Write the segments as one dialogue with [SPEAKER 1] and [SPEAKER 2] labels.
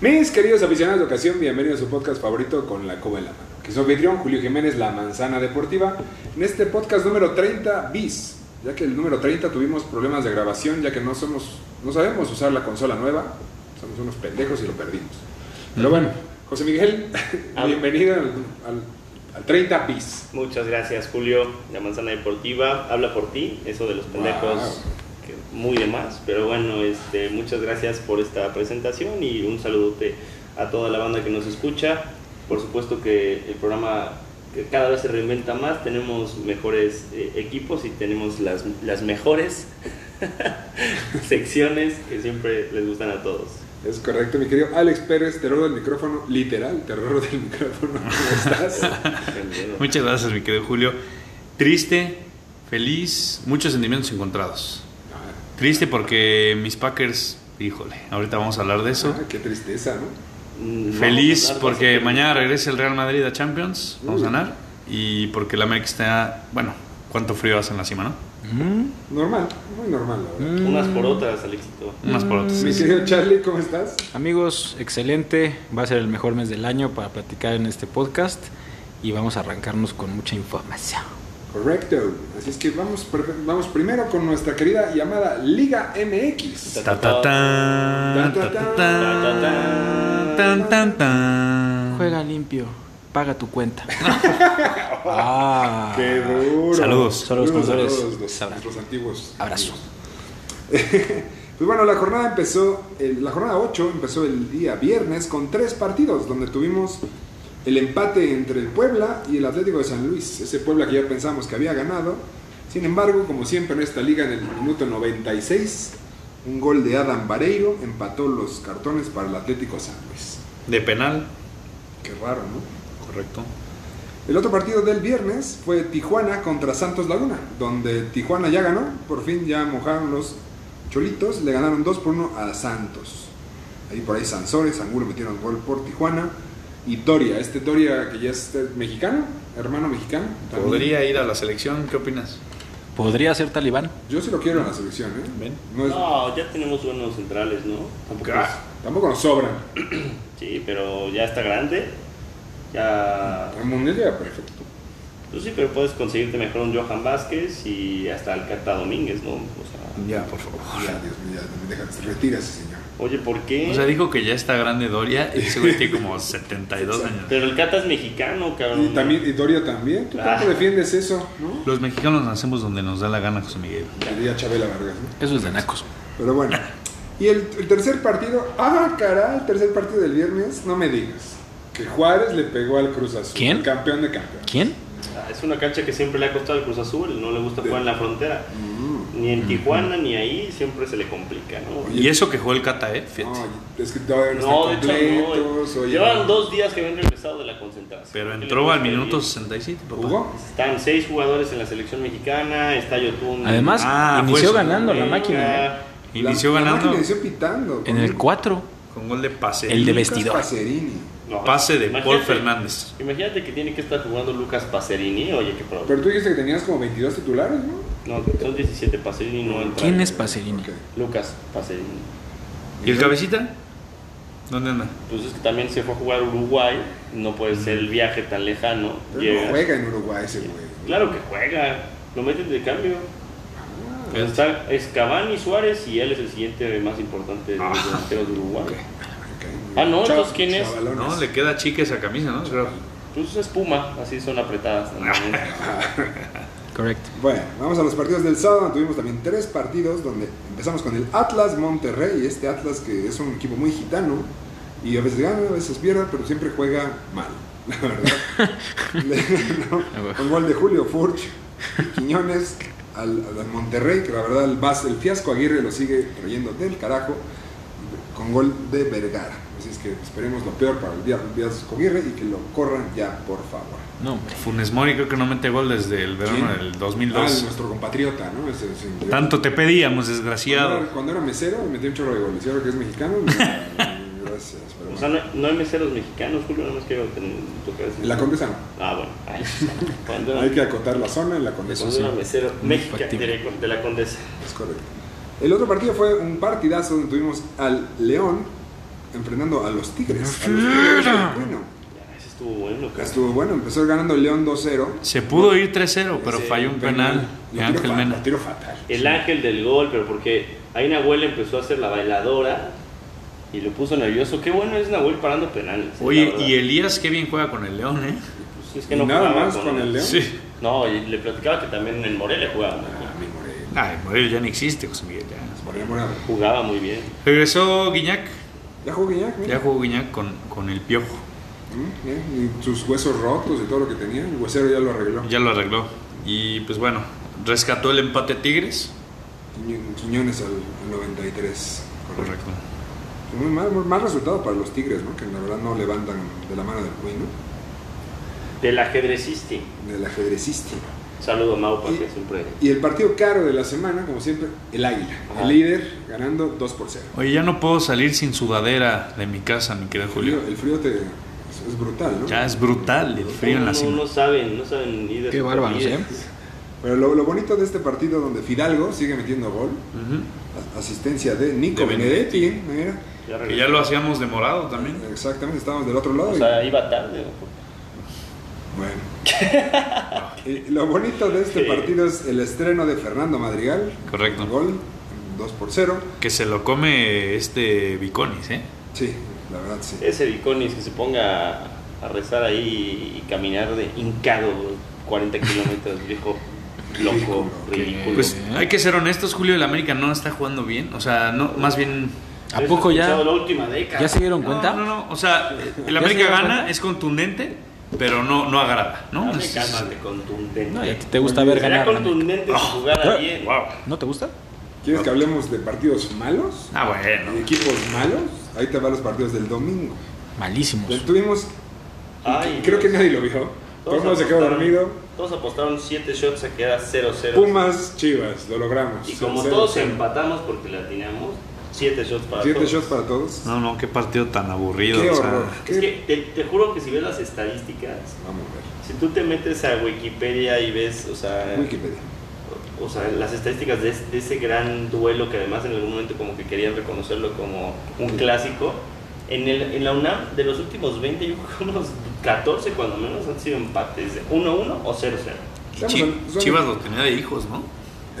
[SPEAKER 1] Mis queridos aficionados de ocasión, bienvenidos a su podcast favorito con la Cuba en la mano. Que es su anfitrión Julio Jiménez, La Manzana Deportiva, en este podcast número 30 bis, ya que el número 30 tuvimos problemas de grabación, ya que no somos, no sabemos usar la consola nueva, somos unos pendejos y lo perdimos. Pero bueno, José Miguel,
[SPEAKER 2] Ah.
[SPEAKER 1] bienvenido al, al- al 30 bis.
[SPEAKER 2] Muchas gracias, Julio. La manzana deportiva habla por ti. Eso de los pendejos, que muy de más. Pero bueno, este, muchas gracias por esta presentación y un saludote a toda la banda que nos escucha. Por supuesto que el programa que cada vez se reinventa más. Tenemos mejores eh, equipos y tenemos las, las mejores secciones que siempre les gustan a todos.
[SPEAKER 1] Es correcto, mi querido Alex Pérez, terror del micrófono, literal, terror del micrófono. ¿Cómo estás? Ah,
[SPEAKER 3] Muchas gracias, mi querido Julio. Triste, feliz, muchos sentimientos encontrados. Triste porque mis Packers, híjole, ahorita vamos a hablar de eso.
[SPEAKER 1] Ah, qué tristeza, ¿no?
[SPEAKER 2] Mm, vamos a
[SPEAKER 3] Feliz
[SPEAKER 2] hablar de
[SPEAKER 3] porque
[SPEAKER 2] eso.
[SPEAKER 3] mañana regresa el Real Madrid a Champions, vamos a ganar. Y porque la América está, bueno, cuánto frío hace en la cima, ¿no?
[SPEAKER 1] Normal, muy normal, la verdad.
[SPEAKER 2] Unas por otras, Alexito.
[SPEAKER 3] Unas por otras.
[SPEAKER 1] Mi querido Charlie, ¿cómo estás?
[SPEAKER 4] Amigos, excelente. Va a ser el mejor mes del año para platicar en este podcast y vamos a arrancarnos con mucha información.
[SPEAKER 1] Correcto. Así es que vamos, pr- vamos primero con nuestra querida llamada Liga MX.
[SPEAKER 3] Ta, ta, tan, ta, ta, tan, tan, tan, tan.
[SPEAKER 4] Juega limpio, paga tu cuenta. ah,
[SPEAKER 1] ¡Qué duro!
[SPEAKER 3] Saludos.
[SPEAKER 1] saludos,
[SPEAKER 4] Saludos, sponsores.
[SPEAKER 1] los,
[SPEAKER 4] Sabrán.
[SPEAKER 1] nuestros antiguos.
[SPEAKER 4] Abrazo.
[SPEAKER 1] amigos. pues bueno, la jornada empezó, el- la jornada 8 empezó el día viernes con tres partidos donde tuvimos el empate entre el Puebla y el Atlético de San Luis. Ese Puebla que ya pensamos que había ganado. Sin embargo, como siempre en esta liga, en el minuto 96, un gol de Adam Vareiro empató los cartones para el Atlético San Luis.
[SPEAKER 3] De penal,
[SPEAKER 1] Qué raro, ¿no?
[SPEAKER 3] correcto.
[SPEAKER 1] El otro partido del viernes fue Tijuana contra Santos Laguna, donde Tijuana ya ganó, por fin ya mojaron los cholitos, le ganaron 2 por 1 a Santos. Ahí por ahí Sansores, Angulo metieron gol por Tijuana y Doria, este Doria que ya es eh, mexicano, hermano mexicano. también.
[SPEAKER 3] Podría ir a la selección, ¿qué opinas?
[SPEAKER 4] ¿Podría ser talibán?
[SPEAKER 1] Yo sí lo quiero en la selección, ¿eh?
[SPEAKER 3] Ven.
[SPEAKER 1] No es-
[SPEAKER 2] No, ya tenemos buenos centrales, ¿no? Tampoco es-
[SPEAKER 1] Tampoco nos sobran.
[SPEAKER 2] Sí, pero ya está grande. Ya.
[SPEAKER 1] El mundial llega perfecto.
[SPEAKER 2] Pues sí, pero puedes conseguirte mejor un Johan Vázquez y hasta el Cata Domínguez, ¿no? O sea,
[SPEAKER 3] Ya, por favor.
[SPEAKER 1] Ya, Dios mío, ya, me deja, retira ese señor.
[SPEAKER 2] oye, ¿por qué?
[SPEAKER 3] O sea, dijo que ya está grande Doria y ese güey tiene como 72 años.
[SPEAKER 2] pero el Cata es mexicano, cabrón.
[SPEAKER 1] Y, también, y Doria también, ¿tú
[SPEAKER 2] Ah.
[SPEAKER 1] tanto defiendes eso, no?
[SPEAKER 3] Los mexicanos nacemos donde nos da la gana, José Miguel.
[SPEAKER 1] Diría Chabela Vargas, ¿no?
[SPEAKER 4] Eso es de nacos.
[SPEAKER 1] Pero bueno. Y el, el tercer partido, ah, caray, el tercer partido del viernes, no me digas. Que Juárez le pegó al Cruz Azul.
[SPEAKER 4] ¿Quién?
[SPEAKER 1] el campeón de campeón.
[SPEAKER 4] ¿Quién?
[SPEAKER 2] Ah, Es una cancha que siempre le ha costado al Cruz Azul. No le gusta jugar en la frontera.
[SPEAKER 1] Mm.
[SPEAKER 2] Ni en Tijuana, ni ahí. Siempre se le complica, ¿no?
[SPEAKER 3] Y eso que jugó el Cata, ¿eh? Fíjate.
[SPEAKER 1] No, es que todavía
[SPEAKER 2] No,
[SPEAKER 1] no,
[SPEAKER 2] de
[SPEAKER 1] están
[SPEAKER 2] hecho,
[SPEAKER 1] completos.
[SPEAKER 2] no.
[SPEAKER 1] oye,
[SPEAKER 2] Llevan dos días que habían regresado de la concentración.
[SPEAKER 3] Pero
[SPEAKER 2] ¿Qué le
[SPEAKER 3] entró
[SPEAKER 2] puedes
[SPEAKER 3] al minuto
[SPEAKER 2] pedir?
[SPEAKER 3] 67, papá.
[SPEAKER 1] ¿Jugó?
[SPEAKER 2] Están seis jugadores en la selección mexicana, está Yotun.
[SPEAKER 4] Además,
[SPEAKER 3] Ah,
[SPEAKER 4] inició
[SPEAKER 3] pues,
[SPEAKER 4] ganando la máquina. ¿eh?
[SPEAKER 3] Inició
[SPEAKER 1] La- la
[SPEAKER 3] ganando
[SPEAKER 1] máquina inició pitando.
[SPEAKER 4] En el 4.
[SPEAKER 3] con gol de pase.
[SPEAKER 4] El de
[SPEAKER 1] Lucas
[SPEAKER 4] vestidor.
[SPEAKER 1] Pacerini.
[SPEAKER 2] No,
[SPEAKER 3] Pase de
[SPEAKER 2] imagínate-
[SPEAKER 3] Paul Fernández.
[SPEAKER 2] Imagínate que tiene que estar jugando Lucas Pacerini. Oye, qué problema.
[SPEAKER 1] Pero tú dijiste que tenías como 22 titulares, ¿no?
[SPEAKER 2] No, son 17. Pacerini no entra.
[SPEAKER 4] ¿Quién es Pacerini?
[SPEAKER 1] Ok.
[SPEAKER 2] Lucas Pacerini.
[SPEAKER 3] ¿Y el cabecita? ¿Dónde anda?
[SPEAKER 2] Pues es que también se fue a jugar a Uruguay. No puede ser el viaje tan lejano.
[SPEAKER 1] Pero
[SPEAKER 2] Llega.
[SPEAKER 1] no juega en Uruguay ese güey.
[SPEAKER 2] Claro que juega. Lo meten de cambio.
[SPEAKER 3] Ah.
[SPEAKER 2] Está es Cavani, Suárez y él es el siguiente más importante de los delanteros de Uruguay.
[SPEAKER 1] Ok.
[SPEAKER 2] Ah, no,
[SPEAKER 1] Chao-
[SPEAKER 2] entonces, ¿quién es?
[SPEAKER 1] chavalones.
[SPEAKER 3] No, le queda chica esa camisa, ¿no? Creo.
[SPEAKER 2] Pues es Puma, así son apretadas. también.
[SPEAKER 4] Correcto.
[SPEAKER 1] Bueno, vamos a los partidos del sábado. Tuvimos también tres partidos donde empezamos con el Atlas Monterrey. Este Atlas que es un equipo muy gitano y a veces gana, a veces pierde, pero siempre juega mal, la verdad. Le ganó con gol de Julio Furch y Quiñones al, al Monterrey, que la verdad el, vas- el fiasco Aguirre lo sigue trayendo del carajo. con gol de Vergara. Así es que esperemos lo peor para el día Díaz Coguirre y que lo corran ya, por favor.
[SPEAKER 4] No, hombre.
[SPEAKER 3] Funes Mori creo que no mete gol desde el verano
[SPEAKER 1] ¿Quién?
[SPEAKER 3] del
[SPEAKER 1] Ah,
[SPEAKER 3] 2002.
[SPEAKER 1] nuestro compatriota, ¿no? Ese- ese-
[SPEAKER 3] Tanto te pedíamos,
[SPEAKER 1] cuando
[SPEAKER 3] desgraciado.
[SPEAKER 1] era, cuando era mesero me metí un chorro de goles. Y ahora que es mexicano, me- gracias. pero
[SPEAKER 2] O sea,
[SPEAKER 1] bueno.
[SPEAKER 2] no, no hay meseros mexicanos, Julio, nada más quiero tener tu cabeza.
[SPEAKER 1] La condesa no.
[SPEAKER 2] Ah, bueno. Ay, cuando
[SPEAKER 1] Hay que acotar la zona en la condesa.
[SPEAKER 2] cuando era mesero
[SPEAKER 4] Muy
[SPEAKER 2] mexica
[SPEAKER 4] factible.
[SPEAKER 2] de, la- de la condesa.
[SPEAKER 1] Es correcto. El otro partido fue un partidazo donde tuvimos al León enfrentando a los Tigres. A los Tigres del Bueno,
[SPEAKER 2] Ya, ese estuvo bueno, cara.
[SPEAKER 1] estuvo bueno. Empezó ganando el León 2-0.
[SPEAKER 3] Se pudo ir 3-0, pero
[SPEAKER 2] Ese
[SPEAKER 3] falló un penal
[SPEAKER 1] Lo
[SPEAKER 3] de
[SPEAKER 1] tiró
[SPEAKER 3] Ángel
[SPEAKER 1] fa-
[SPEAKER 3] Mena.
[SPEAKER 1] lo tiró fatal.
[SPEAKER 2] El ángel del gol, pero porque ahí Nahuel empezó a hacer la bailadora y lo puso nervioso. Qué bueno es Nahuel parando penales. eh, la
[SPEAKER 3] Oye,
[SPEAKER 2] verdad.
[SPEAKER 3] y Elías qué bien juega con el León, ¿eh?
[SPEAKER 2] Pues es que
[SPEAKER 1] Y
[SPEAKER 2] no
[SPEAKER 1] nada
[SPEAKER 2] jugaba
[SPEAKER 1] más con el León.
[SPEAKER 3] Sí.
[SPEAKER 2] No, y le platicaba que también en el Morelia jugaba. muy bien.
[SPEAKER 1] Ah, mi Morel.
[SPEAKER 3] Ay, Morelia ya no existe, José Miguel. ya.
[SPEAKER 1] Morel, Morel.
[SPEAKER 2] Jugaba muy bien.
[SPEAKER 3] Regresó Guiñac,
[SPEAKER 1] Ya jugó Guiñac, mira.
[SPEAKER 3] ya jugó Guiñac con, con el Piojo.
[SPEAKER 1] Mm, bien. Y sus huesos rotos y todo lo que tenía. El huesero ya lo arregló.
[SPEAKER 3] Ya lo arregló. Y pues bueno, rescató el empate Tigres.
[SPEAKER 1] Quiñ- Quiñones al al 93.
[SPEAKER 3] Correcto.
[SPEAKER 1] Muy mal, muy mal resultado para los Tigres, ¿no? Que la verdad no levantan de la mano del güey, ¿no?
[SPEAKER 2] Del ajedrecisti.
[SPEAKER 1] Del ajedrecista.
[SPEAKER 2] Saludo a Mau, para
[SPEAKER 1] Y-
[SPEAKER 2] que siempre.
[SPEAKER 1] Y el partido caro de la semana, como siempre, el Águila.
[SPEAKER 2] Ajá.
[SPEAKER 3] Ah.
[SPEAKER 1] El líder ganando 2 por 0.
[SPEAKER 3] Oye, ya no puedo salir sin sudadera de mi casa, mi querido
[SPEAKER 1] El
[SPEAKER 3] Julio.
[SPEAKER 1] frío, el frío te, es es brutal, ¿no?
[SPEAKER 3] Ya es brutal el frío en
[SPEAKER 2] No,
[SPEAKER 3] la
[SPEAKER 2] no,
[SPEAKER 3] cima.
[SPEAKER 2] no saben, no saben ni de
[SPEAKER 4] Qué
[SPEAKER 2] sus
[SPEAKER 4] bárbaros, ¿eh?
[SPEAKER 2] líderes.
[SPEAKER 1] Pero lo, lo bonito de este partido donde Fidalgo sigue metiendo gol,
[SPEAKER 3] Ujú.
[SPEAKER 1] a- asistencia de Nico
[SPEAKER 3] De
[SPEAKER 1] Benedetti, mira.
[SPEAKER 2] Ya
[SPEAKER 3] Que
[SPEAKER 2] regresó.
[SPEAKER 3] ya lo hacíamos de morado también.
[SPEAKER 1] Exactamente, estábamos del otro lado.
[SPEAKER 2] O
[SPEAKER 1] y-
[SPEAKER 2] sea, iba tarde. ¿no?
[SPEAKER 1] Bueno. Y lo bonito de este
[SPEAKER 2] Sí.
[SPEAKER 1] partido es el estreno de Fernando Madrigal.
[SPEAKER 3] Correcto.
[SPEAKER 1] Gol, 2 por 0.
[SPEAKER 3] Que se lo come este Viconis, ¿eh?
[SPEAKER 1] Sí, la verdad sí.
[SPEAKER 2] Ese Viconis que se ponga a- a rezar ahí y caminar de hincado 40 kilómetros, viejo loco,
[SPEAKER 1] Ridículo,
[SPEAKER 2] ridículo.
[SPEAKER 3] Pues hay que ser honestos, Julio, el América no está jugando bien. O sea, no, más bien...
[SPEAKER 4] ¿A
[SPEAKER 2] Eso
[SPEAKER 4] poco
[SPEAKER 2] he
[SPEAKER 4] ya?
[SPEAKER 2] escuchado La última década.
[SPEAKER 4] ¿Ya se dieron
[SPEAKER 3] No,
[SPEAKER 4] cuenta?
[SPEAKER 3] no, no. O sea, el
[SPEAKER 4] ¿Ya se
[SPEAKER 3] América
[SPEAKER 4] dieron
[SPEAKER 3] gana,
[SPEAKER 4] cuenta?
[SPEAKER 3] es contundente, pero no, no agrada, ¿no?
[SPEAKER 2] Dame
[SPEAKER 3] Es-
[SPEAKER 2] calma de contundente.
[SPEAKER 4] No, y a ti te gusta ver
[SPEAKER 2] Será
[SPEAKER 4] ganar. ¿no?
[SPEAKER 2] contundente si
[SPEAKER 1] Ah,
[SPEAKER 2] jugara bien.
[SPEAKER 3] Wow.
[SPEAKER 4] ¿No te gusta?
[SPEAKER 1] ¿Quieres que hablemos de partidos malos?
[SPEAKER 3] Ah, bueno.
[SPEAKER 1] ¿De equipos malos? Ahí te van los partidos del domingo.
[SPEAKER 4] Malísimos.
[SPEAKER 1] Tuvimos,
[SPEAKER 2] Pues, Ay,
[SPEAKER 1] creo que
[SPEAKER 2] Dios.
[SPEAKER 1] nadie lo vio. Todo el mundo se quedó
[SPEAKER 2] apostaron-
[SPEAKER 1] dormido.
[SPEAKER 2] Todos apostaron 7 shots a que era 0-0.
[SPEAKER 1] Pumas, Chivas, lo logramos.
[SPEAKER 2] Y como
[SPEAKER 1] Cero,
[SPEAKER 2] todos
[SPEAKER 1] cero.
[SPEAKER 2] empatamos porque le atinamos, 7 shots para
[SPEAKER 1] Siete
[SPEAKER 2] todos.
[SPEAKER 1] shots para todos.
[SPEAKER 3] No, no, qué partido tan aburrido.
[SPEAKER 1] Qué
[SPEAKER 3] o sea.
[SPEAKER 1] horror.
[SPEAKER 2] Es que te, te juro que si ves las estadísticas,
[SPEAKER 1] Vamos a
[SPEAKER 2] si tú te metes a Wikipedia y ves, o sea,
[SPEAKER 1] ver. Wikipedia.
[SPEAKER 2] o sea las estadísticas de, es- de ese gran duelo que además en algún momento como que querían reconocerlo como un clásico, en, el, en la UNAM de los últimos 20, yo creo que unos 14 cuando menos han sido empates de 1-1 o 0-0.
[SPEAKER 3] Y
[SPEAKER 1] Estamos
[SPEAKER 3] Chi-
[SPEAKER 1] en- son-
[SPEAKER 3] Chivas lo tenía de hijos, ¿no?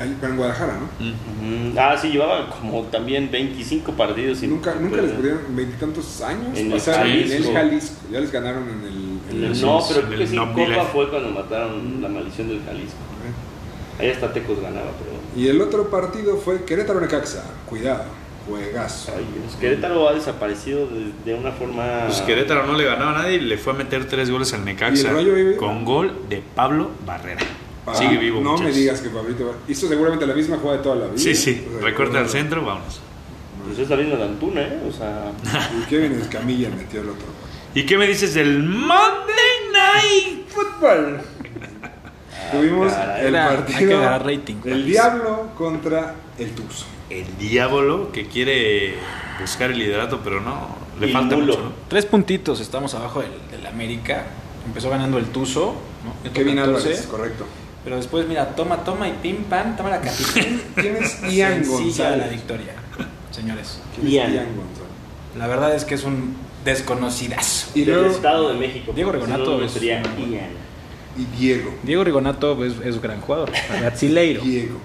[SPEAKER 1] Ahí, pero en Guadalajara, ¿no?
[SPEAKER 2] Ah, sí, llevaba como también 25 partidos. sin
[SPEAKER 1] Nunca, nunca
[SPEAKER 2] perder.
[SPEAKER 1] les pudieron veintitantos años
[SPEAKER 2] pues, En el
[SPEAKER 1] pasar en el
[SPEAKER 2] Jalisco.
[SPEAKER 1] Jalisco. Ya les ganaron en el. en el-
[SPEAKER 2] No, pero creo
[SPEAKER 3] En
[SPEAKER 2] que
[SPEAKER 3] el
[SPEAKER 2] sí,
[SPEAKER 3] Nopi
[SPEAKER 2] Copa
[SPEAKER 3] Life.
[SPEAKER 2] fue cuando mataron la maldición del Jalisco. Ahí hasta Tecos ganaba, pero...
[SPEAKER 1] Y el otro partido fue Querétaro Necaxa. Cuidado, juegazo.
[SPEAKER 2] Ay, Dios, Querétaro ha desaparecido de, de una forma...
[SPEAKER 4] Ah.
[SPEAKER 3] Pues Querétaro no le ganaba a nadie y le fue a meter tres goles al
[SPEAKER 1] ¿Y
[SPEAKER 3] Necaxa.
[SPEAKER 1] el Rayo vive?
[SPEAKER 3] Con gol de Pablo Barrera.
[SPEAKER 1] Ah,
[SPEAKER 3] Sigue vivo.
[SPEAKER 1] No me
[SPEAKER 3] muchachos.
[SPEAKER 1] digas que Pablito va- hizo seguramente la misma jugada de toda la vida.
[SPEAKER 3] Sí, sí.
[SPEAKER 1] O sea,
[SPEAKER 3] Recorte al
[SPEAKER 1] bueno,
[SPEAKER 3] centro, vamos.
[SPEAKER 2] Pues es la misma de Antuna, ¿eh? O sea...
[SPEAKER 1] Y Kevin Escamilla metió el otro.
[SPEAKER 3] ¿Y qué me dices del Monday Night?
[SPEAKER 1] Fútbol. Tuvimos
[SPEAKER 2] caray.
[SPEAKER 1] el
[SPEAKER 4] Ah, Era- hay
[SPEAKER 1] partido.
[SPEAKER 4] que agarrar rating,
[SPEAKER 1] El
[SPEAKER 4] cuates.
[SPEAKER 1] Diablo contra el Tuzo.
[SPEAKER 3] El diablo que quiere buscar el liderato, pero no. Le
[SPEAKER 2] Y el
[SPEAKER 3] falta
[SPEAKER 2] mulo.
[SPEAKER 3] mucho, ¿no?
[SPEAKER 4] Tres puntitos, estamos abajo del, del América. Empezó ganando el Tuzo, ¿no?
[SPEAKER 1] Kevin
[SPEAKER 4] 14,
[SPEAKER 1] Álvarez, correcto.
[SPEAKER 4] Pero después, mira, toma, toma y pim, pam, toma la capitín.
[SPEAKER 1] ¿Quién es Ian
[SPEAKER 4] Sencilla la
[SPEAKER 1] González?
[SPEAKER 4] victoria, señores.
[SPEAKER 1] ¿Quién es
[SPEAKER 2] Ian.
[SPEAKER 1] Ian González?
[SPEAKER 4] La verdad es que es un desconocidazo.
[SPEAKER 1] Y
[SPEAKER 2] del
[SPEAKER 1] luego,
[SPEAKER 2] Estado de México.
[SPEAKER 4] Diego
[SPEAKER 2] porque si
[SPEAKER 4] Regonato
[SPEAKER 2] no, no
[SPEAKER 4] es-
[SPEAKER 2] sería Ian.
[SPEAKER 1] y Diego.
[SPEAKER 4] Diego Rigonato es, es gran jugador. Brasileiro.
[SPEAKER 1] Diego.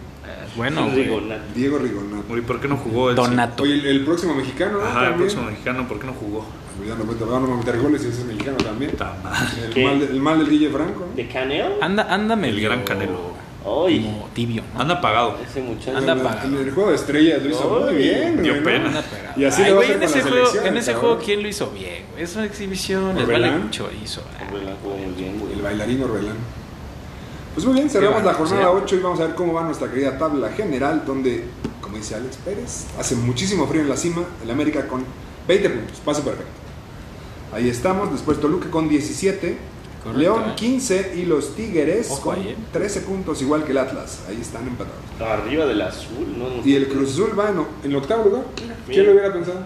[SPEAKER 4] Bueno, güey.
[SPEAKER 2] Rigonato.
[SPEAKER 1] Diego Rigonato.
[SPEAKER 3] Oye, ¿por qué no jugó el.
[SPEAKER 4] Donato.
[SPEAKER 1] Oye, el, el próximo mexicano, ¿no?
[SPEAKER 3] Ajá, el
[SPEAKER 1] También.
[SPEAKER 3] próximo mexicano, ¿por qué no jugó?
[SPEAKER 1] Ya no, pues, van a meter goles y ese es mexicano también.
[SPEAKER 3] Puta madre.
[SPEAKER 1] El
[SPEAKER 2] ¿Qué?
[SPEAKER 1] mal, de- el mal del DJ Franco. ¿no?
[SPEAKER 2] ¿De Canel?
[SPEAKER 4] Anda, anda medio
[SPEAKER 3] gran Canelo.
[SPEAKER 1] Ah,
[SPEAKER 2] Ay,
[SPEAKER 4] Como tibio, ¿no?
[SPEAKER 3] Anda pagado.
[SPEAKER 2] ese muchacho...
[SPEAKER 4] Anda
[SPEAKER 1] En el-
[SPEAKER 4] apagado.
[SPEAKER 1] En el juego de estrellas lo hizo muy
[SPEAKER 2] Ay,
[SPEAKER 1] bien.
[SPEAKER 3] dio
[SPEAKER 1] güey, ¿no?
[SPEAKER 3] pena.
[SPEAKER 4] Anda pegado.
[SPEAKER 1] Y así
[SPEAKER 4] Ay,
[SPEAKER 1] le va a hacer
[SPEAKER 4] güey,
[SPEAKER 1] con
[SPEAKER 4] en ese,
[SPEAKER 1] la
[SPEAKER 4] juego,
[SPEAKER 1] selección,
[SPEAKER 4] en ese
[SPEAKER 1] cabrón.
[SPEAKER 4] juego, ¿quién lo hizo bien? güey? Es una exhibición, les vale
[SPEAKER 1] ¿Orbelán?
[SPEAKER 4] un chorizo. ah.
[SPEAKER 2] Orbelán jugó muy bien, güey.
[SPEAKER 1] El bailarín Orbelán. Pues muy bien, cerramos la
[SPEAKER 4] bárbaro,
[SPEAKER 1] jornada
[SPEAKER 4] sí.
[SPEAKER 1] 8 y vamos a ver cómo va nuestra querida tabla general, donde, como dice Alex Pérez. Hace muchísimo frío en la cima. El América con 20 puntos. Pase perfecto. Ahí estamos. Después Toluca con 17.
[SPEAKER 4] Correcto,
[SPEAKER 1] León
[SPEAKER 4] eh.
[SPEAKER 1] 15 y los Tigres
[SPEAKER 4] Ojo
[SPEAKER 1] con
[SPEAKER 4] ahí, eh.
[SPEAKER 1] 13 puntos igual que el Atlas. Ahí están empatados.
[SPEAKER 2] Arriba del azul, ¿no? no
[SPEAKER 1] Y el Cruz Azul va en, en octavo lugar. Mira, ¿Quién
[SPEAKER 2] Mira.
[SPEAKER 1] lo hubiera pensado?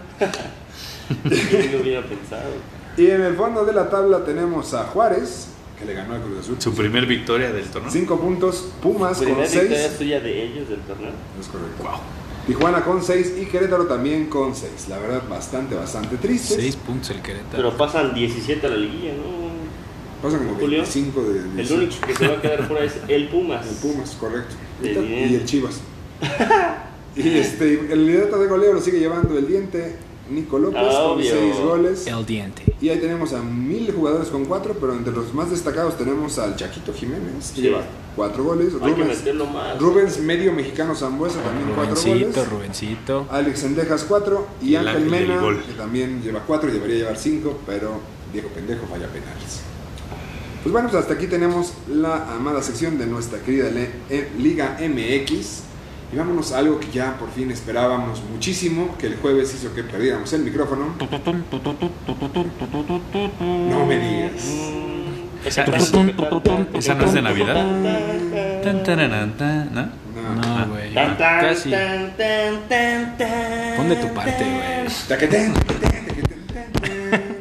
[SPEAKER 2] ¿Quién lo hubiera pensado?
[SPEAKER 1] Y en el fondo de la tabla tenemos a Juárez, que le ganó al Cruz Azul.
[SPEAKER 3] Su primer victoria del torneo.
[SPEAKER 1] 5 puntos, Pumas con
[SPEAKER 2] Primera victoria
[SPEAKER 1] 6.
[SPEAKER 2] suya de ellos del torneo.
[SPEAKER 1] Es correcto. Tijuana con 6 y Querétaro también con 6. La verdad, bastante, bastante triste.
[SPEAKER 4] Seis puntos el Querétaro.
[SPEAKER 2] Pero pasan 17 a la liguilla, ¿no?
[SPEAKER 1] Pasan como
[SPEAKER 2] Julio,
[SPEAKER 1] 25 de.
[SPEAKER 2] El
[SPEAKER 1] 18.
[SPEAKER 2] único que se va a quedar fuera es el Pumas.
[SPEAKER 1] El Pumas, correcto.
[SPEAKER 2] Bien.
[SPEAKER 1] Y el Chivas. y este, el liderato de goleo lo sigue llevando el diente Nico López con
[SPEAKER 2] Ah, Obvio.
[SPEAKER 1] 6 goles.
[SPEAKER 4] El diente.
[SPEAKER 1] Y ahí tenemos a mil jugadores con 4, pero entre los más destacados tenemos al Chaquito Jiménez, que
[SPEAKER 2] Sí.
[SPEAKER 1] lleva 4 goles.
[SPEAKER 2] Hay que
[SPEAKER 1] Rubens,
[SPEAKER 2] meterlo más.
[SPEAKER 1] Rubens, medio mexicano Zambuesa, también 4 goles. Ah.
[SPEAKER 4] Rubencito, Rubencito.
[SPEAKER 1] Alex Endejas 4 y
[SPEAKER 3] El
[SPEAKER 1] Ángel
[SPEAKER 3] ángel del
[SPEAKER 1] Mena,
[SPEAKER 3] gol.
[SPEAKER 1] que también lleva 4 y debería llevar 5, pero Diego Pendejo falla penales. Pues bueno, pues hasta aquí tenemos la amada sección de nuestra querida le- eh, Liga MX. Y vámonos a algo que ya por fin esperábamos muchísimo, que el jueves hizo que perdiéramos el micrófono. No me digas.
[SPEAKER 2] Mm,
[SPEAKER 3] Esa- esa no es de Navidad. Tan, tararán, tan, ¿no?
[SPEAKER 1] No.
[SPEAKER 4] No, güey.
[SPEAKER 2] Tan, tan,
[SPEAKER 4] Casi.
[SPEAKER 2] tan, tan, tan, tan.
[SPEAKER 4] Pon de tu parte, güey.
[SPEAKER 1] Taquetén, taquetén, taquetén, taquetén.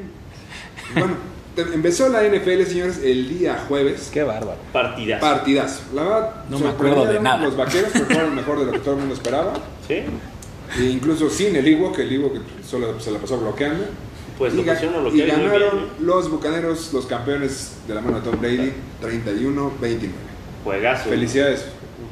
[SPEAKER 1] Bueno, te- empezó la NFL, señores, el día jueves.
[SPEAKER 4] Qué bárbaro.
[SPEAKER 2] Partidas.
[SPEAKER 1] Partidazo. La verdad,
[SPEAKER 4] No me acuerdo de
[SPEAKER 1] sorprendieron
[SPEAKER 4] nada.
[SPEAKER 1] Los vaqueros pero fueron mejor de lo que todo el mundo esperaba.
[SPEAKER 2] ¿Sí?
[SPEAKER 1] E incluso sin el Iwo, que el Iwo solo se la pasó bloqueando.
[SPEAKER 2] Pues
[SPEAKER 1] y,
[SPEAKER 2] lo
[SPEAKER 1] ga-
[SPEAKER 2] pusieron lo
[SPEAKER 1] y
[SPEAKER 2] que hay muy bien.
[SPEAKER 1] ganaron
[SPEAKER 2] ¿eh?
[SPEAKER 1] los bucaneros, los campeones de la mano de Tom Brady, 31-29.
[SPEAKER 2] Juegazo.
[SPEAKER 1] Felicidades.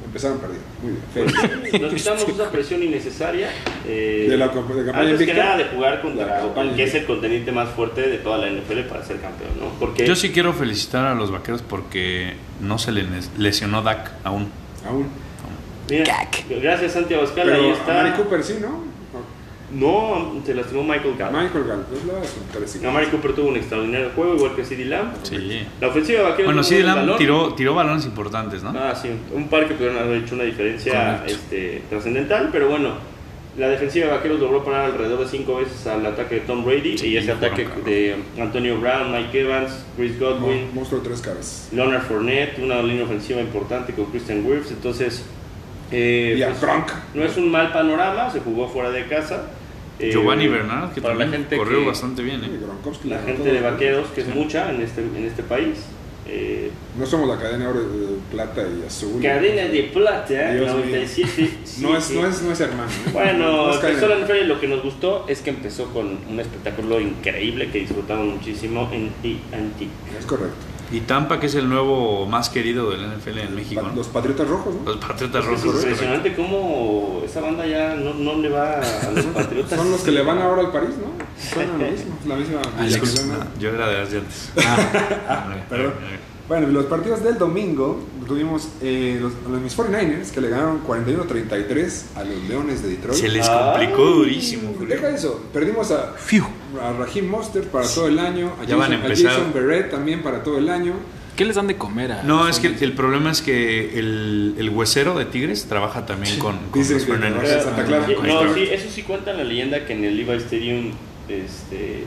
[SPEAKER 1] Empezaron perdiendo. Muy bien.
[SPEAKER 2] Pues
[SPEAKER 1] Felicidades.
[SPEAKER 2] Nos quitamos esa presión innecesaria. eh,
[SPEAKER 1] De la comp- de campaña
[SPEAKER 2] antes que
[SPEAKER 1] invicta.
[SPEAKER 2] nada de jugar
[SPEAKER 1] De la
[SPEAKER 2] contra
[SPEAKER 1] campaña
[SPEAKER 2] el que es el contendiente más fuerte de toda la NFL para ser campeón, ¿no? Porque
[SPEAKER 3] Yo sí quiero felicitar a los vaqueros porque no se les lesionó Dak aún.
[SPEAKER 1] Aún.
[SPEAKER 2] mira,
[SPEAKER 4] Cac.
[SPEAKER 2] gracias Santiago Abascal, ahí
[SPEAKER 1] Pero a
[SPEAKER 2] está.
[SPEAKER 1] Mari Cooper sí, ¿no? O-
[SPEAKER 2] No, se lastimó Michael
[SPEAKER 1] a
[SPEAKER 2] Gallup.
[SPEAKER 1] Michael Gallup. pues, Es la sorpresa.
[SPEAKER 2] No, Amari Cooper tuvo un extraordinario juego, igual que CD Lamb.
[SPEAKER 3] Sí.
[SPEAKER 2] La ofensiva de vaqueros
[SPEAKER 3] Bueno,
[SPEAKER 2] tuvo
[SPEAKER 3] sí,
[SPEAKER 2] buen
[SPEAKER 3] Lamb
[SPEAKER 2] valor.
[SPEAKER 3] tiró, tiró balones importantes, ¿no?
[SPEAKER 2] Ah, sí, un par que pudieron haber hecho una diferencia
[SPEAKER 3] Correcto.
[SPEAKER 2] este, trascendental, pero bueno, la defensiva de Vaqueros logró parar alrededor de cinco veces al ataque de Tom Brady
[SPEAKER 3] Sí,
[SPEAKER 2] y ese
[SPEAKER 3] fueron
[SPEAKER 2] ataque
[SPEAKER 3] cabrón.
[SPEAKER 2] de Antonio Brown, Mike Evans, Chris Godwin,
[SPEAKER 1] Mon- Monstruo de tres cabezas.
[SPEAKER 2] Leonard Fournette, una línea ofensiva importante con Christian Wirfs, entonces eh,
[SPEAKER 1] Y a
[SPEAKER 2] pues,
[SPEAKER 1] Gronk.
[SPEAKER 2] no es un mal panorama, se jugó fuera de casa. Eh,
[SPEAKER 3] Giovanni Bernard, que
[SPEAKER 2] para la
[SPEAKER 3] también
[SPEAKER 2] gente
[SPEAKER 3] corrió
[SPEAKER 2] que-
[SPEAKER 3] bastante bien, ¿eh?
[SPEAKER 1] Gronkowski,
[SPEAKER 2] La
[SPEAKER 1] ¿no?
[SPEAKER 2] gente
[SPEAKER 1] Todo-
[SPEAKER 2] de Vaqueros, que es mucha en este, en este país. eh,
[SPEAKER 1] No somos la cadena ahora de eh, plata y azul.
[SPEAKER 2] Cadena de plata,
[SPEAKER 1] Dios mío.
[SPEAKER 2] 97.
[SPEAKER 1] No es, no es, no es hermano. ¿eh? No
[SPEAKER 2] Bueno,
[SPEAKER 1] es cadena.
[SPEAKER 2] empezó la NFL y lo que nos gustó es que empezó con un espectáculo increíble que disfrutamos muchísimo en TNT.
[SPEAKER 1] Es correcto.
[SPEAKER 3] Y Tampa, que es el nuevo más querido del NFL en México.
[SPEAKER 1] Pa-
[SPEAKER 3] ¿no?
[SPEAKER 1] Los Patriotas Rojos, ¿no?
[SPEAKER 3] Los Patriotas
[SPEAKER 2] Es
[SPEAKER 3] Rojos. correcto.
[SPEAKER 2] impresionante cómo esa banda ya no, no le va a los Patriotas.
[SPEAKER 1] Son los que le van ahora al París, ¿no? Son lo mismo, la misma.
[SPEAKER 3] Ah, Disculpa,
[SPEAKER 1] Barcelona.
[SPEAKER 3] yo era de las de antes.
[SPEAKER 2] Ah,
[SPEAKER 3] Ah,
[SPEAKER 1] perdón. Bueno, los partidos del domingo tuvimos eh, los, los mis 49ers que le ganaron 41-33 a los Leones de Detroit.
[SPEAKER 3] Se les complicó
[SPEAKER 2] Ay,
[SPEAKER 3] durísimo, Julio.
[SPEAKER 1] Deja eso, perdimos a, a Raheem Mostert para todo el año, a
[SPEAKER 3] Ya van
[SPEAKER 1] Jason,
[SPEAKER 3] a
[SPEAKER 1] a
[SPEAKER 3] empezar.
[SPEAKER 1] Jason Berrett también para todo el año.
[SPEAKER 4] ¿Qué les dan de comer a
[SPEAKER 3] No, es que el problema es que el, el huesero de Tigres trabaja también con, con
[SPEAKER 1] Dicen
[SPEAKER 3] los
[SPEAKER 1] que
[SPEAKER 3] Fernandes.
[SPEAKER 1] trabaja en Santa Clara.
[SPEAKER 3] Ahí está.
[SPEAKER 2] No, sí, eso sí cuenta la leyenda que en el Levi Stadium este,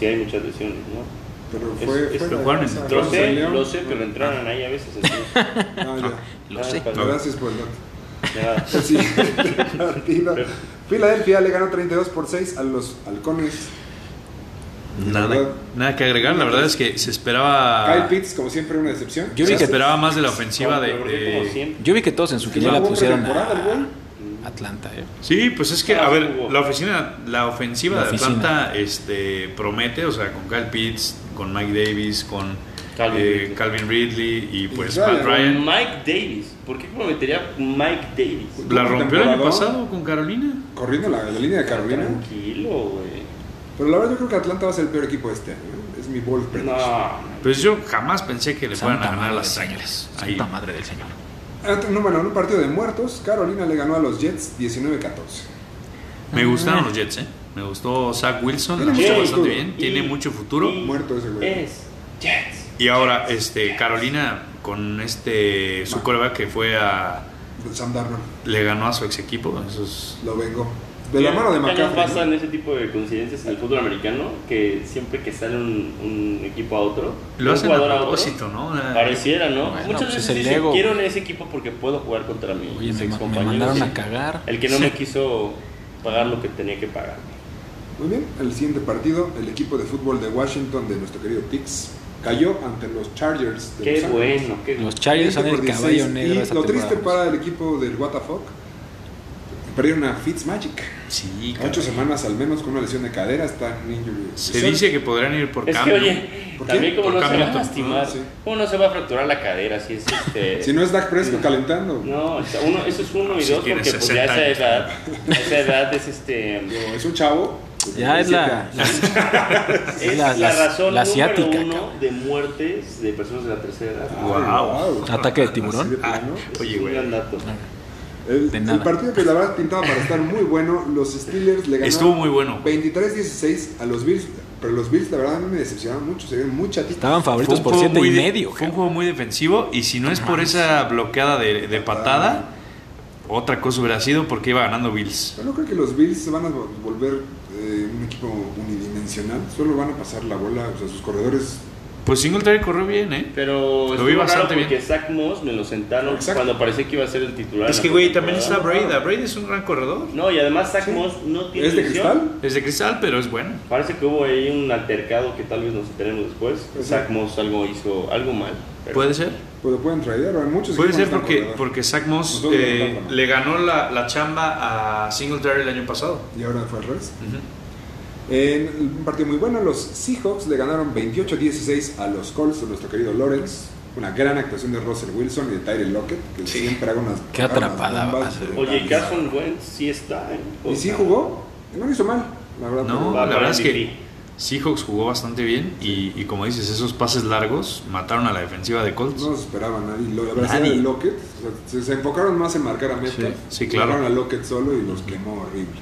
[SPEAKER 2] sí hay muchas lesiones, ¿no?
[SPEAKER 1] Pero
[SPEAKER 2] Es-
[SPEAKER 1] fue.
[SPEAKER 2] es-
[SPEAKER 1] fue
[SPEAKER 3] lo
[SPEAKER 1] la-
[SPEAKER 3] jugaron en
[SPEAKER 1] esa-
[SPEAKER 2] Lo
[SPEAKER 3] Detroit.
[SPEAKER 1] fue
[SPEAKER 2] sé,
[SPEAKER 1] León.
[SPEAKER 2] lo sé, pero entraron ahí a veces. entonces,
[SPEAKER 1] Ah, ya.
[SPEAKER 4] Lo sé.
[SPEAKER 2] para-
[SPEAKER 1] Gracias por el dato.
[SPEAKER 2] ya.
[SPEAKER 1] El siguiente partido. Filadelfia le ganó 32 por 6 a los halcones.
[SPEAKER 3] Nada, nada que agregar, la verdad es que se esperaba.
[SPEAKER 1] Kyle Pitts, como siempre, una decepción.
[SPEAKER 4] Yo
[SPEAKER 3] Se
[SPEAKER 4] vi que-
[SPEAKER 3] esperaba más de la ofensiva de. eh,
[SPEAKER 2] Pero porque como
[SPEAKER 3] de-
[SPEAKER 2] siempre,
[SPEAKER 4] Yo vi que todos en su
[SPEAKER 1] Que
[SPEAKER 4] quiniela
[SPEAKER 1] jugó
[SPEAKER 4] pusieron
[SPEAKER 1] pretemporada, el güey.
[SPEAKER 4] a Atlanta, ¿eh?
[SPEAKER 3] Sí, pues es que, a
[SPEAKER 2] Ah,
[SPEAKER 3] ver,
[SPEAKER 2] jugó.
[SPEAKER 3] la oficina, la ofensiva
[SPEAKER 4] La
[SPEAKER 3] de
[SPEAKER 4] oficina.
[SPEAKER 3] Atlanta este, promete, o sea, con Kyle Pitts, con Mike Davis, con
[SPEAKER 2] Calvin
[SPEAKER 3] eh,
[SPEAKER 2] Ridley.
[SPEAKER 3] Calvin Ridley y pues
[SPEAKER 1] Ryan.
[SPEAKER 3] Pat Ryan.
[SPEAKER 2] Mike Davis. ¿Por qué prometería Mike Davis?
[SPEAKER 3] La rompió el año
[SPEAKER 1] Temporada.
[SPEAKER 3] pasado con Carolina.
[SPEAKER 1] Corriendo la, la línea de Carolina.
[SPEAKER 2] Tranquilo, güey.
[SPEAKER 1] Pero la verdad, yo creo que Atlanta va a ser el peor equipo este año. ¿eh? Es mi bold prediction.
[SPEAKER 2] No.
[SPEAKER 3] Pues yo jamás pensé que le fueran a ganar
[SPEAKER 4] madre
[SPEAKER 3] las
[SPEAKER 4] del
[SPEAKER 3] Águilas.
[SPEAKER 4] Señor.
[SPEAKER 3] Ahí.
[SPEAKER 4] Santa madre del señor.
[SPEAKER 1] Ah, no, bueno, en un partido de muertos, Carolina le ganó a los Jets 19-14.
[SPEAKER 3] Me gustaron los Jets, ¿eh? Me gustó Zach Wilson, la
[SPEAKER 1] Tiene mucho
[SPEAKER 3] puso bastante
[SPEAKER 1] futuro.
[SPEAKER 3] bien, tiene
[SPEAKER 2] Y-
[SPEAKER 3] mucho futuro.
[SPEAKER 2] y
[SPEAKER 1] pues, Muerto ese güey.
[SPEAKER 2] Es Jets.
[SPEAKER 3] Y ahora, este, Carolina, con este, su coreback que fue a,
[SPEAKER 1] Sam Darnold.
[SPEAKER 3] Le ganó a su ex equipo. Eso es-
[SPEAKER 1] Lo vengo. De la mano de
[SPEAKER 2] También
[SPEAKER 1] McCaffrey.
[SPEAKER 2] pasan ese tipo de coincidencias en el fútbol americano que siempre que sale un, un equipo a otro,
[SPEAKER 3] Lo
[SPEAKER 2] un
[SPEAKER 3] hacen a
[SPEAKER 2] jugador otro,
[SPEAKER 3] propósito, ¿no? Eh,
[SPEAKER 2] Pareciera, ¿no?
[SPEAKER 4] Bueno,
[SPEAKER 2] Muchas
[SPEAKER 4] pues
[SPEAKER 2] veces
[SPEAKER 4] es el
[SPEAKER 2] dicen,
[SPEAKER 4] ego,
[SPEAKER 2] quiero
[SPEAKER 4] güey.
[SPEAKER 2] en ese equipo porque puedo jugar contra mi
[SPEAKER 4] Oye, me, ma- me
[SPEAKER 2] compañeros.
[SPEAKER 4] mandaron a cagar.
[SPEAKER 2] El que no me quiso pagar lo que tenía que pagar.
[SPEAKER 1] ¿no? Muy bien. El siguiente partido, el equipo de fútbol de Washington de nuestro querido Tix cayó ante los Chargers. De
[SPEAKER 2] Qué
[SPEAKER 1] Los Ángeles.
[SPEAKER 2] bueno, qué
[SPEAKER 4] Los Chargers son
[SPEAKER 1] 20 por
[SPEAKER 4] el caballo
[SPEAKER 1] 16.
[SPEAKER 4] negro de
[SPEAKER 1] Y
[SPEAKER 4] esa
[SPEAKER 1] lo triste
[SPEAKER 4] temporada.
[SPEAKER 1] para el equipo del WTF, perdieron a Fitzmagic.
[SPEAKER 3] Sí, caray.
[SPEAKER 1] Ocho semanas al menos con una lesión de cadera, está en injury.
[SPEAKER 3] Se dice que podrían ir por
[SPEAKER 2] Es que,
[SPEAKER 3] cambio.
[SPEAKER 2] oye,
[SPEAKER 1] ¿Por qué?
[SPEAKER 2] también como
[SPEAKER 3] Por
[SPEAKER 2] no se
[SPEAKER 3] cambio,
[SPEAKER 2] va a
[SPEAKER 3] tú-
[SPEAKER 2] lastimar,
[SPEAKER 1] ah, sí.
[SPEAKER 2] uno se va a fracturar la cadera si es este...
[SPEAKER 1] Si no es Dak Prescott calentando.
[SPEAKER 2] No, o sea, uno, eso es uno y
[SPEAKER 3] Si
[SPEAKER 2] dos
[SPEAKER 3] tiene
[SPEAKER 2] porque pues ya a
[SPEAKER 3] 60
[SPEAKER 2] esa
[SPEAKER 3] años.
[SPEAKER 2] edad, a esa edad es este...
[SPEAKER 1] Digo, Es un chavo. de
[SPEAKER 4] Ya es la,
[SPEAKER 1] 27
[SPEAKER 4] la-
[SPEAKER 1] años.
[SPEAKER 2] Es la,
[SPEAKER 4] la- la-
[SPEAKER 2] razón
[SPEAKER 4] la
[SPEAKER 2] número
[SPEAKER 4] asiática,
[SPEAKER 2] uno
[SPEAKER 4] cabrón.
[SPEAKER 2] de muertes de personas de la tercera edad.
[SPEAKER 1] Ay,
[SPEAKER 3] Wow.
[SPEAKER 1] wow.
[SPEAKER 4] ataque de
[SPEAKER 1] Así de
[SPEAKER 4] tiburón.
[SPEAKER 1] plano.
[SPEAKER 2] Ese
[SPEAKER 3] Ah, Oye,
[SPEAKER 2] es un
[SPEAKER 3] güey.
[SPEAKER 2] gran dato.
[SPEAKER 1] El,
[SPEAKER 4] De
[SPEAKER 1] el
[SPEAKER 4] nada.
[SPEAKER 1] partido que la verdad pintaba para estar muy bueno, los Steelers le ganaron
[SPEAKER 3] Estuvo muy bueno.
[SPEAKER 1] 23-16 a los Bills, pero los Bills la verdad me decepcionaron mucho, se vieron muy chatitos.
[SPEAKER 4] Estaban favoritos
[SPEAKER 3] un
[SPEAKER 4] por
[SPEAKER 3] juego
[SPEAKER 4] siete
[SPEAKER 3] muy
[SPEAKER 4] y
[SPEAKER 3] de-
[SPEAKER 4] medio.
[SPEAKER 3] Fue un
[SPEAKER 4] cabrón.
[SPEAKER 3] juego muy defensivo y si no es por esa bloqueada de, de patada, otra cosa hubiera sido porque iba ganando Bills.
[SPEAKER 1] Yo no creo que los Bills se van a vol- volver eh, un equipo unidimensional, solo van a pasar la bola, o sea, sus corredores.
[SPEAKER 3] Pues Singletary corrió bien, ¿eh.
[SPEAKER 2] Pero
[SPEAKER 3] Lo vi
[SPEAKER 2] estuvo
[SPEAKER 3] bastante
[SPEAKER 2] raro porque
[SPEAKER 3] bien.
[SPEAKER 2] Zach Moss me lo sentaron
[SPEAKER 1] Exacto.
[SPEAKER 2] cuando parecía que iba a ser el titular.
[SPEAKER 3] Es
[SPEAKER 2] en
[SPEAKER 3] que,
[SPEAKER 2] la
[SPEAKER 3] güey, también está
[SPEAKER 2] temporada.
[SPEAKER 3] Brady. Brady es un gran corredor.
[SPEAKER 2] No, y además Zach
[SPEAKER 1] Sí.
[SPEAKER 2] Moss no tiene
[SPEAKER 1] ¿Es de
[SPEAKER 2] lesión.
[SPEAKER 1] cristal?
[SPEAKER 3] Es de cristal, pero es bueno.
[SPEAKER 2] Parece que hubo ahí un altercado que tal vez nos enteremos después.
[SPEAKER 1] Pues sí.
[SPEAKER 2] Zach Moss algo hizo, algo mal. pero-
[SPEAKER 3] Puede ser.
[SPEAKER 1] Pues lo pueden traer, hay muchos
[SPEAKER 3] Puede
[SPEAKER 1] equipos
[SPEAKER 3] ser
[SPEAKER 1] que
[SPEAKER 3] porque,
[SPEAKER 1] están corredores.
[SPEAKER 3] porque Zach Moss
[SPEAKER 1] Nosotros
[SPEAKER 3] eh,
[SPEAKER 1] no estamos.
[SPEAKER 3] le ganó la, la chamba a Singletary el año pasado.
[SPEAKER 1] Y ahora fue al revés.
[SPEAKER 3] Ujú.
[SPEAKER 1] En un partido muy bueno, los Seahawks le ganaron 28-16 a los Colts de nuestro querido Lawrence. Una gran actuación de Russell Wilson y de Tyrell Lockett, que
[SPEAKER 3] Sí.
[SPEAKER 1] siempre haga unas.
[SPEAKER 4] Qué atrapada
[SPEAKER 1] unas bombas
[SPEAKER 4] va a ser.
[SPEAKER 2] Oye, y Carson Wentz sí está. ¿eh? O
[SPEAKER 1] ¿Y sí
[SPEAKER 2] sea,
[SPEAKER 1] jugó? No lo hizo mal, la verdad.
[SPEAKER 3] No,
[SPEAKER 2] Va
[SPEAKER 3] la
[SPEAKER 2] para
[SPEAKER 3] verdad es que
[SPEAKER 2] MVP.
[SPEAKER 3] Seahawks jugó bastante bien y, y como dices, esos pases largos mataron a la defensiva de Colts.
[SPEAKER 1] No se esperaba nadie. Lo- La verdad
[SPEAKER 3] Nadie.
[SPEAKER 1] era de Lockett. o sea, se, se enfocaron más en marcar a Metcalf.
[SPEAKER 3] Sí, sí, claro.
[SPEAKER 1] Dejaron a Lockett solo y los quemó horrible.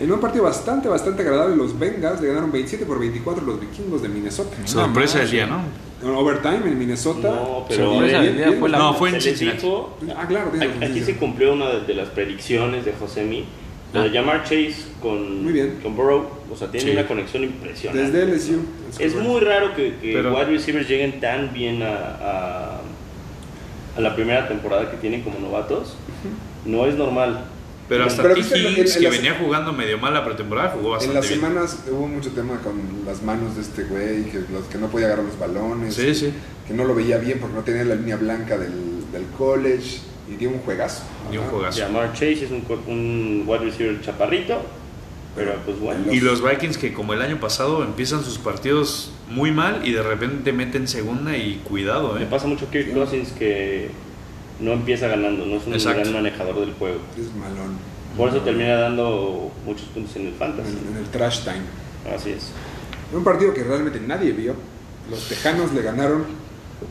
[SPEAKER 1] En un partido bastante, bastante agradable, los Bengals le ganaron 27 por 24 a los vikingos de Minnesota.
[SPEAKER 3] Sorpresa del día, ¿no?
[SPEAKER 1] En overtime en Minnesota.
[SPEAKER 2] No, pero
[SPEAKER 4] Sorpresa
[SPEAKER 2] eh,
[SPEAKER 4] del día fue la-
[SPEAKER 3] No, fue en
[SPEAKER 2] se les
[SPEAKER 3] Cincinnati.
[SPEAKER 2] dijo-
[SPEAKER 1] Ah, claro, tiene
[SPEAKER 2] Aquí-
[SPEAKER 1] razón,
[SPEAKER 2] Aquí
[SPEAKER 1] sí,
[SPEAKER 2] se
[SPEAKER 1] sí.
[SPEAKER 2] cumplió una de, de las predicciones de Josemi. Lo de llamar Chase con,
[SPEAKER 1] Muy bien.
[SPEAKER 2] con Burrow, o sea, tiene
[SPEAKER 3] Ah. Sí.
[SPEAKER 2] una conexión impresionante.
[SPEAKER 1] Desde LSU.
[SPEAKER 2] Es
[SPEAKER 1] correcto.
[SPEAKER 2] muy raro que, que
[SPEAKER 3] Pero-
[SPEAKER 2] wide receivers lleguen tan bien a, a, a la primera temporada que tienen como novatos. No es normal.
[SPEAKER 3] Pero hasta
[SPEAKER 1] Pero
[SPEAKER 3] T.
[SPEAKER 1] viste, en- en
[SPEAKER 3] Higgins, que
[SPEAKER 1] la-
[SPEAKER 3] venía jugando medio mal la pretemporada, jugó
[SPEAKER 1] En
[SPEAKER 3] bastante
[SPEAKER 1] las
[SPEAKER 3] bien.
[SPEAKER 1] semanas hubo mucho tema con las manos de este güey, que, los, que no podía agarrar los balones,
[SPEAKER 3] Sí, sí.
[SPEAKER 1] que no lo veía bien porque no tenía la línea blanca del, del college y dio un juegazo.
[SPEAKER 3] Dio un
[SPEAKER 1] Ajá.
[SPEAKER 3] juegazo.
[SPEAKER 2] Llamar Chase es un, cor- un wide receiver chaparrito, pero pues bueno.
[SPEAKER 3] Y los Vikings que como el año pasado empiezan sus partidos muy mal y de repente meten segunda y cuidado,
[SPEAKER 2] Me
[SPEAKER 3] ¿eh?
[SPEAKER 2] pasa mucho Kirk Cousins que no empieza ganando, no es un
[SPEAKER 3] Exacto.
[SPEAKER 2] gran manejador del juego.
[SPEAKER 1] Es malón.
[SPEAKER 2] Por eso termina dando muchos puntos en el fantasy.
[SPEAKER 1] En, en el trash time.
[SPEAKER 2] Así es.
[SPEAKER 1] Un partido que realmente nadie vio. Los Tejanos le ganaron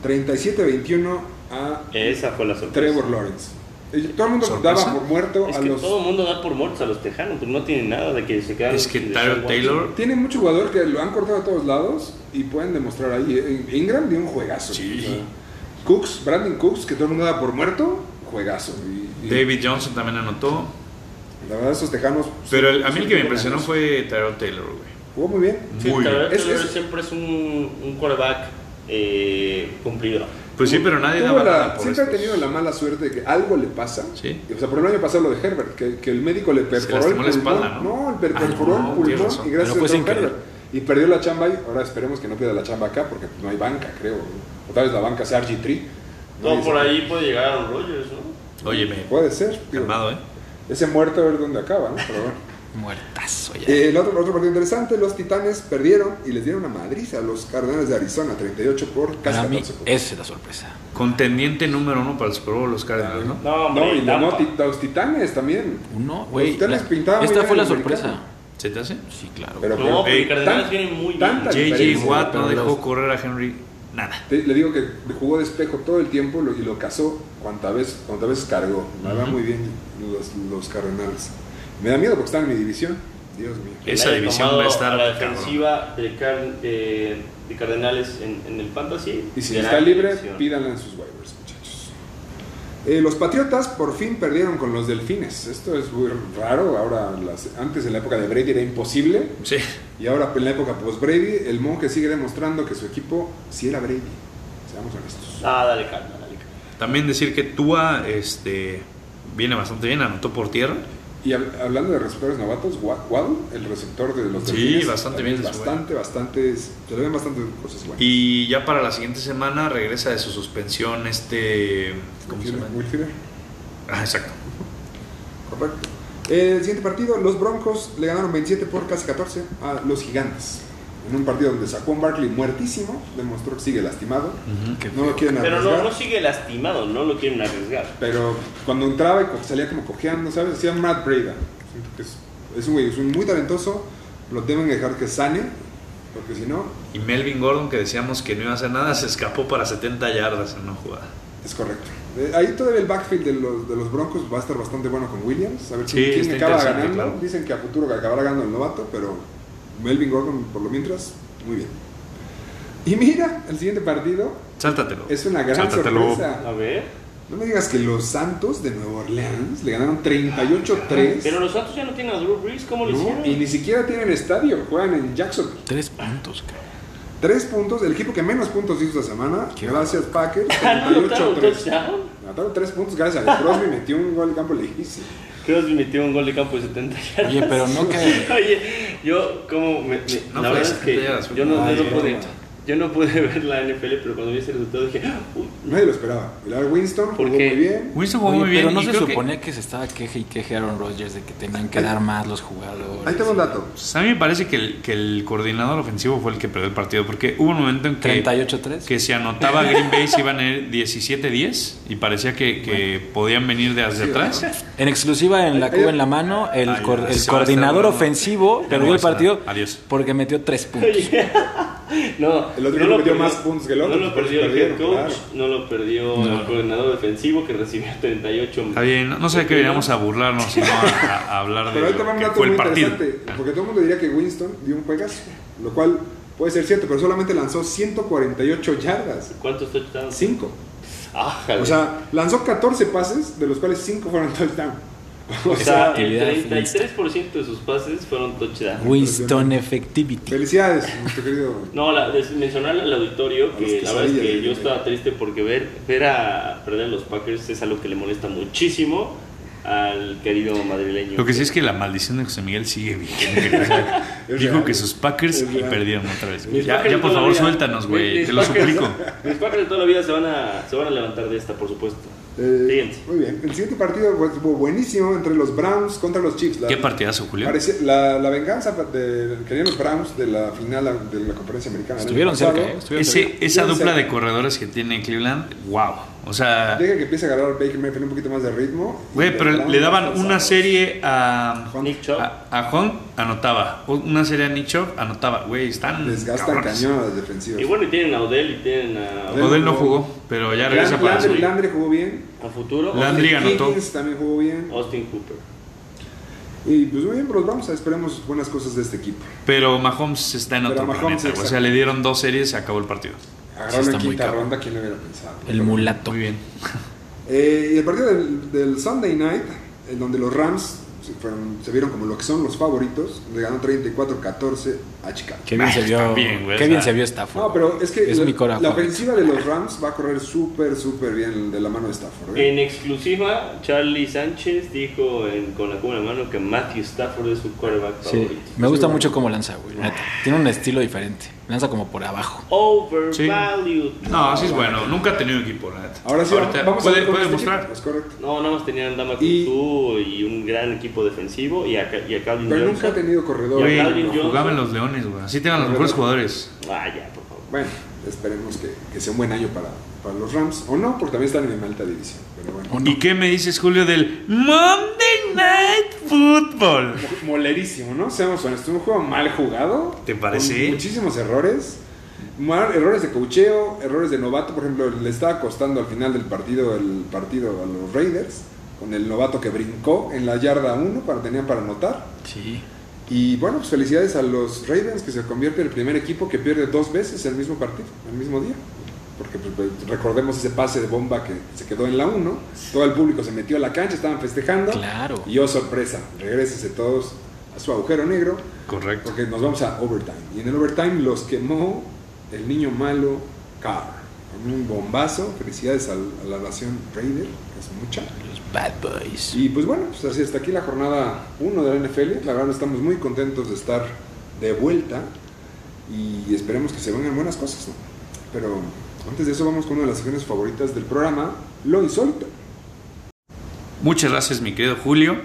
[SPEAKER 1] 37-21 a
[SPEAKER 2] Esa fue la sorpresa.
[SPEAKER 1] Trevor Lawrence. Y todo el mundo
[SPEAKER 3] ¿Sorpresa?
[SPEAKER 1] daba por muerto
[SPEAKER 2] Es
[SPEAKER 1] a
[SPEAKER 2] que
[SPEAKER 1] los...
[SPEAKER 2] todo el mundo da por muertos a los tejanos, pues no tienen nada de que se quedan.
[SPEAKER 3] Es que
[SPEAKER 2] sin
[SPEAKER 3] Tyler
[SPEAKER 2] Deshaun
[SPEAKER 3] Taylor...
[SPEAKER 1] Tiene mucho jugador que lo han cortado a todos lados y pueden demostrar ahí. E-, Ingram dio un juegazo.
[SPEAKER 3] Sí.
[SPEAKER 1] O sea, Cooks, Brandon Cooks, que todo el mundo da por muerto, juegazo. Y- y
[SPEAKER 3] David Johnson también anotó.
[SPEAKER 1] La verdad, esos tejanos.
[SPEAKER 3] Pero
[SPEAKER 1] son-
[SPEAKER 3] el- a mí
[SPEAKER 1] son
[SPEAKER 3] el que me
[SPEAKER 1] muy
[SPEAKER 3] impresionó
[SPEAKER 1] buenos.
[SPEAKER 3] fue Tyrod Taylor, güey.
[SPEAKER 1] Jugó muy bien.
[SPEAKER 2] Sí,
[SPEAKER 3] Muy
[SPEAKER 2] Tyler
[SPEAKER 3] bien.
[SPEAKER 2] Taylor
[SPEAKER 1] Es- es-
[SPEAKER 2] siempre es un, un quarterback eh, cumplido.
[SPEAKER 3] Pues sí, pero nadie
[SPEAKER 1] Tuvo
[SPEAKER 3] daba
[SPEAKER 1] la-
[SPEAKER 3] nada por
[SPEAKER 1] siempre ha
[SPEAKER 3] estos.
[SPEAKER 1] tenido la mala suerte de que algo le pasa.
[SPEAKER 3] Sí.
[SPEAKER 1] O sea, por el año pasado lo de Herbert, que, que el médico le perforó el
[SPEAKER 3] lastimó
[SPEAKER 1] pulmón.
[SPEAKER 3] la espalda, ¿no?
[SPEAKER 1] el per-
[SPEAKER 3] Ah, no,
[SPEAKER 1] perforó el pulmón
[SPEAKER 3] tienes razón.
[SPEAKER 1] y gracias
[SPEAKER 4] Pero fue
[SPEAKER 1] a Tom
[SPEAKER 4] sin querer.
[SPEAKER 1] Herbert. Y perdió la chamba ahí. Ahora esperemos que no pierda la chamba acá porque no hay banca, creo. O tal vez la banca sea RG3.
[SPEAKER 2] No,
[SPEAKER 1] Nadie
[SPEAKER 2] por
[SPEAKER 1] sabe.
[SPEAKER 2] ahí puede llegar Aaron Rodgers, ¿no?
[SPEAKER 3] Oye, me...
[SPEAKER 1] Puede ser. digo,
[SPEAKER 3] Calmado, ¿eh?
[SPEAKER 1] Ese muerto a ver dónde acaba, ¿no? Pero bueno.
[SPEAKER 4] Muertazo ya.
[SPEAKER 1] Eh, El otro, otro partido interesante, los Titanes perdieron y les dieron una madriza a los Cardenales de Arizona, 38 por casi
[SPEAKER 4] Para mí,
[SPEAKER 1] 14 puntos.
[SPEAKER 4] esa es la sorpresa.
[SPEAKER 3] Contendiente número uno para el Super Bowl, los Cardinals, ¿no?
[SPEAKER 2] No, hombre,
[SPEAKER 1] No, y
[SPEAKER 2] Tampa.
[SPEAKER 1] ganó ti- los Titanes también.
[SPEAKER 4] Uno, güey.
[SPEAKER 1] Los Titanes
[SPEAKER 4] la-
[SPEAKER 1] pintaban muy
[SPEAKER 4] Esta
[SPEAKER 1] bien
[SPEAKER 4] fue
[SPEAKER 1] en
[SPEAKER 4] la
[SPEAKER 1] el
[SPEAKER 4] sorpresa.
[SPEAKER 1] americano.
[SPEAKER 3] ¿Se te hace?
[SPEAKER 4] Sí, claro.
[SPEAKER 1] Pero,
[SPEAKER 2] No,
[SPEAKER 1] pero-
[SPEAKER 2] porque Cardenales
[SPEAKER 1] tan-
[SPEAKER 2] vienen muy bien.
[SPEAKER 1] tanta
[SPEAKER 3] J.J.
[SPEAKER 1] diferencia,
[SPEAKER 3] Watt
[SPEAKER 1] pero
[SPEAKER 3] no dejó
[SPEAKER 1] los-
[SPEAKER 3] correr a Henry nada.
[SPEAKER 1] te- le digo que jugó despejo todo el tiempo lo- y lo cazó cuantas veces cuanta vez cargó. Me va muy bien los, los Cardenales. Me da miedo porque están en mi división. Dios mío.
[SPEAKER 2] Que
[SPEAKER 3] Esa
[SPEAKER 2] le haya
[SPEAKER 3] división
[SPEAKER 2] tomado
[SPEAKER 3] va a estar
[SPEAKER 2] la
[SPEAKER 3] cabrón.
[SPEAKER 2] defensiva de, Car- de- de Cardenales en, en el fantasy.
[SPEAKER 1] Y si
[SPEAKER 2] Gran
[SPEAKER 1] está libre,
[SPEAKER 2] elección.
[SPEAKER 1] pídanla en sus waivers, muchachos. Eh, los Patriotas por fin perdieron con los Delfines. Esto es muy raro. Ahora, las- antes en la época de Brady era imposible.
[SPEAKER 3] Sí.
[SPEAKER 1] Y ahora en la época post-Brady, el monje sigue demostrando que su equipo sí era Brady. Seamos honestos.
[SPEAKER 2] Ah, dale calma, dale calma.
[SPEAKER 3] También decir que Tua este, viene bastante bien, anotó por tierra.
[SPEAKER 1] Y hab- hablando de receptores novatos, Wa- Waddle, el receptor de los
[SPEAKER 3] Sí,
[SPEAKER 1] Delfines,
[SPEAKER 3] bastante
[SPEAKER 1] también
[SPEAKER 3] bien es
[SPEAKER 1] Bastante, bastante. Se le ven bastantes cosas buenas.
[SPEAKER 3] Y ya para la siguiente semana regresa de su suspensión este... ¿Cómo se
[SPEAKER 1] Will-
[SPEAKER 3] llama?
[SPEAKER 1] Will Fuller.
[SPEAKER 3] Ah, exacto.
[SPEAKER 1] Correcto. El siguiente partido, los Broncos le ganaron 27 por casi 14 a los Gigantes. En un partido donde Saquon Barkley muertísimo, demostró que sigue lastimado.
[SPEAKER 4] Qué
[SPEAKER 1] No lo quieren
[SPEAKER 2] Pero
[SPEAKER 1] arriesgar.
[SPEAKER 2] no, no sigue lastimado, no lo quieren arriesgar.
[SPEAKER 1] Pero cuando entraba y co- salía como cojeando, ¿sabes? Hacía Matt Breda. Siento que es, es un güey es un muy talentoso. Lo deben dejar que sane, porque si no,
[SPEAKER 3] Y Melvin Gordon, que decíamos que no iba a hacer nada, se escapó para 70 yardas en una jugada.
[SPEAKER 1] es correcto. Eh, Ahí todavía el backfield de los, de los Broncos va a estar bastante bueno con Williams. A ver
[SPEAKER 3] Sí,
[SPEAKER 1] quién-
[SPEAKER 3] está
[SPEAKER 1] quién acaba
[SPEAKER 3] interesante,
[SPEAKER 1] ganando.
[SPEAKER 3] claro.
[SPEAKER 1] Dicen que a futuro acabará ganando el novato, pero Melvin Gordon, por lo mientras, muy bien. Y mira, el siguiente partido
[SPEAKER 3] Sáltatelo.
[SPEAKER 1] es una gran
[SPEAKER 3] Sáltatelo.
[SPEAKER 1] sorpresa.
[SPEAKER 2] A ver.
[SPEAKER 1] No me digas que los Santos de Nueva Orleans le ganaron 38-3.
[SPEAKER 2] Pero los Santos ya no tienen a Drew Brees, ¿cómo lo
[SPEAKER 1] No,
[SPEAKER 2] hicieron?
[SPEAKER 1] y ni siquiera tienen estadio, juegan en Jacksonville.
[SPEAKER 4] Tres puntos, cabrón.
[SPEAKER 1] Tres puntos, el equipo que menos puntos hizo esta semana.
[SPEAKER 4] Qué
[SPEAKER 1] gracias, Packers.
[SPEAKER 2] Ah, ¿no anotaron
[SPEAKER 1] 38-3.
[SPEAKER 2] touchdown?
[SPEAKER 1] Anotaron tres puntos gracias a que Crosby metió un gol de campo lejísimo.
[SPEAKER 2] Crosby metió un gol de campo de 70 yardas.
[SPEAKER 4] Oye, pero no que.
[SPEAKER 2] Oye, yo como me- me-
[SPEAKER 3] No
[SPEAKER 2] la
[SPEAKER 3] fue
[SPEAKER 2] verdad es
[SPEAKER 3] 70
[SPEAKER 2] que
[SPEAKER 3] yardas, fue
[SPEAKER 2] yo no,
[SPEAKER 3] como
[SPEAKER 2] yo no
[SPEAKER 3] diez.
[SPEAKER 2] pude, yo no pude ver la NFL, pero cuando vi ese resultado dije, "Ah, uy,
[SPEAKER 1] Nadie lo esperaba. Pilar Winston jugó
[SPEAKER 2] ¿Por qué?
[SPEAKER 1] muy bien.
[SPEAKER 3] Wilson jugó
[SPEAKER 4] Oye,
[SPEAKER 3] muy bien.
[SPEAKER 4] pero no
[SPEAKER 3] y
[SPEAKER 4] se
[SPEAKER 3] creo que-
[SPEAKER 4] suponía que... se estaba queje y queje Aaron Rodgers de que tenían que
[SPEAKER 1] Ahí-
[SPEAKER 4] dar más los jugadores.
[SPEAKER 1] Ahí tengo un dato.
[SPEAKER 3] Pues a mí me parece que el, que el coordinador ofensivo fue el que perdió el partido, porque hubo un momento en que,
[SPEAKER 4] 38-3.
[SPEAKER 3] que se anotaba Green Bay, se iban a ir 17-10 y parecía que, que podían venir de hacia
[SPEAKER 1] Sí,
[SPEAKER 3] atrás.
[SPEAKER 4] En exclusiva en la
[SPEAKER 1] Ahí-
[SPEAKER 4] cuba en la mano, el,
[SPEAKER 3] Ahí-
[SPEAKER 4] cor- el
[SPEAKER 3] se va a
[SPEAKER 4] coordinador
[SPEAKER 3] estar-
[SPEAKER 4] ofensivo
[SPEAKER 3] Ya no
[SPEAKER 4] perdió
[SPEAKER 3] va a
[SPEAKER 4] el partido
[SPEAKER 3] estar. Adiós.
[SPEAKER 4] porque metió tres puntos.
[SPEAKER 2] no.
[SPEAKER 1] El otro
[SPEAKER 2] no
[SPEAKER 1] no
[SPEAKER 2] lo
[SPEAKER 1] metió más puntos que el otro,
[SPEAKER 2] No lo
[SPEAKER 1] por eso
[SPEAKER 2] perdió el head
[SPEAKER 1] perdieron,
[SPEAKER 2] coach,
[SPEAKER 1] claro.
[SPEAKER 2] no lo perdió el coordinador defensivo que recibió 38.
[SPEAKER 3] Está bien, no, no sé de qué veníamos a burlarnos, sino a, a- a hablar de
[SPEAKER 1] Pero ahí te va
[SPEAKER 3] lo
[SPEAKER 1] un
[SPEAKER 3] que
[SPEAKER 1] dato
[SPEAKER 3] fue
[SPEAKER 1] muy
[SPEAKER 3] el partido.
[SPEAKER 1] interesante. Porque todo el mundo diría que Winston dio un juegazo. Lo cual puede ser cierto, pero solamente lanzó 148 yardas.
[SPEAKER 2] ¿Cuántos touchdowns?
[SPEAKER 1] 5.
[SPEAKER 2] Ah, jale.
[SPEAKER 1] O sea, lanzó 14 pases, de los cuales 5 fueron touchdown.
[SPEAKER 2] O sea, el
[SPEAKER 4] actividad
[SPEAKER 2] 33% de sus pases fueron touchdowns.
[SPEAKER 4] Winston Effectivity.
[SPEAKER 1] Felicidades, nuestro querido.
[SPEAKER 2] No, la, des- mencionarle al auditorio
[SPEAKER 1] A los
[SPEAKER 2] que
[SPEAKER 1] que
[SPEAKER 2] la verdad es
[SPEAKER 1] sabían,
[SPEAKER 2] que yo
[SPEAKER 1] ¿no?
[SPEAKER 2] estaba triste porque ver, ver a perder a los Packers es algo que le molesta muchísimo al querido madrileño.
[SPEAKER 3] Lo que sí es que la maldición de José Miguel sigue vigente. O sea,
[SPEAKER 1] Es
[SPEAKER 3] Dijo
[SPEAKER 1] real.
[SPEAKER 3] que sus Packers
[SPEAKER 1] Es
[SPEAKER 3] y
[SPEAKER 1] real.
[SPEAKER 3] perdieron otra vez.
[SPEAKER 2] Mis
[SPEAKER 3] Ya,
[SPEAKER 2] Packers
[SPEAKER 3] ya, por
[SPEAKER 2] toda la
[SPEAKER 3] favor,
[SPEAKER 2] vida-
[SPEAKER 3] suéltanos, güey.
[SPEAKER 2] mis
[SPEAKER 3] Te lo
[SPEAKER 2] Packers-
[SPEAKER 3] suplico.
[SPEAKER 2] Mis Packers toda la vida se van a, se van a levantar de esta, por supuesto.
[SPEAKER 1] Eh,
[SPEAKER 2] Fíjense.
[SPEAKER 1] muy bien. El siguiente partido pues, estuvo buenísimo entre los Browns contra los Chiefs. La,
[SPEAKER 3] ¿Qué partidazo, Julio?
[SPEAKER 1] parecía- la, la venganza de, que tenían los Browns de la final de la conferencia americana. del
[SPEAKER 4] Estuvieron
[SPEAKER 1] año pasado.
[SPEAKER 4] cerca, ¿eh? Estuvieron cerca.
[SPEAKER 3] Ese, esa
[SPEAKER 1] Yo
[SPEAKER 3] dupla
[SPEAKER 1] sé.
[SPEAKER 3] de corredores que tiene Cleveland, wow. O sea,
[SPEAKER 1] Deja que empiece a agarrar Baker Mayfield un poquito más de ritmo.
[SPEAKER 3] güey,
[SPEAKER 1] Y
[SPEAKER 3] pero
[SPEAKER 1] los
[SPEAKER 3] le
[SPEAKER 1] Browns
[SPEAKER 3] daban
[SPEAKER 1] pasaron.
[SPEAKER 3] una serie a,
[SPEAKER 1] Juan-
[SPEAKER 2] Nick Chubb.
[SPEAKER 3] a, a Hong, anotaba. Una serie a Nichov, anotaba. Güey, están.
[SPEAKER 1] Desgastan
[SPEAKER 3] cabrones.
[SPEAKER 1] cañón a las
[SPEAKER 2] Y
[SPEAKER 1] defensivas.
[SPEAKER 2] bueno, y tienen a Odell y tienen a,
[SPEAKER 3] Odell no jugó, pero ya regresa
[SPEAKER 1] Land-
[SPEAKER 3] para
[SPEAKER 1] Landry,
[SPEAKER 3] su.
[SPEAKER 1] Landry jugó bien.
[SPEAKER 2] a futuro.
[SPEAKER 3] Landry anotó.
[SPEAKER 1] Higgins también jugó bien.
[SPEAKER 2] Austin Cooper.
[SPEAKER 1] Y pues muy bien por los Browns. Esperemos buenas cosas de este equipo.
[SPEAKER 3] Pero Mahomes está en
[SPEAKER 1] Pero
[SPEAKER 3] otro
[SPEAKER 1] Mahomes,
[SPEAKER 3] planeta. güey. O sea,
[SPEAKER 1] exacto.
[SPEAKER 3] le dieron dos series y se acabó el partido.
[SPEAKER 1] Agarraron
[SPEAKER 4] Sí,
[SPEAKER 1] en
[SPEAKER 4] está muy
[SPEAKER 1] quinta
[SPEAKER 4] cabrón.
[SPEAKER 1] ronda. ¿Quién lo hubiera pensado?
[SPEAKER 4] El mulato.
[SPEAKER 3] Muy bien.
[SPEAKER 1] Eh, y el partido del, del Sunday Night, en donde los Rams se, fueron- se vieron como lo que son los favoritos, le ganó 34-14 a Chicago.
[SPEAKER 4] Qué bien
[SPEAKER 3] Ay,
[SPEAKER 4] se vio.
[SPEAKER 3] está bien, güey,
[SPEAKER 4] qué
[SPEAKER 3] o
[SPEAKER 4] Ah, bien
[SPEAKER 3] sea.
[SPEAKER 4] se vio Stafford.
[SPEAKER 1] No, pero es que
[SPEAKER 4] Es
[SPEAKER 1] la,
[SPEAKER 4] mi cora
[SPEAKER 1] la
[SPEAKER 4] favorita.
[SPEAKER 1] ofensiva de los Rams va a correr súper, súper bien de la mano de Stafford. ¿eh?
[SPEAKER 2] En exclusiva, Charlie Sánchez dijo en- con la cuba en la mano que Matthew Stafford es su quarterback
[SPEAKER 4] Sí.
[SPEAKER 2] favorito.
[SPEAKER 4] Me gusta
[SPEAKER 1] Sí,
[SPEAKER 4] mucho cómo lanza, güey. neta. Tiene un estilo diferente. Lanza como por abajo.
[SPEAKER 2] Overvalued.
[SPEAKER 3] No, sí es bueno. Nunca ha tenido equipo, la neta.
[SPEAKER 1] Ahora sí,
[SPEAKER 3] Ahorita
[SPEAKER 1] vamos a
[SPEAKER 3] puede,
[SPEAKER 1] ver cómo
[SPEAKER 3] puede
[SPEAKER 1] es este
[SPEAKER 3] mostrar.
[SPEAKER 1] equipo, Es correcto.
[SPEAKER 2] No, nada más tenían Dama
[SPEAKER 1] Y-
[SPEAKER 2] Coutu y un gran equipo defensivo y a, Ca- y a Calvin
[SPEAKER 1] Pero nunca
[SPEAKER 2] Johnson.
[SPEAKER 1] ha tenido corredor.
[SPEAKER 2] Y a
[SPEAKER 3] Güey,
[SPEAKER 2] Calvin Johnson.
[SPEAKER 3] jugaba en los Leones, güey. Así tienen los
[SPEAKER 1] Pero-
[SPEAKER 3] mejores jugadores.
[SPEAKER 2] Ah, ya, por favor.
[SPEAKER 1] Bueno, esperemos que, que sea un buen año para, para los Rams. O no, porque también están en alta división. Pero bueno.
[SPEAKER 3] ¿Y qué me dices, Julio, del Monday Night Football?
[SPEAKER 1] Molerísimo, ¿no? Seamos honestos. Un juego mal jugado.
[SPEAKER 3] ¿Te parece?
[SPEAKER 1] Con muchísimos errores. Mal- errores de cocheo, errores de novato. Por ejemplo, le estaba costando al final del partido el partido a los Raiders. Con el novato que brincó en la yarda 1 para tenían para anotar.
[SPEAKER 4] Sí.
[SPEAKER 1] Y bueno, pues felicidades a los Ravens que se convierte en el primer equipo que pierde dos veces el mismo partido, el mismo día. porque pues, pues, recordemos ese pase de bomba que se quedó en la 1, todo el público se metió a la cancha, estaban festejando,
[SPEAKER 4] Claro.
[SPEAKER 1] y yo sorpresa, regrésense todos a su agujero negro,
[SPEAKER 3] Correcto.
[SPEAKER 1] porque nos vamos a overtime, y en el overtime los quemó el niño malo Carr, con un bombazo, felicidades al- a, la nación Raider, que es mucha,
[SPEAKER 4] Los Bad Boys.
[SPEAKER 1] y pues bueno, pues así hasta aquí la jornada 1 de la NFL. La verdad estamos muy contentos de estar de vuelta y esperemos que se vengan buenas cosas, ¿no? Pero antes de eso vamos con una de las secciones favoritas del programa, lo insólito.
[SPEAKER 3] Muchas gracias, mi querido Julio.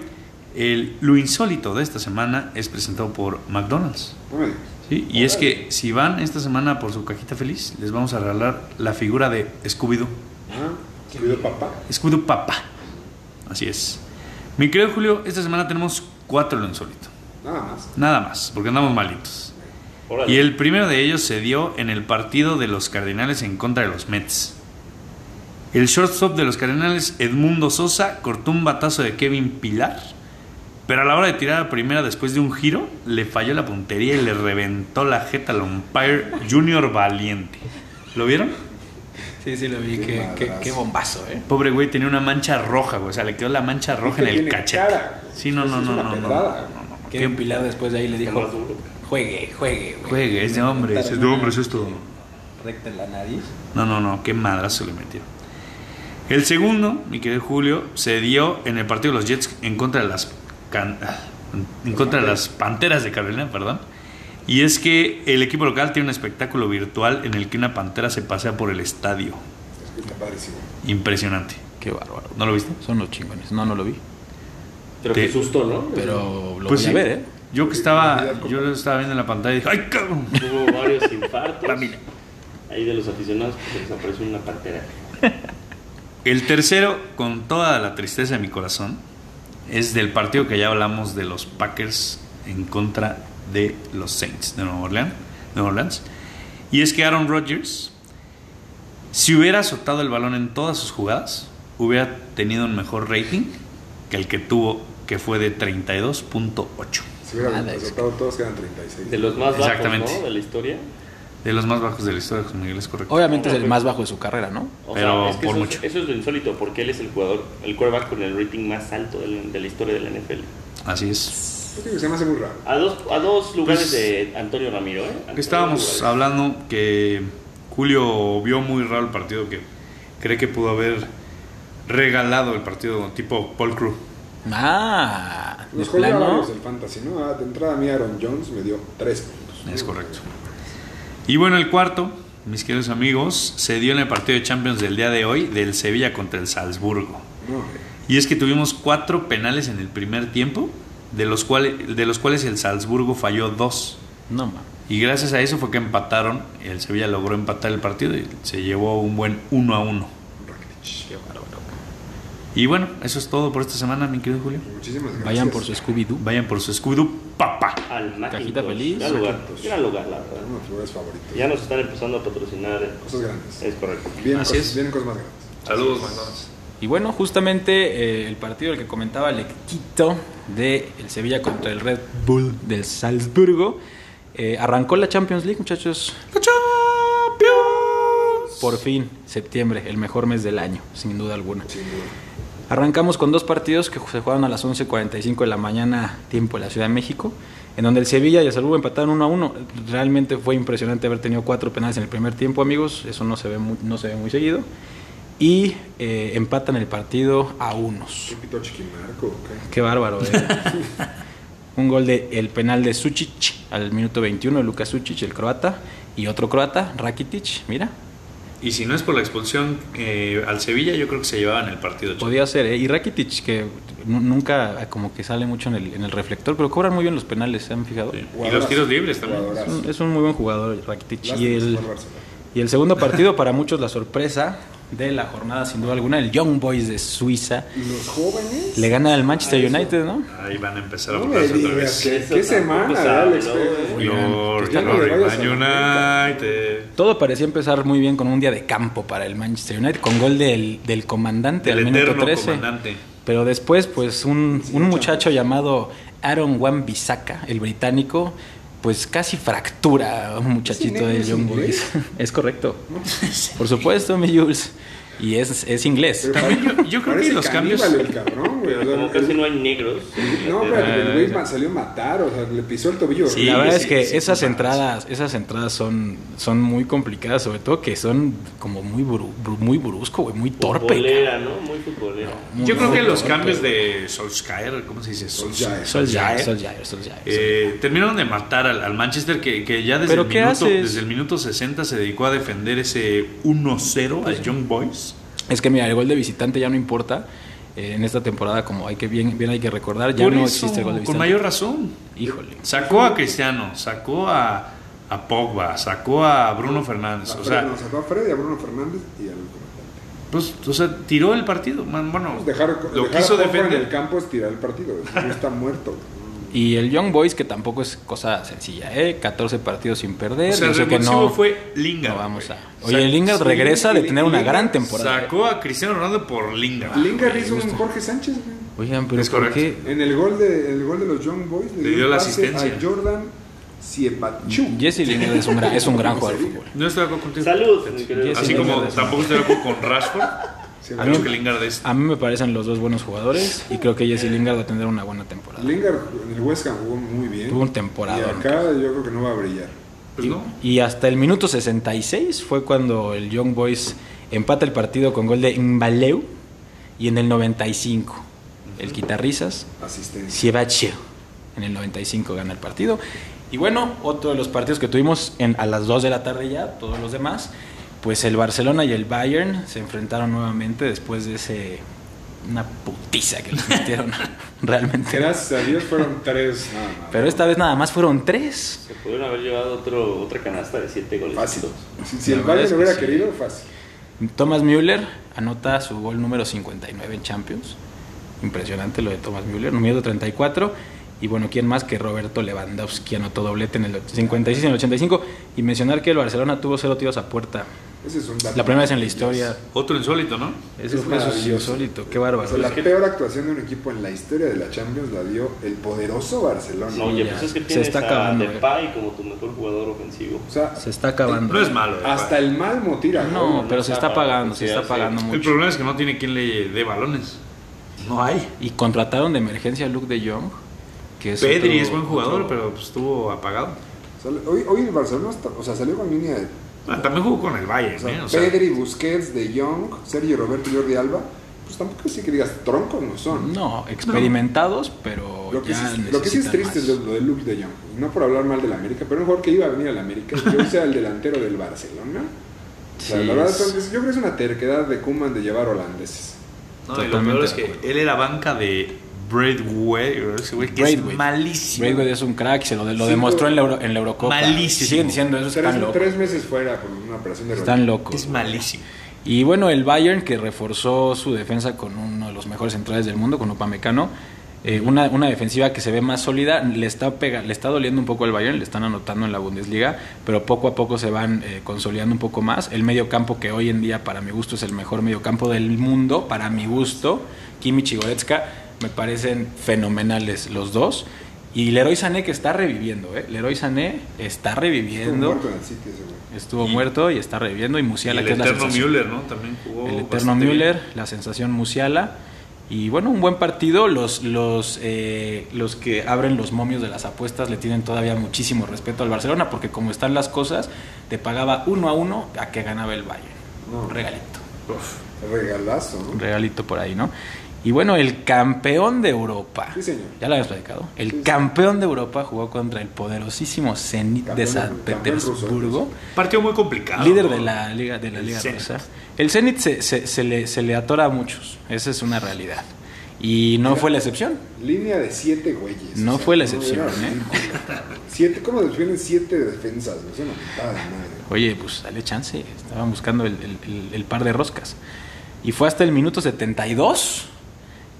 [SPEAKER 3] El, lo insólito de esta semana es presentado por McDonald's.
[SPEAKER 1] No me digas.
[SPEAKER 3] ¿sí? Y es que si van esta semana por su cajita feliz, les vamos a regalar la figura de Scooby-Doo.
[SPEAKER 1] Ah, cuido papá.
[SPEAKER 3] Scooby-Doo papá. Así es. Mi querido Julio, esta semana tenemos cuatro en lo insólito.
[SPEAKER 1] Nada más.
[SPEAKER 3] Nada más, porque andamos malitos.
[SPEAKER 2] Órale.
[SPEAKER 3] Y el primero de ellos se dio en el partido de los Cardenales en contra de los Mets. El shortstop de los Cardenales, Edmundo Sosa, cortó un batazo de Kevin Pilar, pero a la hora de tirar a primera después de un giro, le falló la puntería y le reventó la jeta al umpire Junior Valiente. ¿Lo vieron?
[SPEAKER 4] Sí, sí, lo vi.
[SPEAKER 1] Qué
[SPEAKER 4] Qué, qué-
[SPEAKER 1] madrazo.
[SPEAKER 4] qué bombazo, ¿eh?
[SPEAKER 3] Pobre güey tenía una mancha roja, güey. O sea, le quedó la mancha roja en el
[SPEAKER 1] tiene
[SPEAKER 3] cachete.
[SPEAKER 1] cara.
[SPEAKER 3] Sí, no, no,
[SPEAKER 1] Es
[SPEAKER 3] no,
[SPEAKER 1] una
[SPEAKER 3] no, no, no, no,
[SPEAKER 1] pedrada.
[SPEAKER 3] no.
[SPEAKER 4] Kevin
[SPEAKER 3] Qué
[SPEAKER 4] Pilar después de ahí le dijo:
[SPEAKER 2] Más duro.
[SPEAKER 4] Juegue, juegue, güey.
[SPEAKER 3] juegue, es de hombres, es de hombres esto.
[SPEAKER 4] Recta en la nariz.
[SPEAKER 3] No, no, no, qué madrazo le metió. El segundo, mi querido Julio, se dio en el partido de los Jets en contra de las can- en contra de las Panteras de Carolina, perdón. Y es que el equipo local tiene un espectáculo virtual en el que una pantera se pasea por el estadio.
[SPEAKER 1] Es que está padrísimo.
[SPEAKER 3] Impresionante.
[SPEAKER 4] Qué bárbaro.
[SPEAKER 3] ¿No lo viste?
[SPEAKER 4] Son los chingones. No, no lo vi.
[SPEAKER 2] Pero
[SPEAKER 3] Te-
[SPEAKER 2] qué susto, ¿no?
[SPEAKER 4] Pero lo voy
[SPEAKER 3] Pues sí.
[SPEAKER 4] a ver, ¿eh?
[SPEAKER 3] Yo que estaba yo lo estaba viendo en la pantalla y dije, "Ay, cabrón."
[SPEAKER 2] Hubo varios infartos.
[SPEAKER 3] La mina.
[SPEAKER 2] Ahí de los aficionados porque les apareció una pantera.
[SPEAKER 3] El tercero, con toda la tristeza de mi corazón, es del partido que ya hablamos de los Packers en contra de los Saints de Nueva Orleans. Nueva Orleans. Y es que Aaron Rodgers, si hubiera azotado el balón en todas sus jugadas, hubiera tenido un mejor rating que el que tuvo, que fue de 32.8.
[SPEAKER 1] Si hubiera
[SPEAKER 4] Nada, es
[SPEAKER 1] resultado, todos quedan 36.
[SPEAKER 2] De los más bajos,
[SPEAKER 3] Exactamente.
[SPEAKER 2] ¿no? De la historia.
[SPEAKER 3] De los más bajos de la historia, José Miguel, es correcto.
[SPEAKER 4] Obviamente es el más bajo de su carrera, ¿no?
[SPEAKER 2] O
[SPEAKER 3] Pero
[SPEAKER 2] sea, es que
[SPEAKER 3] por
[SPEAKER 2] eso,
[SPEAKER 3] mucho.
[SPEAKER 2] Es, eso es lo insólito, porque él es el jugador, el quarterback con el rating más alto de la, de la historia de la NFL.
[SPEAKER 3] Así es.
[SPEAKER 1] Yo digo, se me hace muy raro.
[SPEAKER 2] A dos, a dos lugares
[SPEAKER 3] Pues,
[SPEAKER 2] de Antonio Ramiro, ¿eh? Antonio
[SPEAKER 3] Estábamos
[SPEAKER 2] lugares.
[SPEAKER 3] hablando que Julio vio muy raro el partido que cree que pudo haber regalado el partido tipo Paul Crew.
[SPEAKER 4] Ah, de
[SPEAKER 1] Nos jodió a
[SPEAKER 4] plano.
[SPEAKER 1] varios el fantasy, ¿no? Ah, de entrada a mí Aaron Jones me dio 3 puntos.
[SPEAKER 3] Es correcto. Y bueno, el cuarto, mis queridos amigos, se dio en el partido de Champions del día de hoy del Sevilla contra el Salzburgo.
[SPEAKER 1] No, eh,
[SPEAKER 3] Y es que tuvimos cuatro penales en el primer tiempo, de los cuales, de los cuales el Salzburgo falló dos.
[SPEAKER 4] No, mames.
[SPEAKER 3] Y gracias a eso fue que empataron, el Sevilla logró empatar el partido y se llevó un buen 1 a 1.
[SPEAKER 1] Rakitic.
[SPEAKER 4] Qué bárbaro.
[SPEAKER 3] Y bueno, eso es todo por esta semana, mi querido Julio.
[SPEAKER 1] Muchísimas gracias.
[SPEAKER 4] Vayan por su Scooby-Doo.
[SPEAKER 3] Vayan por su escudo, papá.
[SPEAKER 2] Al Macintosh.
[SPEAKER 4] Cajita feliz.
[SPEAKER 2] Gran lugar, gran lugar, la verdad.
[SPEAKER 1] Ah, Uno de los lugares favoritos.
[SPEAKER 2] Ya nos están empezando a patrocinar.
[SPEAKER 1] Cosas grandes.
[SPEAKER 2] Es correcto.
[SPEAKER 1] Vienen
[SPEAKER 3] Así
[SPEAKER 1] cosas,
[SPEAKER 3] es.
[SPEAKER 1] vienen cosas más grandes.
[SPEAKER 3] Saludos, McDonald's.
[SPEAKER 4] Y bueno, justamente eh, el partido del que comentaba el equipo de el Sevilla contra el Red Bull del Salzburgo eh, arrancó la Champions League, muchachos. Por fin, septiembre, el mejor mes del año, sin duda alguna.
[SPEAKER 1] Sin duda.
[SPEAKER 4] Arrancamos con dos partidos que se jugaron a las 11.45 de la mañana, tiempo de la Ciudad de México, en donde el Sevilla y el Salud empataron 1 a 1. Realmente fue impresionante haber tenido cuatro penales en el primer tiempo, amigos. Eso no se ve muy, no se ve muy seguido. Y eh, empatan el partido a unos.
[SPEAKER 1] Un pito chiquimarco, ¿o qué?
[SPEAKER 4] Qué bárbaro, eh. Un gol de el penal de Suchic al minuto 21, de Lucas Suchic, el croata. Y otro croata, Rakitic, mira.
[SPEAKER 3] Y si no es por la expulsión eh, al Sevilla, yo creo que se llevaban el partido. chico.
[SPEAKER 4] Podía ser, ¿eh? Y Rakitic, que nu- nunca eh, como que sale mucho en el, en el reflector, pero cobran muy bien los penales, ¿se han fijado?
[SPEAKER 3] Sí. Y los
[SPEAKER 1] Jugadorazo.
[SPEAKER 3] tiros libres también.
[SPEAKER 4] Es
[SPEAKER 1] Jugadorazo.
[SPEAKER 4] un, es un muy buen jugador, Rakitic.
[SPEAKER 1] Lástima
[SPEAKER 4] Y
[SPEAKER 1] que se
[SPEAKER 4] el,
[SPEAKER 1] fue al Barcelona.
[SPEAKER 4] y el segundo partido, para muchos, la sorpresa de la jornada, sin duda alguna, el Young Boys de Suiza.
[SPEAKER 1] Los jóvenes.
[SPEAKER 4] Le gana al Manchester
[SPEAKER 2] Ah, eso.
[SPEAKER 4] United, ¿no?
[SPEAKER 3] Ahí van a empezar a
[SPEAKER 1] No me
[SPEAKER 3] burlarse otra
[SPEAKER 1] digas
[SPEAKER 3] vez.
[SPEAKER 1] que-
[SPEAKER 2] Eso
[SPEAKER 1] ¿Qué
[SPEAKER 2] tampoco
[SPEAKER 1] semana,
[SPEAKER 2] sabe,
[SPEAKER 1] Alex?
[SPEAKER 2] ¿no?
[SPEAKER 1] Fue-
[SPEAKER 4] Muy bien.
[SPEAKER 3] Glory,
[SPEAKER 4] Ya no le
[SPEAKER 3] glory,
[SPEAKER 1] vayas
[SPEAKER 3] Man
[SPEAKER 1] a
[SPEAKER 3] United.
[SPEAKER 4] Todo parecía empezar muy bien con un día de campo para el Manchester United, con gol del, del comandante
[SPEAKER 3] Del
[SPEAKER 4] al minuto
[SPEAKER 3] eterno
[SPEAKER 4] 13.
[SPEAKER 3] comandante.
[SPEAKER 4] Pero después, pues un, un muchacho llamado Aaron Wan-Bissaka, el británico, pues casi fractura a un muchachito de
[SPEAKER 1] inglés,
[SPEAKER 4] Young
[SPEAKER 1] inglés?
[SPEAKER 4] Boys. Es correcto. Por supuesto, mi Jules. Y es, es inglés.
[SPEAKER 1] Pero
[SPEAKER 3] También
[SPEAKER 1] pare-
[SPEAKER 3] yo- yo creo que
[SPEAKER 1] parece
[SPEAKER 3] los cambios-
[SPEAKER 1] caníbal El cabrón, güey. O sea,
[SPEAKER 2] Como
[SPEAKER 1] el-
[SPEAKER 2] casi no hay negros.
[SPEAKER 1] No, pero el güey ma- salió a matar, o sea, le pisó el tobillo.
[SPEAKER 3] Eh, Sí,
[SPEAKER 4] la verdad
[SPEAKER 3] sí,
[SPEAKER 4] es que
[SPEAKER 3] sí,
[SPEAKER 4] esas
[SPEAKER 3] son
[SPEAKER 4] entradas, esas entradas son, son muy complicadas, sobre todo que son como muy bru- bru- muy brusco, güey, muy torpe. cabrón.
[SPEAKER 2] Futbolera, ¿no? Muy futbolera.
[SPEAKER 4] Muy
[SPEAKER 3] Yo creo que
[SPEAKER 4] torpe.
[SPEAKER 3] los cambios de Solskjaer, ¿cómo se dice?
[SPEAKER 1] Solskjaer.
[SPEAKER 4] Solskjaer, Solskjaer, Solskjaer.
[SPEAKER 3] Eh, terminaron de matar al, al Manchester que, que ya desde
[SPEAKER 4] ¿Pero
[SPEAKER 3] el,
[SPEAKER 4] qué
[SPEAKER 3] minuto,
[SPEAKER 4] haces?
[SPEAKER 3] desde el minuto 60 se dedicó a defender ese 1-0 al Young Boys.
[SPEAKER 4] Es que mira, el gol de visitante ya no importa. Eh, en esta temporada, como hay que bien, bien hay que recordar, ya
[SPEAKER 3] Por
[SPEAKER 4] no
[SPEAKER 3] eso,
[SPEAKER 4] existe el gol de
[SPEAKER 3] con
[SPEAKER 4] visitante.
[SPEAKER 3] mayor razón.
[SPEAKER 4] Híjole.
[SPEAKER 3] Sacó a Cristiano, sacó a, a Pogba, sacó a Bruno Fernández.
[SPEAKER 1] A
[SPEAKER 3] O
[SPEAKER 1] Fred-
[SPEAKER 3] sea,
[SPEAKER 1] nos sacó a Freddy, a Bruno Fernández y al.
[SPEAKER 3] pues, o sea, tiró el partido. Man, Bueno,
[SPEAKER 1] Dejar,
[SPEAKER 3] lo
[SPEAKER 1] dejar
[SPEAKER 3] quiso
[SPEAKER 1] a Pogba en el
[SPEAKER 3] defender.
[SPEAKER 1] campo es tirar el partido. güey. No está muerto. güey.
[SPEAKER 4] Y el Young Boys, que tampoco es cosa sencilla, ¿eh? 14 partidos sin
[SPEAKER 3] O
[SPEAKER 4] perder.
[SPEAKER 3] sea, el
[SPEAKER 4] yo sé que
[SPEAKER 3] revulsivo
[SPEAKER 4] no,
[SPEAKER 3] fue Lingard.
[SPEAKER 4] no vamos a...
[SPEAKER 3] güey.
[SPEAKER 4] Oye,
[SPEAKER 3] Sac-
[SPEAKER 4] el Lingard
[SPEAKER 1] sí,
[SPEAKER 4] regresa de tener una
[SPEAKER 1] Lingard
[SPEAKER 4] gran temporada.
[SPEAKER 3] Sacó a Cristiano Ronaldo por Lingard.
[SPEAKER 1] Lingard
[SPEAKER 4] güey,
[SPEAKER 1] hizo un
[SPEAKER 4] justo.
[SPEAKER 1] Jorge Sánchez, güey.
[SPEAKER 4] Oigan, pero
[SPEAKER 3] Es
[SPEAKER 4] ¿por
[SPEAKER 3] correcto.
[SPEAKER 4] qué?
[SPEAKER 1] En el gol de, el gol de los Young Boys
[SPEAKER 3] Le
[SPEAKER 1] un
[SPEAKER 3] dio la
[SPEAKER 1] pase
[SPEAKER 3] asistencia.
[SPEAKER 1] a Jordan Siepachu.
[SPEAKER 4] Jesse Lingard es un gran, es un gran jugador de fútbol.
[SPEAKER 3] No estoy de acuerdo contigo.
[SPEAKER 2] Salud, mi querido.
[SPEAKER 4] Jesse
[SPEAKER 3] Así
[SPEAKER 4] Sí,
[SPEAKER 3] como
[SPEAKER 4] Lingard es-
[SPEAKER 3] tampoco estoy de acuerdo con Rashford. Creo que Lingard es
[SPEAKER 4] A mí me parecen los dos buenos jugadores y creo que Jesse Lingard va a tener una buena temporada.
[SPEAKER 1] Lingard en el West Ham jugó muy bien.
[SPEAKER 4] Tuvo un temporada.
[SPEAKER 1] Y acá yo creo que no va a brillar.
[SPEAKER 3] Pues no.
[SPEAKER 4] Y hasta el minuto 66 fue cuando el Young Boys empata el partido con gol de Mbaleu. Y en el 95, el quitarrisas,
[SPEAKER 1] Asistencia.
[SPEAKER 4] Siebache. En el 95 gana el partido. Y bueno, otro de los partidos que tuvimos en- a las 2 de la tarde ya, todos los demás, pues el Barcelona y el Bayern se enfrentaron nuevamente después de ese una putiza que les metieron realmente.
[SPEAKER 1] Gracias a Dios fueron tres. nada más.
[SPEAKER 4] Pero esta vez nada más fueron tres.
[SPEAKER 2] Se pudieron haber llevado otro, otra canasta de 7 goles.
[SPEAKER 1] Fácil. Si, si
[SPEAKER 4] La
[SPEAKER 1] el
[SPEAKER 4] verdad
[SPEAKER 1] Bayern
[SPEAKER 4] es que
[SPEAKER 1] hubiera
[SPEAKER 4] sí.
[SPEAKER 1] querido, fácil.
[SPEAKER 4] Thomas Müller anota su gol número 59 en Champions. Impresionante lo de Thomas Müller, número 34. Y bueno, ¿quién más que Roberto Lewandowski anotó doblete en el 56 y en el 85? Y mencionar que el Barcelona tuvo cero tiros a puerta.
[SPEAKER 1] Ese es un dato.
[SPEAKER 4] La primera vez en la historia.
[SPEAKER 3] Otro insólito, ¿no?
[SPEAKER 4] Eso
[SPEAKER 1] Es
[SPEAKER 4] fue
[SPEAKER 1] maravilloso.
[SPEAKER 4] insólito, qué
[SPEAKER 1] O sea,
[SPEAKER 4] bárbaro.
[SPEAKER 1] la peor actuación de un equipo en la historia de la Champions la dio el poderoso Barcelona.
[SPEAKER 2] No, oye,
[SPEAKER 4] ya,
[SPEAKER 2] pues es que
[SPEAKER 4] se
[SPEAKER 2] tienes
[SPEAKER 4] está
[SPEAKER 2] a
[SPEAKER 4] acabando, eh.
[SPEAKER 2] Depay como tu mejor jugador ofensivo.
[SPEAKER 1] O sea,
[SPEAKER 4] Se está acabando.
[SPEAKER 3] No es malo. eh,
[SPEAKER 1] hasta el Malmo tira.
[SPEAKER 4] No,
[SPEAKER 1] gol.
[SPEAKER 4] pero se está pagando, se está
[SPEAKER 2] Sí,
[SPEAKER 4] pagando
[SPEAKER 3] El
[SPEAKER 4] mucho.
[SPEAKER 3] problema es que no tiene quien le dé balones. No hay.
[SPEAKER 4] Y contrataron de emergencia a Luke de Jong, que es
[SPEAKER 3] Pedri
[SPEAKER 4] otro-
[SPEAKER 3] es buen jugador,
[SPEAKER 4] otro-
[SPEAKER 3] pero pues, estuvo apagado.
[SPEAKER 1] O sea, hoy, hoy el Barcelona está- o sea, salió con línea de
[SPEAKER 3] Ah, también jugó con el Bayern,
[SPEAKER 1] o sea,
[SPEAKER 3] ¿eh? O sea,
[SPEAKER 1] Pedri, Busquets, De Jong, Sergio Roberto y Jordi Alba. Pues tampoco sí que digas troncos no son.
[SPEAKER 4] No, experimentados, pero
[SPEAKER 1] Lo que,
[SPEAKER 4] ya
[SPEAKER 1] sí, lo que sí es
[SPEAKER 4] necesitan
[SPEAKER 1] triste es
[SPEAKER 4] más.
[SPEAKER 1] lo, lo de Luke de Jong. Y No por hablar mal del América, pero un jugador que iba a venir al América, yo sea el delantero del Barcelona. O sea,
[SPEAKER 4] Sí,
[SPEAKER 1] la verdad,
[SPEAKER 4] es-
[SPEAKER 1] entonces, yo creo que es una terquedad de Kuman de llevar holandeses.
[SPEAKER 3] no, y lo
[SPEAKER 4] Totalmente
[SPEAKER 3] peor es
[SPEAKER 4] de
[SPEAKER 3] que él era banca de Braidway, ese güey que
[SPEAKER 4] Braithwaite.
[SPEAKER 3] es malísimo.
[SPEAKER 4] Braithwaite es un crack, se lo, lo
[SPEAKER 1] Sí,
[SPEAKER 4] demostró
[SPEAKER 1] pero-
[SPEAKER 4] en la, Euro- en la Eurocopa.
[SPEAKER 3] Malísimo.
[SPEAKER 4] Si Siguen diciendo eso,
[SPEAKER 1] Tres,
[SPEAKER 4] están locos.
[SPEAKER 1] tres meses fuera por una operación de
[SPEAKER 4] Están
[SPEAKER 1] rodilla.
[SPEAKER 4] locos.
[SPEAKER 3] Es malísimo.
[SPEAKER 4] Y bueno, el Bayern que reforzó su defensa con uno de los mejores centrales del mundo, con Upamecano. eh, una, una defensiva que se ve más sólida, le está, pega, le está doliendo un poco al Bayern, le están anotando en la Bundesliga, pero poco a poco se van eh, consolidando un poco más. El medio campo que hoy en día para mi gusto es el mejor medio campo del mundo, para mi gusto, Kimmich y Goretzka me parecen fenomenales los dos. Y Leroy Sané que está reviviendo, ¿eh? Leroy Sané está
[SPEAKER 1] Estuvo
[SPEAKER 4] reviviendo,
[SPEAKER 1] muerto en el City ese güey.
[SPEAKER 4] estuvo
[SPEAKER 3] Y-
[SPEAKER 4] muerto y está reviviendo y
[SPEAKER 3] Y
[SPEAKER 4] Musiala
[SPEAKER 3] el
[SPEAKER 4] que es la
[SPEAKER 3] Eterno
[SPEAKER 4] sensación.
[SPEAKER 3] Müller, ¿no? También
[SPEAKER 1] Uh,
[SPEAKER 3] jugó.
[SPEAKER 4] El Eterno
[SPEAKER 3] bastante bien.
[SPEAKER 4] Müller, la sensación Musiala. Y bueno, un buen partido. Los, los, eh, los que abren los momios de las apuestas le tienen todavía muchísimo respeto al Barcelona, porque como están las cosas, te pagaba uno a uno a que ganaba el Bayern.
[SPEAKER 1] No.
[SPEAKER 4] Un regalito.
[SPEAKER 3] Uf.
[SPEAKER 1] Regalazo, ¿no?
[SPEAKER 4] Un regalito por ahí, ¿no? Y bueno, el campeón de Europa.
[SPEAKER 1] Sí, señor.
[SPEAKER 4] Ya lo habíamos platicado. El
[SPEAKER 1] Sí, sí.
[SPEAKER 4] campeón de Europa jugó contra el poderosísimo Zenit de
[SPEAKER 1] Campeón
[SPEAKER 4] San
[SPEAKER 1] de- campeón ruso,
[SPEAKER 4] Petersburgo.
[SPEAKER 3] Partido muy complicado.
[SPEAKER 4] Líder
[SPEAKER 3] ¿no?
[SPEAKER 4] de la liga, de la
[SPEAKER 3] El
[SPEAKER 4] liga
[SPEAKER 3] Zenit.
[SPEAKER 4] rusa. El Zenit se, se- se le, se le atora a muchos. Esa es una realidad. Y no fue la excepción.
[SPEAKER 1] Línea de siete güeyes.
[SPEAKER 4] No fue la excepción,
[SPEAKER 1] era
[SPEAKER 4] ¿eh?
[SPEAKER 1] ridículo, cabrón. Siete, ¿Cómo defienden siete defensas? güey? Es una mentada de madre.
[SPEAKER 4] Oye, pues dale chance. Estaban buscando el, el- el- el par de roscas. Y fue hasta el minuto 72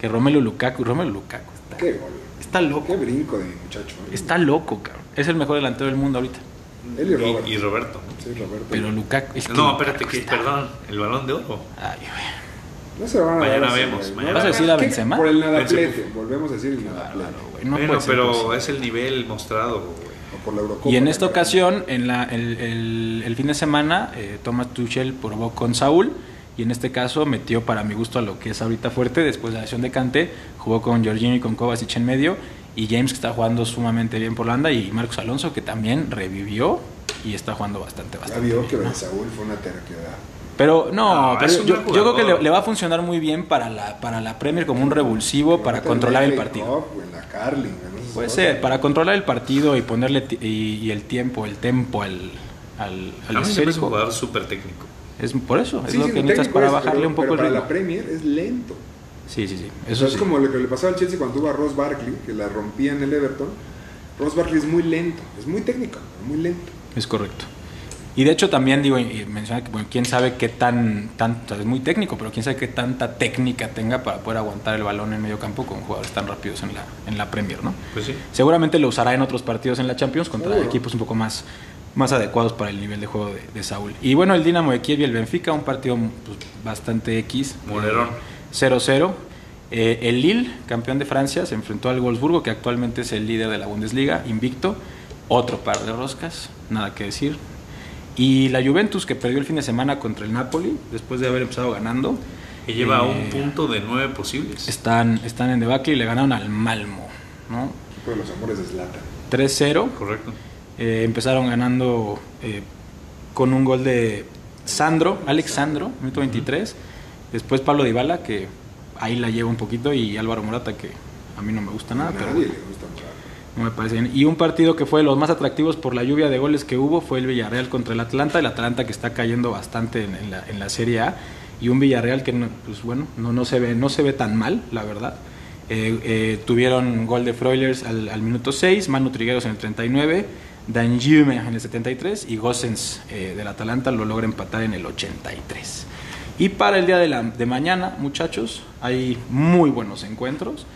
[SPEAKER 4] que Romelu Lukaku. Romelu Lukaku está,
[SPEAKER 1] Qué gol.
[SPEAKER 4] está
[SPEAKER 1] Qué
[SPEAKER 4] loco.
[SPEAKER 1] brinco de mi muchacho. ¿eh?
[SPEAKER 4] Está loco, cabrón. Es el mejor delantero del mundo ahorita.
[SPEAKER 1] Él y Roberto.
[SPEAKER 3] Y, y Roberto.
[SPEAKER 1] Sí, Roberto.
[SPEAKER 4] Pero Lukaku. es que
[SPEAKER 3] No,
[SPEAKER 4] Lukaku
[SPEAKER 3] espérate, que,
[SPEAKER 4] está-
[SPEAKER 3] perdón. El balón de oro.
[SPEAKER 4] Ay, güey.
[SPEAKER 1] No se lo van a
[SPEAKER 3] Mañana
[SPEAKER 1] dar a ese
[SPEAKER 3] vemos,
[SPEAKER 1] güey,
[SPEAKER 3] mañana
[SPEAKER 1] ¿no?
[SPEAKER 4] ¿Vas a decir a
[SPEAKER 1] ¿Qué?
[SPEAKER 4] Benzema?
[SPEAKER 1] Por el nadaplete. Volvemos a decir el nadaplete.
[SPEAKER 4] Bárbaro, güey. No
[SPEAKER 3] bueno,
[SPEAKER 4] puede ser
[SPEAKER 3] pero
[SPEAKER 4] posible.
[SPEAKER 3] es el nivel mostrado, güey.
[SPEAKER 1] o por la Eurocopa.
[SPEAKER 4] Y en esta
[SPEAKER 1] ¿no?
[SPEAKER 4] ocasión, en la, el, el- el fin de semana, eh, Thomas Tuchel probó con Saúl y en este caso metió para mi gusto a lo que es ahorita fuerte después de la acción de Kanté, jugó con Jorginho y con Kovacic en medio y James que está jugando sumamente bien por Holanda y Marcos Alonso que también revivió y está jugando bastante,
[SPEAKER 1] Ya
[SPEAKER 4] bastante.
[SPEAKER 1] vio que
[SPEAKER 4] bien,
[SPEAKER 1] lo
[SPEAKER 4] ¿no?
[SPEAKER 1] de Saúl fue una terquedad.
[SPEAKER 4] Pero no,
[SPEAKER 3] No,
[SPEAKER 4] pero
[SPEAKER 3] Ah, es un
[SPEAKER 4] yo,
[SPEAKER 3] gran
[SPEAKER 4] yo creo que
[SPEAKER 3] jugador.
[SPEAKER 4] le, le va a funcionar muy bien para la, para la Premier como un revulsivo para
[SPEAKER 1] Ahorita
[SPEAKER 4] controlar
[SPEAKER 1] en
[SPEAKER 4] el
[SPEAKER 1] la
[SPEAKER 4] partido.
[SPEAKER 1] Cup, güey, en la Carling. en esas
[SPEAKER 4] Puede
[SPEAKER 1] cosas.
[SPEAKER 4] ser, para controlar el partido y ponerle ti- y, y el tiempo, el tempo al, al, al
[SPEAKER 3] A mí se me hace un
[SPEAKER 4] esférico.
[SPEAKER 3] jugador súper técnico.
[SPEAKER 4] Es por eso, es
[SPEAKER 1] Sí,
[SPEAKER 4] lo
[SPEAKER 1] sí,
[SPEAKER 4] que
[SPEAKER 1] el
[SPEAKER 4] necesitas
[SPEAKER 1] técnico
[SPEAKER 4] para
[SPEAKER 1] es,
[SPEAKER 4] bajarle
[SPEAKER 1] pero-
[SPEAKER 4] un poco
[SPEAKER 1] pero
[SPEAKER 4] el
[SPEAKER 1] para
[SPEAKER 4] ritmo.
[SPEAKER 1] la Premier es lento.
[SPEAKER 4] Sí, sí, sí.
[SPEAKER 1] O
[SPEAKER 4] Eso
[SPEAKER 1] sea, es
[SPEAKER 4] sí.
[SPEAKER 1] como lo que le pasaba al Chelsea cuando tuvo a Ross Barkley, que la rompía en el Everton. Ross Barkley es muy lento, es muy técnico, muy lento.
[SPEAKER 4] Es correcto. Y de hecho también digo, y y menciona que bueno, quién sabe qué tan, tan o sea, es muy técnico, pero quién sabe qué tanta técnica tenga para poder aguantar el balón en medio campo con jugadores tan rápidos en la, en la Premier, ¿no?
[SPEAKER 3] Pues sí.
[SPEAKER 4] Seguramente lo usará en otros partidos en la Champions contra
[SPEAKER 1] Seguro.
[SPEAKER 4] equipos un poco más, más adecuados para el nivel de juego de, de Saúl. Y bueno, el Dinamo de Kiev y el Benfica, un partido pues, bastante X.
[SPEAKER 3] Molerón.
[SPEAKER 4] 0-0. Eh, el Lille, campeón de Francia, se enfrentó al Wolfsburgo, que actualmente es el líder de la Bundesliga, invicto. Otro par de roscas, nada que decir. Y la Juventus, que perdió el fin de semana contra el Napoli, después de haber empezado ganando,
[SPEAKER 3] Que lleva
[SPEAKER 4] Eh,
[SPEAKER 3] un punto de nueve posibles.
[SPEAKER 4] están, están en debacle y le ganaron al Malmo, ¿no?
[SPEAKER 1] Pero los amores de Zlatan.
[SPEAKER 4] 3-0.
[SPEAKER 3] Correcto.
[SPEAKER 4] Eh, empezaron ganando eh, con un gol de Sandro, Alexandro, minuto 23. Después Pablo Dybala, que ahí la lleva un poquito, y Álvaro Morata, que a mí no me gusta nada,
[SPEAKER 1] a
[SPEAKER 4] Ah, pero
[SPEAKER 1] nadie le gusta mucho.
[SPEAKER 4] no me parece bien. Y un partido que fue de los más atractivos por la lluvia de goles que hubo fue el Villarreal contra el Atlanta. El Atlanta que está cayendo bastante en, en la, en la Serie A. Y un Villarreal que, no, pues bueno, no, no, se ve, no se ve tan mal, la verdad. Eh, eh, tuvieron gol de Froilers al, al minuto 6, Manu Trigueros en el 39, Dan Jume en el 73 y Gossens eh, del Atalanta lo logra empatar en el 83. Y para el día de, la, de mañana, muchachos, hay muy buenos encuentros.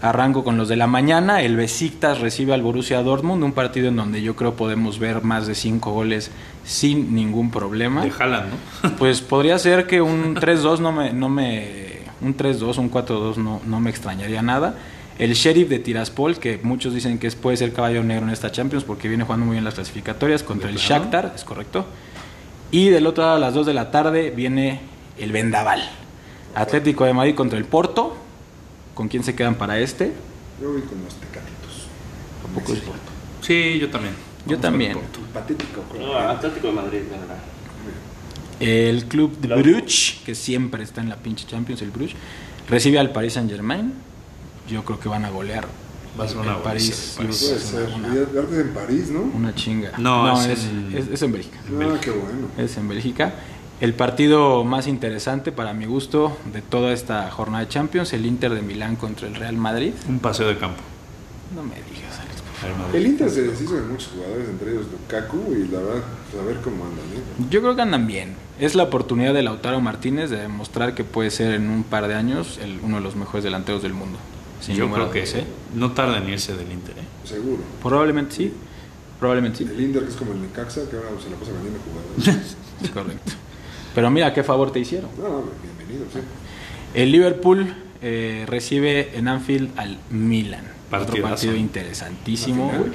[SPEAKER 4] Arranco con los de la mañana. El Besiktas recibe al Borussia Dortmund, un partido en donde yo creo podemos ver más de cinco goles sin ningún problema.
[SPEAKER 3] De Haaland, ¿no?
[SPEAKER 4] Pues podría ser que un 3-2 no me, no me. Un 3-2, un 4-2 no, no me extrañaría nada. El sheriff de Tiraspol, que muchos dicen que es- puede ser caballo negro en esta Champions porque viene jugando muy bien las clasificatorias contra el
[SPEAKER 3] plano?
[SPEAKER 4] Shakhtar, es correcto. Y del otro lado, a las 2 de la tarde, viene el Vendaval. Atlético de Madrid contra el Porto. ¿Con quién se quedan para este?
[SPEAKER 1] Yo voy con los tecatitos. Con
[SPEAKER 4] Poco
[SPEAKER 1] Messi.
[SPEAKER 4] es Porto.
[SPEAKER 3] Sí, yo también.
[SPEAKER 4] Yo también.
[SPEAKER 1] Patético. creo.
[SPEAKER 2] No,
[SPEAKER 4] Ah,
[SPEAKER 2] Atlético de Madrid, la verdad.
[SPEAKER 4] El club de
[SPEAKER 2] La-
[SPEAKER 4] Bruges, que siempre está en la pinche Champions, el Bruges, recibe al Paris Saint Germain. Yo creo que van a golear.
[SPEAKER 3] Va a ser una
[SPEAKER 4] El París,
[SPEAKER 3] goliza, el París.
[SPEAKER 1] Puede
[SPEAKER 4] yo creo que es
[SPEAKER 1] ser.
[SPEAKER 4] una-
[SPEAKER 1] Y
[SPEAKER 4] una-
[SPEAKER 1] aparte es en París, ¿no?
[SPEAKER 4] una chinga.
[SPEAKER 3] No, es
[SPEAKER 4] es,
[SPEAKER 3] en-
[SPEAKER 4] es- es en Bélgica.
[SPEAKER 1] Ah, qué bueno.
[SPEAKER 4] Es en Bélgica. El partido más interesante para mi gusto de toda esta jornada de Champions, el Inter de Milán contra el Real Madrid.
[SPEAKER 3] Un paseo de campo.
[SPEAKER 4] No me digas, Alex. por
[SPEAKER 3] Al Madrid.
[SPEAKER 1] El Inter se deshizo de muchos jugadores, entre ellos Lukaku, y la verdad, pues, a ver cómo andan. ¿eh?
[SPEAKER 4] favor. Yo creo que andan bien. Es la oportunidad de Lautaro Martínez de demostrar que puede ser en un par de años el- uno de los mejores delanteros del mundo. Sin
[SPEAKER 3] yo
[SPEAKER 4] número
[SPEAKER 3] creo que
[SPEAKER 4] dos, ¿eh?
[SPEAKER 3] no tarda en irse del Inter. ¿eh?
[SPEAKER 1] Seguro.
[SPEAKER 4] Probablemente sí. Probablemente sí.
[SPEAKER 1] El Inter, que es como el Necaxa, que ahora se la pasa vendiendo jugadores.
[SPEAKER 4] Es correcto. Pero mira qué favor te hicieron.
[SPEAKER 1] no, no, bienvenido, sí.
[SPEAKER 4] El Liverpool eh, recibe en Anfield al Milan. Otro
[SPEAKER 3] Partidazo.
[SPEAKER 4] partido interesantísimo.
[SPEAKER 1] La final,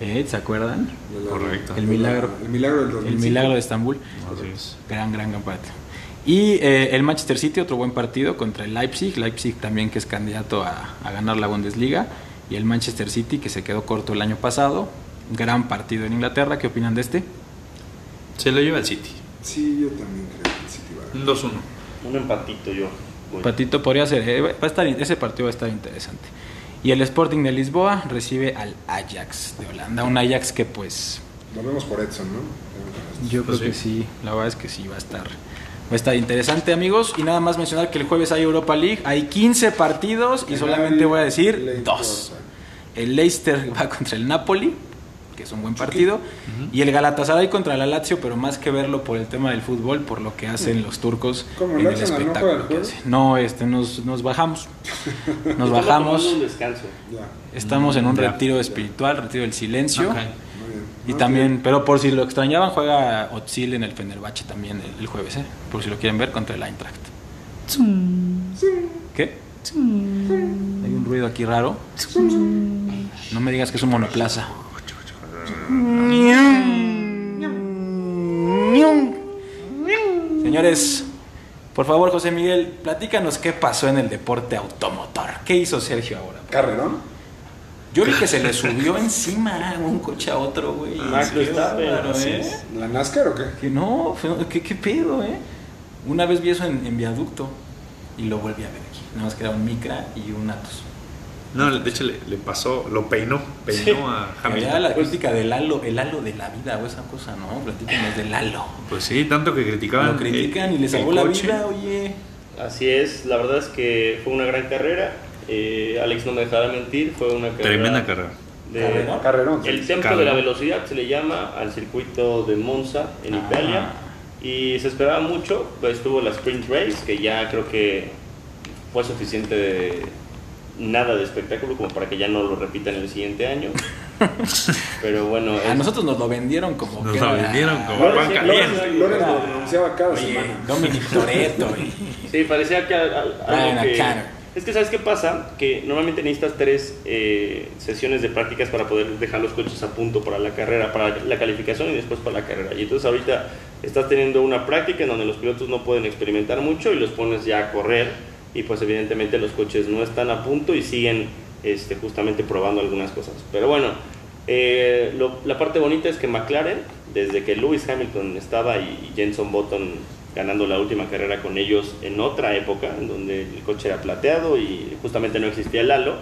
[SPEAKER 4] güey. Eh, ¿Se acuerdan?
[SPEAKER 1] la- la-
[SPEAKER 3] Correcto.
[SPEAKER 4] El milagro.
[SPEAKER 1] El milagro del 2005.
[SPEAKER 4] El milagro de Estambul.
[SPEAKER 3] Así es.
[SPEAKER 4] Gran, gran empate. Y eh, el Manchester City, otro buen partido contra el Leipzig. Leipzig también que es candidato a, a ganar la Bundesliga. Y el Manchester City que se quedó corto el año pasado. Gran partido en Inglaterra. ¿Qué opinan de este?
[SPEAKER 3] Se lo lleva el City.
[SPEAKER 1] Sí, yo también creo que el City va a
[SPEAKER 3] Un
[SPEAKER 1] ganar.
[SPEAKER 3] 2-1.
[SPEAKER 2] Un empatito yo. voy.
[SPEAKER 4] Patito podría ser, eh, va a estar, ese partido va a estar interesante. Y el Sporting de Lisboa recibe al Ajax de Holanda, un Ajax que pues
[SPEAKER 1] Volvemos por Edson, ¿no?
[SPEAKER 4] yo
[SPEAKER 3] Pues
[SPEAKER 4] creo que
[SPEAKER 3] sí.
[SPEAKER 4] sí, la verdad es que sí va a estar va a estar interesante, amigos, y nada más mencionar que el jueves hay Europa League, hay 15 partidos y solamente voy a
[SPEAKER 1] Le
[SPEAKER 4] decir
[SPEAKER 1] importa.
[SPEAKER 4] dos. El Leicester va contra el Napoli, que es un buen partido, y el Galatasaray contra la Lazio, pero más que verlo por el tema del fútbol, por lo que hacen los turcos
[SPEAKER 1] Como el
[SPEAKER 4] en el
[SPEAKER 1] Arsenal, ¿no juega el
[SPEAKER 4] espectáculo que
[SPEAKER 1] jueves?
[SPEAKER 4] hacen. No, este nos nos bajamos. Nos
[SPEAKER 2] Estamos tomando
[SPEAKER 4] bajamos.
[SPEAKER 2] un descanso.
[SPEAKER 1] Ya,
[SPEAKER 4] Estamos en un
[SPEAKER 3] Ya.
[SPEAKER 4] retiro espiritual, retiro del silencio.
[SPEAKER 3] Ok.
[SPEAKER 1] muy bien.
[SPEAKER 4] Y
[SPEAKER 1] Ah,
[SPEAKER 4] también, pero por si lo extrañaban, juega Otzil en el Fenerbahce también el, el jueves, ¿eh? por si lo quieren ver contra el Eintracht. ¿Qué? Hay un ruido aquí raro. No me digas que es un monoplaza.
[SPEAKER 1] sí.
[SPEAKER 4] Señores, por favor, José Miguel, platícanos qué pasó en el deporte automotor. ¿Qué hizo Sergio ahora?
[SPEAKER 1] Carrerón.
[SPEAKER 4] Yo vi que se le subió encima un coche a otro, güey.
[SPEAKER 2] Max
[SPEAKER 3] Ah,
[SPEAKER 4] Qué
[SPEAKER 2] Verstappen,
[SPEAKER 4] bárbaro,
[SPEAKER 2] así
[SPEAKER 4] ¿eh?
[SPEAKER 2] es.
[SPEAKER 1] ¿La NASCAR o qué?
[SPEAKER 4] Que no, fue- ¿qué, qué pedo, eh? Una vez vi eso en, en viaducto y lo volví a ver aquí. Nada más que era un Micra y un Atos.
[SPEAKER 3] No, de hecho le, le pasó, lo peinó, peinó a
[SPEAKER 4] Había
[SPEAKER 3] Hamilton. Pues,
[SPEAKER 4] la crítica del halo, el halo de la vida o esa cosa, ¿no? Platícanos del halo.
[SPEAKER 3] Pues sí, tanto que criticaban.
[SPEAKER 4] Lo critican
[SPEAKER 3] eh,
[SPEAKER 4] y le
[SPEAKER 3] el
[SPEAKER 4] salvó la
[SPEAKER 3] coche.
[SPEAKER 4] vida, oye.
[SPEAKER 2] Así es, la verdad es que fue una gran carrera. Eh, Alex no me dejará mentir, fue una carrera.
[SPEAKER 3] Tremenda carrera.
[SPEAKER 2] de-
[SPEAKER 4] Carrera.
[SPEAKER 1] Carrerón. sí.
[SPEAKER 2] El templo
[SPEAKER 3] Carrera.
[SPEAKER 2] de la velocidad se le llama al circuito de Monza en
[SPEAKER 4] Ah.
[SPEAKER 2] Italia y se esperaba mucho, pues, estuvo la sprint race que ya creo que fue suficiente de nada de espectáculo como para que ya no lo repitan el siguiente año. Pero bueno,
[SPEAKER 4] A
[SPEAKER 2] es-
[SPEAKER 4] nosotros nos lo vendieron como
[SPEAKER 3] Nos
[SPEAKER 4] que
[SPEAKER 3] la
[SPEAKER 4] era-
[SPEAKER 3] vendieron como
[SPEAKER 2] Lawrence-
[SPEAKER 3] pan
[SPEAKER 2] Lawrence-
[SPEAKER 3] caliente.
[SPEAKER 1] Lorenz lo anunciaba cada
[SPEAKER 4] Oye,
[SPEAKER 1] semana.
[SPEAKER 4] Dominic Toretto y
[SPEAKER 2] Sí, parecía que al- al-
[SPEAKER 4] Brian
[SPEAKER 2] algo que-
[SPEAKER 4] O'Connor.
[SPEAKER 2] Es que, ¿sabes qué pasa? Que normalmente necesitas tres eh, sesiones de prácticas para poder dejar los coches a punto para la carrera, para la calificación y después para la carrera. Y entonces ahorita estás teniendo una práctica en donde los pilotos no pueden experimentar mucho y los pones ya a correr y pues evidentemente los coches no están a punto y siguen este, justamente probando algunas cosas. Pero bueno, eh, lo- la parte bonita es que McLaren, desde que Lewis Hamilton estaba y Jenson Button ganando la última carrera con ellos en otra época, en donde el coche era plateado y justamente no existía el halo.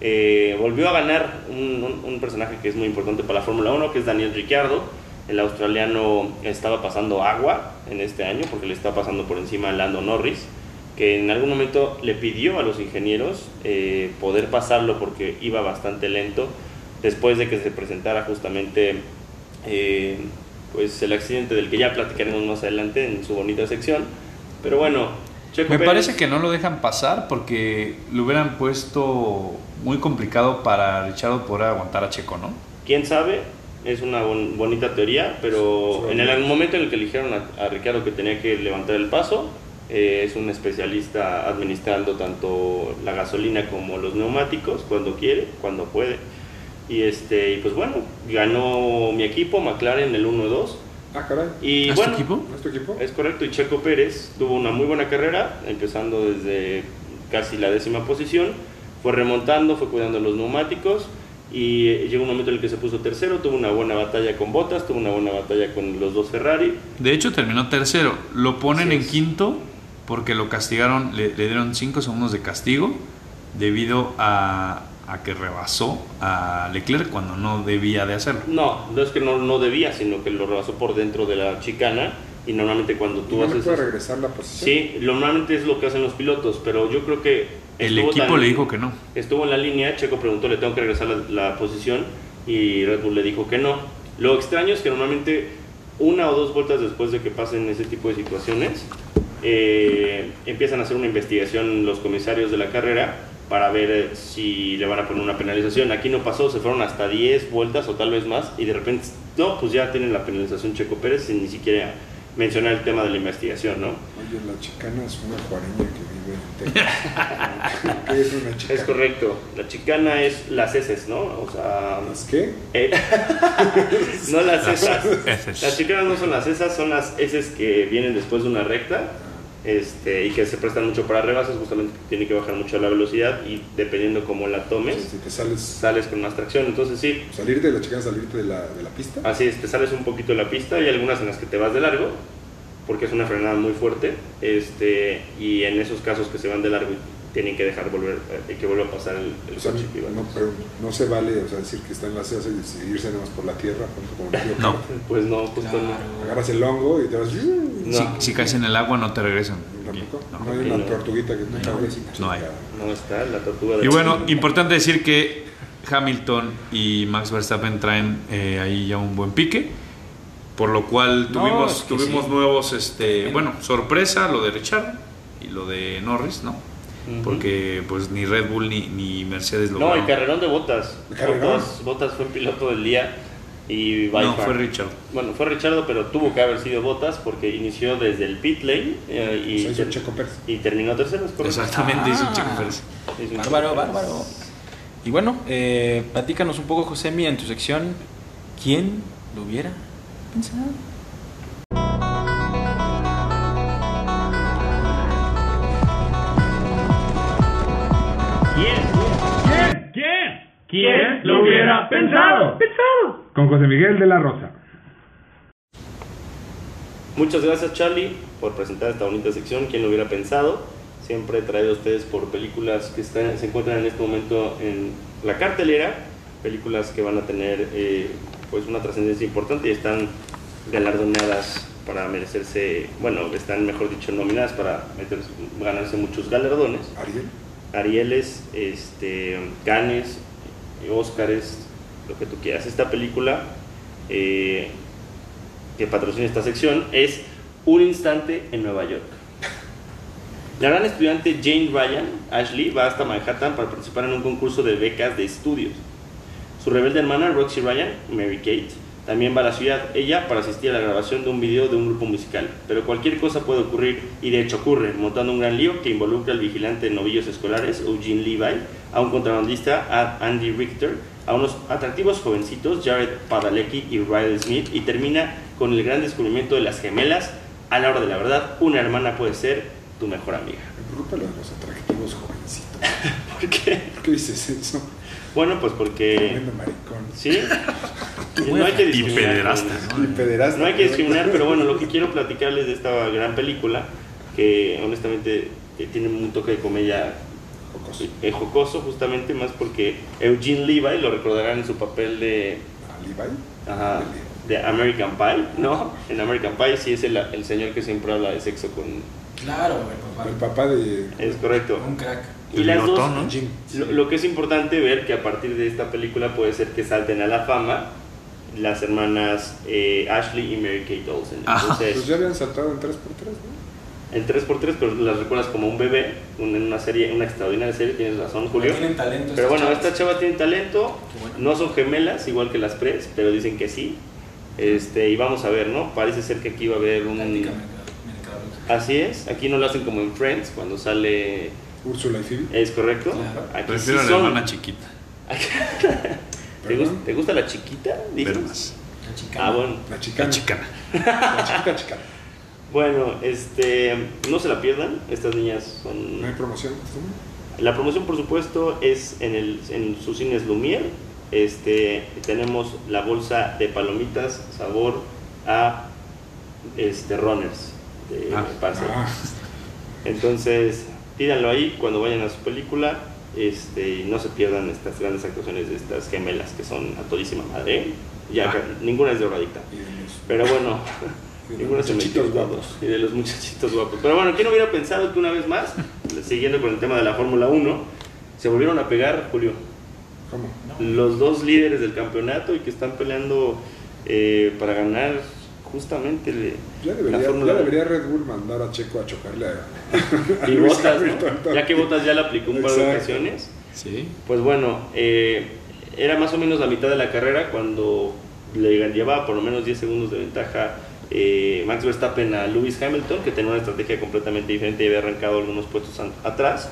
[SPEAKER 2] Eh, volvió a ganar un, un- un personaje que es muy importante para la Fórmula 1, que es Daniel Ricciardo. El australiano estaba pasando agua en este año porque le está pasando por encima a Lando Norris, que en algún momento le pidió a los ingenieros eh, poder pasarlo porque iba bastante lento después de que se presentara justamente eh, pues el accidente del que ya platicaremos más adelante en su bonita sección. Pero bueno, Checo
[SPEAKER 3] Me
[SPEAKER 2] Pérez-
[SPEAKER 3] parece que no lo dejan pasar porque lo hubieran puesto muy complicado para Richardo poder aguantar a Checo, ¿no?
[SPEAKER 2] quién sabe, es una bon- bonita teoría, pero en el momento en el que eligieron a, a Ricardo que tenía que levantar el paso, eh, es un especialista administrando tanto la gasolina como los neumáticos cuando quiere, cuando puede. Y este, y pues bueno, ganó mi equipo, McLaren, el 1-2.
[SPEAKER 1] Ah, caray.
[SPEAKER 2] Y
[SPEAKER 3] ¿Es tu
[SPEAKER 2] bueno,
[SPEAKER 3] equipo?
[SPEAKER 1] ¿No es tu equipo?
[SPEAKER 2] es correcto, y Checo Pérez tuvo una muy buena carrera, empezando desde casi la décima posición, fue remontando, fue cuidando los neumáticos y eh, llegó un momento en el que se puso tercero, tuvo una buena batalla con Bottas, tuvo una buena batalla con los dos Ferrari.
[SPEAKER 3] De hecho, terminó tercero. Lo ponen
[SPEAKER 2] Así
[SPEAKER 3] en
[SPEAKER 2] es.
[SPEAKER 3] quinto porque lo castigaron, le, le dieron 5 segundos de castigo debido a, a que rebasó a Leclerc cuando no debía de hacerlo.
[SPEAKER 2] No, no es que no, no debía, sino que lo rebasó por dentro de la chicana y normalmente cuando
[SPEAKER 1] ¿Y
[SPEAKER 2] tú
[SPEAKER 1] no le
[SPEAKER 2] haces...
[SPEAKER 1] puede
[SPEAKER 2] eso-
[SPEAKER 1] regresar la posición?
[SPEAKER 2] Sí, normalmente es lo que hacen los pilotos, pero yo creo que...
[SPEAKER 3] El
[SPEAKER 2] estuvo
[SPEAKER 3] equipo
[SPEAKER 2] tan-
[SPEAKER 3] le dijo que no.
[SPEAKER 2] Estuvo en la línea, Checo preguntó, le tengo que regresar la, la posición y Red Bull le dijo que no. Lo extraño es que normalmente una o dos vueltas después de que pasen ese tipo de situaciones, eh, empiezan a hacer una investigación los comisarios de la carrera para ver eh, si le van a poner una penalización. Aquí no pasó, se fueron hasta 10 vueltas o tal vez más y de repente, no, pues ya tienen la penalización Checo Pérez sin ni siquiera mencionar el tema de la investigación, ¿no?
[SPEAKER 1] Oye, la chicana es una juareña que vive en Texas. ¿Qué es una chicana?
[SPEAKER 2] Es correcto, la chicana es las heces, ¿no? O sea,
[SPEAKER 1] ¿Las qué?
[SPEAKER 2] Eh, no las esas.
[SPEAKER 3] heces.
[SPEAKER 2] Las chicanas no son las esas, son las heces que vienen después de una recta este, y que se prestan mucho para rebases, justamente porque tiene que bajar mucho la velocidad y dependiendo cómo la tomes,
[SPEAKER 1] Si te Este, sales,
[SPEAKER 2] sales con más tracción. Entonces sí,
[SPEAKER 1] salirte de la chicana, salirte de la, de la pista.
[SPEAKER 2] así es, te sales un poquito de la pista, hay algunas en las que te vas de largo porque es una frenada muy fuerte este, y en esos casos que se van de largo y tienen que dejar volver, eh, que vuelva a pasar el, el
[SPEAKER 1] O sea,
[SPEAKER 2] coche que iba.
[SPEAKER 1] no, pero no se vale o sea, decir que está en la CEAS y decidirse nada más por la tierra, junto con el tío
[SPEAKER 3] No.
[SPEAKER 1] Carlos.
[SPEAKER 2] Pues no, justo no.
[SPEAKER 4] Claro.
[SPEAKER 1] Agarras el hongo y te vas.
[SPEAKER 2] No.
[SPEAKER 3] Si, si caes en el agua no te regresan.
[SPEAKER 1] ¿Tampoco?
[SPEAKER 3] No.
[SPEAKER 1] No hay
[SPEAKER 2] no.
[SPEAKER 1] una tortuguita que nunca ves.
[SPEAKER 3] No hay.
[SPEAKER 2] No está la tortuga de
[SPEAKER 3] Y bueno, importante decir que Hamilton y Max Verstappen traen eh, ahí ya un buen pique, por lo cual
[SPEAKER 4] No,
[SPEAKER 3] tuvimos,
[SPEAKER 4] es que
[SPEAKER 3] tuvimos
[SPEAKER 4] sí.
[SPEAKER 3] nuevos, este,
[SPEAKER 4] Bien.
[SPEAKER 3] bueno, sorpresa lo de Richard y lo de Norris, ¿no?
[SPEAKER 2] Ujú.
[SPEAKER 3] Porque pues ni Red Bull ni, ni Mercedes lo
[SPEAKER 2] No, el carrerón de Botas.
[SPEAKER 1] ¿El carrerón?
[SPEAKER 2] Botas, Botas fue piloto del día y by
[SPEAKER 3] No,
[SPEAKER 2] far.
[SPEAKER 3] fue Richard.
[SPEAKER 2] Bueno, fue Richardo, pero tuvo que haber sido Botas porque inició desde el pit lane eh,
[SPEAKER 1] Se
[SPEAKER 2] y,
[SPEAKER 1] hizo Checo Pérez.
[SPEAKER 2] y terminó tercero. es correcto.
[SPEAKER 3] Exactamente, hizo
[SPEAKER 4] Ah.
[SPEAKER 3] Checo Pérez.
[SPEAKER 2] Es un-
[SPEAKER 4] Bárbaro, bárbaro. Y bueno, eh, platícanos un poco, Josemi, en tu sección, ¿Quién lo hubiera pensado?
[SPEAKER 2] ¿Quién?
[SPEAKER 5] ¿Quién? ¿Quién? ¿Quién lo hubiera pensado? Pensado.
[SPEAKER 1] Con José Miguel de la Rosa.
[SPEAKER 2] Muchas gracias Charlie por presentar esta bonita sección. ¿Quién lo hubiera pensado? Siempre traído a ustedes por películas que están- se encuentran en este momento en la cartelera, películas que van a tener eh, pues una trascendencia importante y están galardonadas para merecerse, bueno, están mejor dicho nominadas para meterse- ganarse muchos galardones.
[SPEAKER 1] Ariel.
[SPEAKER 2] Arieles, este, Canes, Óscares, lo que tú quieras. Esta película eh, que patrocina esta sección es Un instante en Nueva York. La gran estudiante Jane Ryan, Ashley, va hasta Manhattan para participar en un concurso de becas de estudios. Su rebelde hermana Roxy Ryan, Mary Kate, también va a la ciudad ella para asistir a la grabación de un video de un grupo musical. Pero cualquier cosa puede ocurrir y de hecho ocurre, montando un gran lío que involucra al vigilante de novillos escolares, Eugene Levi, a un contrabandista, a Andy Richter, a unos atractivos jovencitos, Jared Padalecki y Riley Smith, y termina con el gran descubrimiento de las gemelas. A la hora de la verdad, una hermana puede ser tu mejor amiga.
[SPEAKER 1] Preocupa lo de los atractivos jovencitos.
[SPEAKER 2] ¿Por qué?
[SPEAKER 1] ¿Por qué dices eso?
[SPEAKER 2] Bueno, pues porque...
[SPEAKER 1] Tremendo maricón.
[SPEAKER 2] ¿Sí? No hay que
[SPEAKER 3] Y
[SPEAKER 2] discriminar con-
[SPEAKER 3] pederasta, ¿no?
[SPEAKER 1] Y pederasta.
[SPEAKER 2] No hay que discriminar, pero bueno, lo que quiero platicarles de esta gran película, que honestamente eh, tiene un toque de comedia
[SPEAKER 1] Jocoso.
[SPEAKER 2] eh, jocoso, justamente más porque Eugene Levi lo recordarán en su papel de,
[SPEAKER 1] Ah, Levi.
[SPEAKER 2] ajá, de American Pie, ¿no? En American Pie sí es el, el señor que siempre habla de sexo con...
[SPEAKER 6] Claro, güey, papá.
[SPEAKER 1] El papá de.
[SPEAKER 2] Es correcto.
[SPEAKER 6] Un crack.
[SPEAKER 2] Y las
[SPEAKER 3] Notó,
[SPEAKER 2] dos,
[SPEAKER 3] ¿no?
[SPEAKER 1] Jim.
[SPEAKER 2] Lo, lo que es importante ver que a partir de esta película puede ser que salten a la fama las hermanas eh, Ashley y Mary Kate Olsen.
[SPEAKER 3] Ah.
[SPEAKER 2] Entonces,
[SPEAKER 1] Pues ya habían saltado en 3x3, ¿no?
[SPEAKER 2] en 3x3, pero las recuerdas como un bebé, un- en una serie, una extraordinaria serie, tienes razón, Julio.
[SPEAKER 6] Tienen talento.
[SPEAKER 2] Pero bueno,
[SPEAKER 6] estas
[SPEAKER 2] esta chava tiene talento,
[SPEAKER 6] Qué bueno.
[SPEAKER 2] no son gemelas, igual que las Preds, pero dicen que sí. Este, y vamos a ver, ¿no? Parece ser que aquí va a haber
[SPEAKER 6] chavas.
[SPEAKER 2] un...
[SPEAKER 6] me la
[SPEAKER 2] Así es, aquí no lo hacen como en Friends, cuando sale...
[SPEAKER 1] Úrsula y Phoebe.
[SPEAKER 2] ¿Es correcto?
[SPEAKER 6] Claro.
[SPEAKER 2] Aquí
[SPEAKER 3] Prefiero
[SPEAKER 2] sí
[SPEAKER 3] a la
[SPEAKER 2] son.
[SPEAKER 3] hermana chiquita.
[SPEAKER 2] ¿Te, gus-
[SPEAKER 1] Perdón.
[SPEAKER 2] te gusta la chiquita? dices?
[SPEAKER 3] Pero más.
[SPEAKER 6] La chica.
[SPEAKER 2] Ah, bueno.
[SPEAKER 1] La chica.
[SPEAKER 3] La chicana.
[SPEAKER 1] La chica, chica.
[SPEAKER 2] Bueno, este, no se la pierdan, estas niñas son...
[SPEAKER 1] No hay promoción.
[SPEAKER 2] La promoción, por supuesto, es en, el, en sus cines Lumière. Este, tenemos la bolsa de palomitas sabor a este, Runners de
[SPEAKER 3] Ah.
[SPEAKER 2] Parcel.
[SPEAKER 1] Ah,
[SPEAKER 2] Entonces, pídanlo ahí cuando vayan a su película este, y no se pierdan estas grandes actuaciones de estas gemelas que son a todísima madre. ¿eh? Ya,
[SPEAKER 3] Ah.
[SPEAKER 2] ca- ninguna es doradita.
[SPEAKER 1] y los-
[SPEAKER 2] Pero bueno,
[SPEAKER 1] Y de
[SPEAKER 2] ninguno
[SPEAKER 1] los
[SPEAKER 2] se me
[SPEAKER 1] muchachitos
[SPEAKER 2] quitó.
[SPEAKER 1] guapos.
[SPEAKER 2] Y de los muchachitos guapos. Pero bueno, ¿quién hubiera pensado que una vez más, siguiendo con el tema de la Fórmula 1, se volvieron a pegar, Julio,
[SPEAKER 1] ¿Cómo?
[SPEAKER 2] los dos líderes del campeonato y que están peleando eh, para ganar justamente el-
[SPEAKER 1] Ya
[SPEAKER 2] la
[SPEAKER 1] debería,
[SPEAKER 2] Fórmula
[SPEAKER 1] ya
[SPEAKER 2] 1?
[SPEAKER 1] debería Red Bull mandar a Checo a chocarle a.
[SPEAKER 2] Y
[SPEAKER 1] Luis
[SPEAKER 2] Botas, ¿no?
[SPEAKER 1] Hamilton, ¿no?
[SPEAKER 2] ya que Botas ya la aplicó un par de
[SPEAKER 1] Exacto.
[SPEAKER 2] ocasiones.
[SPEAKER 4] Sí.
[SPEAKER 2] Pues bueno, eh, era más o menos la mitad de la carrera cuando le llevaba por lo menos 10 segundos de ventaja eh, Max Verstappen a Lewis Hamilton, que tenía una estrategia completamente diferente y había arrancado algunos puestos an- atrás.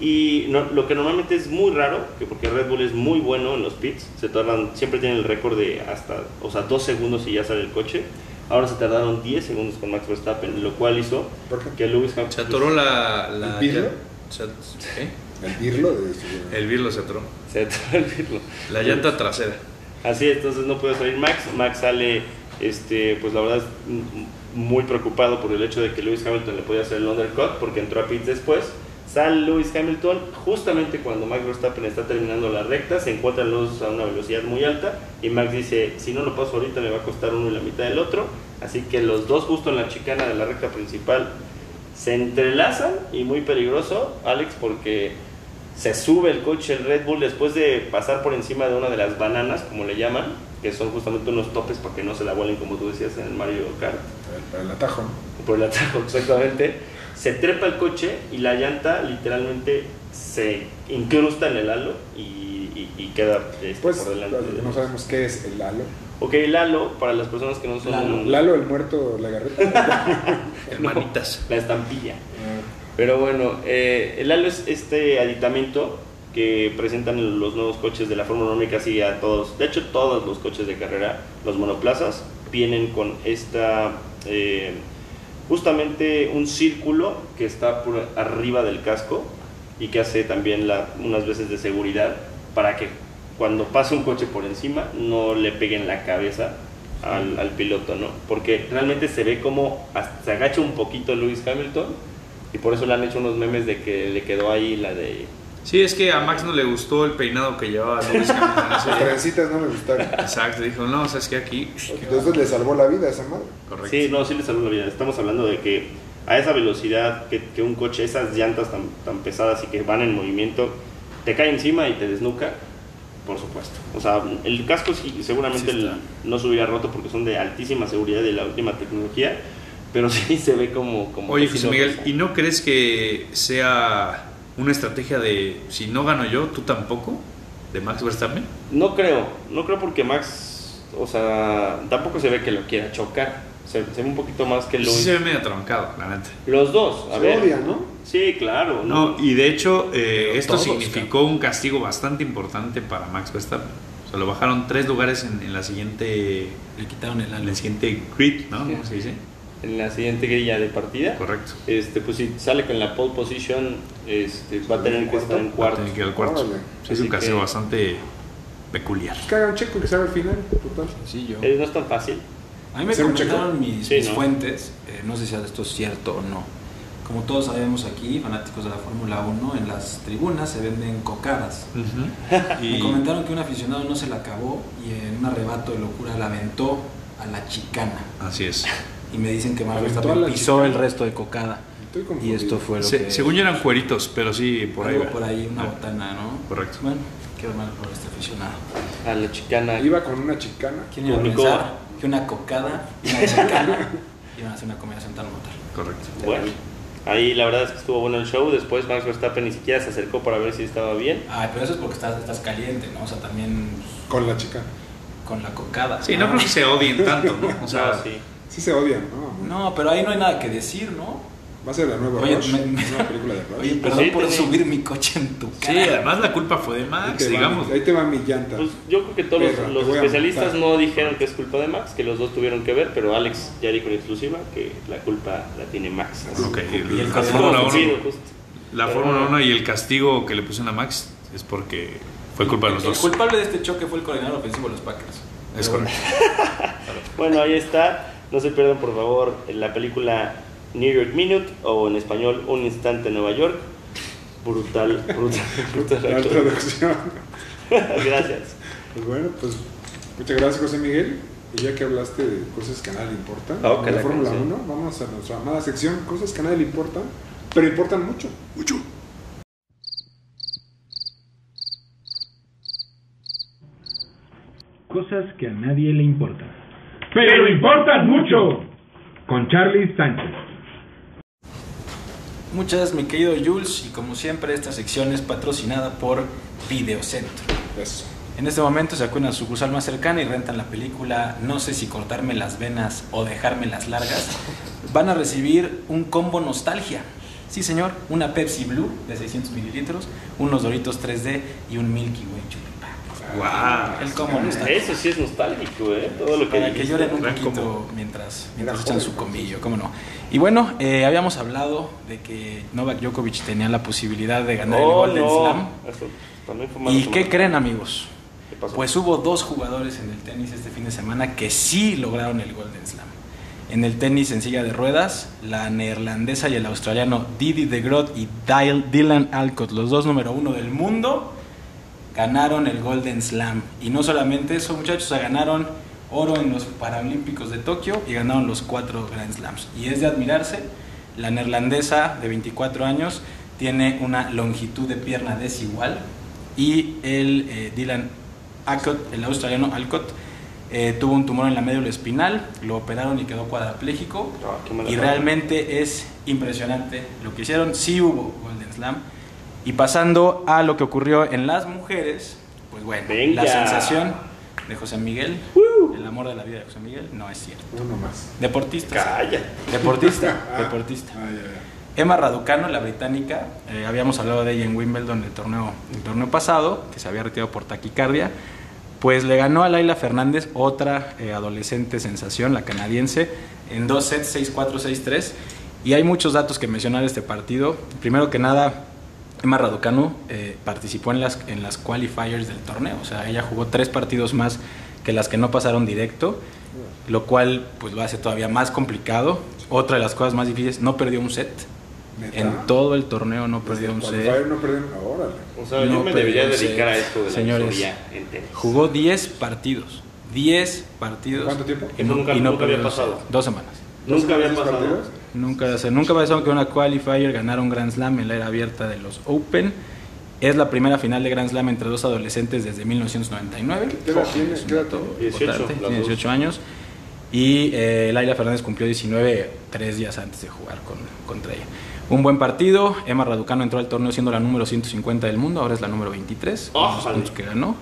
[SPEAKER 2] Y no- lo que normalmente es muy raro, que porque Red Bull es muy bueno en los pits, se tardan, siempre tienen el récord de hasta, o sea, 2 segundos y ya sale el coche. Ahora se tardaron 10 segundos con Max Verstappen, lo cual hizo
[SPEAKER 1] ¿Por qué?
[SPEAKER 2] que Lewis Hamilton...
[SPEAKER 7] Se atoró la. la
[SPEAKER 1] ¿El birlo?
[SPEAKER 7] se at- ¿qué?
[SPEAKER 1] El birlo de su.
[SPEAKER 7] El birlo se atoró.
[SPEAKER 2] Se atoró el virlo.
[SPEAKER 7] La llanta trasera.
[SPEAKER 2] Así es, entonces no puede salir Max. Max sale, este, pues la verdad, m- m- muy preocupado por el hecho de que Lewis Hamilton le podía hacer el undercut porque entró a pits después. Sale Lewis Hamilton justamente cuando Max Verstappen está terminando la recta, se encuentran los dos a una velocidad muy alta y Max dice, si no lo paso ahorita me va a costar uno y la mitad del otro. Así que los dos justo en la chicana de la recta principal se entrelazan y muy peligroso, Alex, porque se sube el coche el Red Bull después de pasar por encima de una de las bananas, como le llaman, que son justamente unos topes para que no se la vuelen, como tú decías, en el Mario Kart,
[SPEAKER 1] El, el atajo.
[SPEAKER 2] por el atajo exactamente. Se trepa el coche y la llanta literalmente se incrusta en el halo y, y- y queda este,
[SPEAKER 1] Pues
[SPEAKER 2] por delante. de-
[SPEAKER 1] no sabemos qué es el Lalo.
[SPEAKER 2] Ok, el halo, para las personas que no son
[SPEAKER 1] Lalo, el muerto, la garreta.
[SPEAKER 7] Hermanitas.
[SPEAKER 2] la estampilla. Pero bueno, eh, el halo es este aditamento que presentan los nuevos coches de la Fórmula 1 y casi a todos, de hecho todos los coches de carrera, los monoplazas, vienen con esta, eh, justamente un círculo que está por arriba del casco y que hace también la- unas veces de seguridad para que cuando pase un coche por encima no le peguen la cabeza al, al piloto, ¿no? Porque realmente se ve como hasta se agacha un poquito Lewis Hamilton y por eso le han hecho unos memes de que le quedó ahí la de
[SPEAKER 7] Sí, es que a Max no le gustó el peinado que llevaba Lewis Hamilton.
[SPEAKER 1] Las
[SPEAKER 7] ese día.
[SPEAKER 1] trencitas no me gustaron.
[SPEAKER 7] Exacto, dijo, no, sabes que aquí.
[SPEAKER 1] Entonces le salvó la vida a esa madre.
[SPEAKER 7] Correcto.
[SPEAKER 2] Sí, no, sí le salvó la vida. Estamos hablando de que a esa velocidad que, que un coche, esas llantas tan, tan pesadas y que van en movimiento, te cae encima y te desnuca, por supuesto. O sea, el casco sí, seguramente
[SPEAKER 7] Sí está.
[SPEAKER 2] el- no se hubiera roto porque son de altísima seguridad y la última tecnología, pero sí se ve como... como
[SPEAKER 7] Oye,
[SPEAKER 2] que sí
[SPEAKER 7] José
[SPEAKER 2] lo-
[SPEAKER 7] Miguel, ¿y no crees que sea una estrategia de si no gano yo, tú tampoco? ¿De Max Verstappen?
[SPEAKER 2] No creo, no creo porque Max, o sea, tampoco se ve que lo quiera chocar. Se, se ve un poquito más que
[SPEAKER 7] Sí
[SPEAKER 2] Lewis.
[SPEAKER 7] se ve medio trancado, la neta.
[SPEAKER 2] Los dos, a
[SPEAKER 1] Se
[SPEAKER 2] ver.
[SPEAKER 1] odian, ¿no?
[SPEAKER 2] Sí, claro.
[SPEAKER 3] No, y de hecho, eh,
[SPEAKER 7] Pero
[SPEAKER 3] esto
[SPEAKER 7] todos,
[SPEAKER 3] significó un castigo bastante importante para Max Verstappen. O sea, lo bajaron tres lugares en, en la siguiente.
[SPEAKER 4] Le quitaron el
[SPEAKER 3] En
[SPEAKER 4] ala.
[SPEAKER 3] el siguiente grid, ¿no? ¿Cómo se dice?
[SPEAKER 2] En la siguiente grilla de partida.
[SPEAKER 3] Correcto.
[SPEAKER 2] este, pues si sale con la pole position, este, va a tener que estar en
[SPEAKER 3] Va a
[SPEAKER 2] cuarto.
[SPEAKER 3] tener que ir al cuarto.
[SPEAKER 1] Órale.
[SPEAKER 3] Sí, es un
[SPEAKER 2] Así
[SPEAKER 3] castigo
[SPEAKER 2] que-
[SPEAKER 3] bastante peculiar.
[SPEAKER 1] Pues, Que haga un checo y que salga al final, total.
[SPEAKER 4] Sí, yo.
[SPEAKER 2] Eh, no es tan fácil.
[SPEAKER 4] A mí me
[SPEAKER 1] Hacer un chequeo.
[SPEAKER 4] comentaron mis,
[SPEAKER 2] Sí,
[SPEAKER 4] mis
[SPEAKER 2] ¿no?
[SPEAKER 4] fuentes, eh, no sé si esto es cierto o no. Como todos sabemos aquí, fanáticos de la Fórmula 1, en las tribunas se venden cocadas. Me
[SPEAKER 3] Y
[SPEAKER 4] comentaron que un aficionado no se la acabó y en un arrebato de locura la aventó a la chicana.
[SPEAKER 3] así es.
[SPEAKER 4] Y me dicen que Max
[SPEAKER 1] Aventó a
[SPEAKER 4] Verstappen
[SPEAKER 1] la
[SPEAKER 4] pisó
[SPEAKER 1] chicana.
[SPEAKER 4] el resto de cocada.
[SPEAKER 1] Estoy
[SPEAKER 4] Y
[SPEAKER 1] confundido.
[SPEAKER 4] esto fue lo
[SPEAKER 3] Se-
[SPEAKER 4] que...
[SPEAKER 3] según yo eran cueritos, pero sí, por ahí.
[SPEAKER 4] algo
[SPEAKER 3] va.
[SPEAKER 4] por ahí, una
[SPEAKER 3] Ah,
[SPEAKER 4] botana, ¿no?
[SPEAKER 3] Correcto.
[SPEAKER 4] Bueno, qué mal por este aficionado.
[SPEAKER 2] A la chicana.
[SPEAKER 1] Iba con una chicana.
[SPEAKER 4] ¿Quién iba a
[SPEAKER 2] Publicó-
[SPEAKER 4] pensar que una cocada y una chicana iban a hacer una combinación tan mortal?
[SPEAKER 3] Correcto.
[SPEAKER 2] Bueno, ahí la verdad es que estuvo bueno el show. Después Max Verstappen ni siquiera se acercó para ver si estaba bien.
[SPEAKER 4] Ay, pero eso es porque estás, estás caliente, ¿no? O sea, también pues,
[SPEAKER 1] Con la chicana.
[SPEAKER 4] con la cocada.
[SPEAKER 3] Sí, no creo que se odien tanto, ¿no? O sea,
[SPEAKER 2] No, sí.
[SPEAKER 1] Sí se odian, ¿no?
[SPEAKER 4] No, pero ahí no hay nada que decir, ¿no?
[SPEAKER 1] Va a ser la nueva
[SPEAKER 4] Oye,
[SPEAKER 1] Rush.
[SPEAKER 4] me- me-
[SPEAKER 1] Una película de Rush.
[SPEAKER 4] Oye,
[SPEAKER 2] Pues
[SPEAKER 4] perdón
[SPEAKER 2] sí,
[SPEAKER 4] por
[SPEAKER 2] tiene-
[SPEAKER 4] subir mi coche en tu
[SPEAKER 3] sí,
[SPEAKER 4] cara.
[SPEAKER 3] además la culpa fue de
[SPEAKER 1] ahí,
[SPEAKER 3] Max,
[SPEAKER 1] te va,
[SPEAKER 3] digamos.
[SPEAKER 1] mi- ahí te va mi llanta.
[SPEAKER 2] Pues yo creo que todos
[SPEAKER 1] Perra,
[SPEAKER 2] los,
[SPEAKER 1] te voy a
[SPEAKER 2] especialistas
[SPEAKER 1] matar.
[SPEAKER 2] no dijeron que es culpa de Max, que los dos tuvieron que ver, pero Alex ya dijo en exclusiva que la culpa la tiene Max. Así
[SPEAKER 3] Ok,
[SPEAKER 4] Y el
[SPEAKER 3] la
[SPEAKER 4] castigo
[SPEAKER 3] Fórmula
[SPEAKER 2] como
[SPEAKER 3] 1.
[SPEAKER 2] confundido, justo.
[SPEAKER 3] La
[SPEAKER 2] Pero
[SPEAKER 3] Fórmula
[SPEAKER 2] bueno.
[SPEAKER 3] 1 y el castigo que le pusieron a Max es porque fue culpa de los
[SPEAKER 4] el
[SPEAKER 3] dos.
[SPEAKER 4] culpable de este choque fue el coordinador ofensivo de los Packers.
[SPEAKER 3] Es
[SPEAKER 4] Pero bueno,
[SPEAKER 3] correcto.
[SPEAKER 2] Bueno, ahí está. No se pierdan, por favor, la película New York Minute o en español Un Instante en Nueva York. Brutal, brutal, brutal.
[SPEAKER 1] La
[SPEAKER 2] actor.
[SPEAKER 1] traducción.
[SPEAKER 2] Gracias.
[SPEAKER 1] Pues bueno, pues muchas gracias, José Miguel. Y ya que hablaste de cosas que a nadie le importan,
[SPEAKER 2] Ah, ok,
[SPEAKER 1] de
[SPEAKER 2] la
[SPEAKER 1] la Fórmula
[SPEAKER 2] canción.
[SPEAKER 1] 1, vamos a nuestra amada sección, cosas que a nadie le importan, pero importan mucho. Mucho.
[SPEAKER 5] Cosas que a nadie le importan. Pero importan mucho. Con Charlie Sánchez.
[SPEAKER 4] Muchas, mi querido Jules, y como siempre, esta sección es patrocinada por Videocentro.
[SPEAKER 1] Eso.
[SPEAKER 4] En este momento se acuden a su sucursal más cercana y rentan la película No sé si cortarme las venas o dejarme las largas. Van a recibir un combo nostalgia. Sí, señor, una Pepsi Blue de 600 mililitros, unos Doritos 3D y un Milky Way chupipá.
[SPEAKER 3] Guau.
[SPEAKER 4] El combo nostalgia.
[SPEAKER 2] Eso sí es nostálgico, ¿eh? Todo lo que
[SPEAKER 4] Para que
[SPEAKER 2] dijiste.
[SPEAKER 4] lloren un
[SPEAKER 3] Gran
[SPEAKER 4] poquito
[SPEAKER 3] combo.
[SPEAKER 4] mientras, mientras
[SPEAKER 1] Era
[SPEAKER 4] echan
[SPEAKER 1] joven,
[SPEAKER 4] su
[SPEAKER 1] ¿no?
[SPEAKER 4] comillo, cómo no. Y bueno, eh, habíamos hablado de que Novak Djokovic tenía la posibilidad de ganar el
[SPEAKER 2] Oh,
[SPEAKER 4] Golden Slam.
[SPEAKER 2] no. Eso también fue malo
[SPEAKER 4] ¿Y
[SPEAKER 2] tomado.
[SPEAKER 4] qué creen, amigos?
[SPEAKER 2] ¿Qué pasó?
[SPEAKER 4] Pues hubo dos jugadores en el tenis este fin de semana que sí lograron el Golden Slam. En el tenis en silla de ruedas, la neerlandesa y el australiano Didi de Groot y Dyl- Dylan Alcott, los dos número uno del mundo, ganaron el Golden Slam. Y no solamente eso, muchachos, o sea, ganaron oro en los Paralímpicos de Tokio y ganaron los cuatro Grand Slams. Y es de admirarse, la neerlandesa de 24 años tiene una longitud de pierna desigual y el eh, Dylan Alcott, el australiano Alcott, eh, tuvo un tumor en la médula espinal, lo operaron y quedó cuadrapléjico.
[SPEAKER 2] Ah, qué mala
[SPEAKER 4] Y
[SPEAKER 2] onda.
[SPEAKER 4] realmente es impresionante lo que hicieron. Sí hubo Golden Slam. Y pasando a lo que ocurrió en las mujeres, pues bueno,
[SPEAKER 2] Venga.
[SPEAKER 4] la sensación de José Miguel, el amor de la vida de José Miguel, no es cierto.
[SPEAKER 1] Uno más.
[SPEAKER 4] Deportista,
[SPEAKER 2] Calla.
[SPEAKER 4] deportista, deportista.
[SPEAKER 1] Ah, ya, ya.
[SPEAKER 4] Emma Raducano, la británica, eh, habíamos hablado de ella en Wimbledon el torneo, el torneo pasado, que se había retirado por taquicardia, pues le ganó a Laila Fernández, otra eh, adolescente sensación, la canadiense, en dos sets 6-4, 6-3. Y hay muchos datos que mencionar de este partido. Primero que nada, Emma Raducanu eh, participó en las, en las qualifiers del torneo, o sea, ella jugó tres partidos más que las que no pasaron directo, lo cual pues lo hace todavía más complicado. Otra de las cosas más difíciles, no perdió un set.
[SPEAKER 1] ¿Neta?
[SPEAKER 4] En todo el torneo no perdió un
[SPEAKER 1] Cuando
[SPEAKER 4] set.
[SPEAKER 1] Bayern no perdieron, órale.
[SPEAKER 2] O sea,
[SPEAKER 4] No,
[SPEAKER 2] yo me
[SPEAKER 4] pero
[SPEAKER 2] debería
[SPEAKER 4] no sé.
[SPEAKER 2] dedicar a esto de la
[SPEAKER 4] Señores.
[SPEAKER 2] historia entera.
[SPEAKER 4] Jugó 10 partidos. 10 partidos.
[SPEAKER 1] ¿Cuánto tiempo?
[SPEAKER 4] Y
[SPEAKER 2] Eso
[SPEAKER 4] no,
[SPEAKER 2] nunca-
[SPEAKER 4] y no
[SPEAKER 2] nunca había
[SPEAKER 4] perdió un set.
[SPEAKER 2] pasado.
[SPEAKER 4] Dos semanas.
[SPEAKER 2] Nunca había
[SPEAKER 1] ¿Esos
[SPEAKER 2] pasado.
[SPEAKER 1] partidos?
[SPEAKER 4] Nunca, se, nunca pasó que una qualifier ganara un Grand Slam en la era abierta de los Open. Es la primera final de Grand Slam entre dos adolescentes desde 1999.
[SPEAKER 1] ¿Qué edad tiene?
[SPEAKER 4] Es un
[SPEAKER 1] ¿Qué edad
[SPEAKER 4] dato
[SPEAKER 2] tiene? 18,
[SPEAKER 4] importante,
[SPEAKER 2] las
[SPEAKER 4] tiene
[SPEAKER 2] dos.
[SPEAKER 4] 18 años. Y eh, Laila Fernández cumplió 19 tres días antes de jugar con, contra ella. Un buen partido. Emma Raducano entró al torneo siendo la número 150 del mundo. Ahora es la número 23. con los
[SPEAKER 2] Ójale.
[SPEAKER 4] puntos que ganó.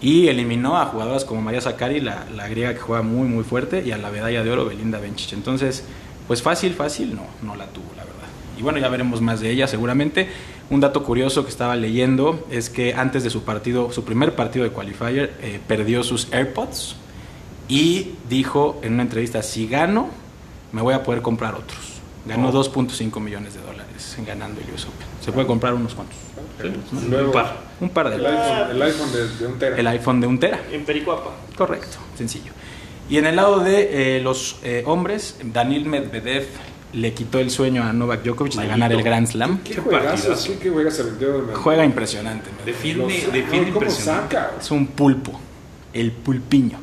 [SPEAKER 4] Y eliminó a jugadoras como María Zacari, la, la griega que juega muy, muy fuerte, y a la medalla de oro Belinda Bencic. Entonces, pues fácil, fácil, no, no la tuvo, la verdad. Y bueno, ya veremos más de ella seguramente. Un dato curioso que estaba leyendo es que antes de su partido, su primer partido de qualifier, eh, perdió sus AirPods y dijo en una entrevista, si gano, me voy a poder comprar otros. Ganó
[SPEAKER 1] Oh.
[SPEAKER 4] 2.5 millones de dólares ganando el US Open. Se puede comprar unos cuantos.
[SPEAKER 1] Luego,
[SPEAKER 7] Un par.
[SPEAKER 4] Un par de
[SPEAKER 1] El iPhone, el iPhone de, de un tera.
[SPEAKER 4] El iPhone de un tera.
[SPEAKER 2] En Pericuapa.
[SPEAKER 4] Correcto, sencillo. Y en el lado de eh, los eh, hombres, Daniel Medvedev le quitó el sueño a Novak Djokovic de
[SPEAKER 2] Maldito.
[SPEAKER 4] ganar el Grand Slam.
[SPEAKER 1] ¿Qué
[SPEAKER 7] Qué
[SPEAKER 1] juegazos?
[SPEAKER 7] partidazo.
[SPEAKER 1] ¿Qué, qué juegas se vendió?
[SPEAKER 4] Juega impresionante. Medvedev.
[SPEAKER 7] Defiende,
[SPEAKER 1] Los-
[SPEAKER 7] defiende
[SPEAKER 1] ¿Cómo
[SPEAKER 7] impresionante.
[SPEAKER 1] saca?
[SPEAKER 4] Es un pulpo, el pulpiño.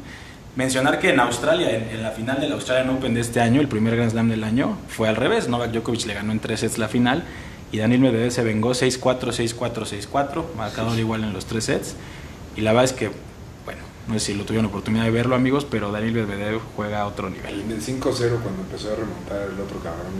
[SPEAKER 4] Mencionar que en Australia, en, en la final del Australian Open de este año, el primer Grand Slam del año, fue al revés. Novak Djokovic le ganó en tres sets la final y Daniel Medvedev se vengó 6-4, 6-4, 6-4, marcador igual en los tres sets. Y la verdad es que, bueno, no sé si lo tuvieron oportunidad de verlo, amigos, pero Daniel Medvedev juega a otro nivel.
[SPEAKER 1] En el 5-0 cuando empezó a remontar el otro cabrón,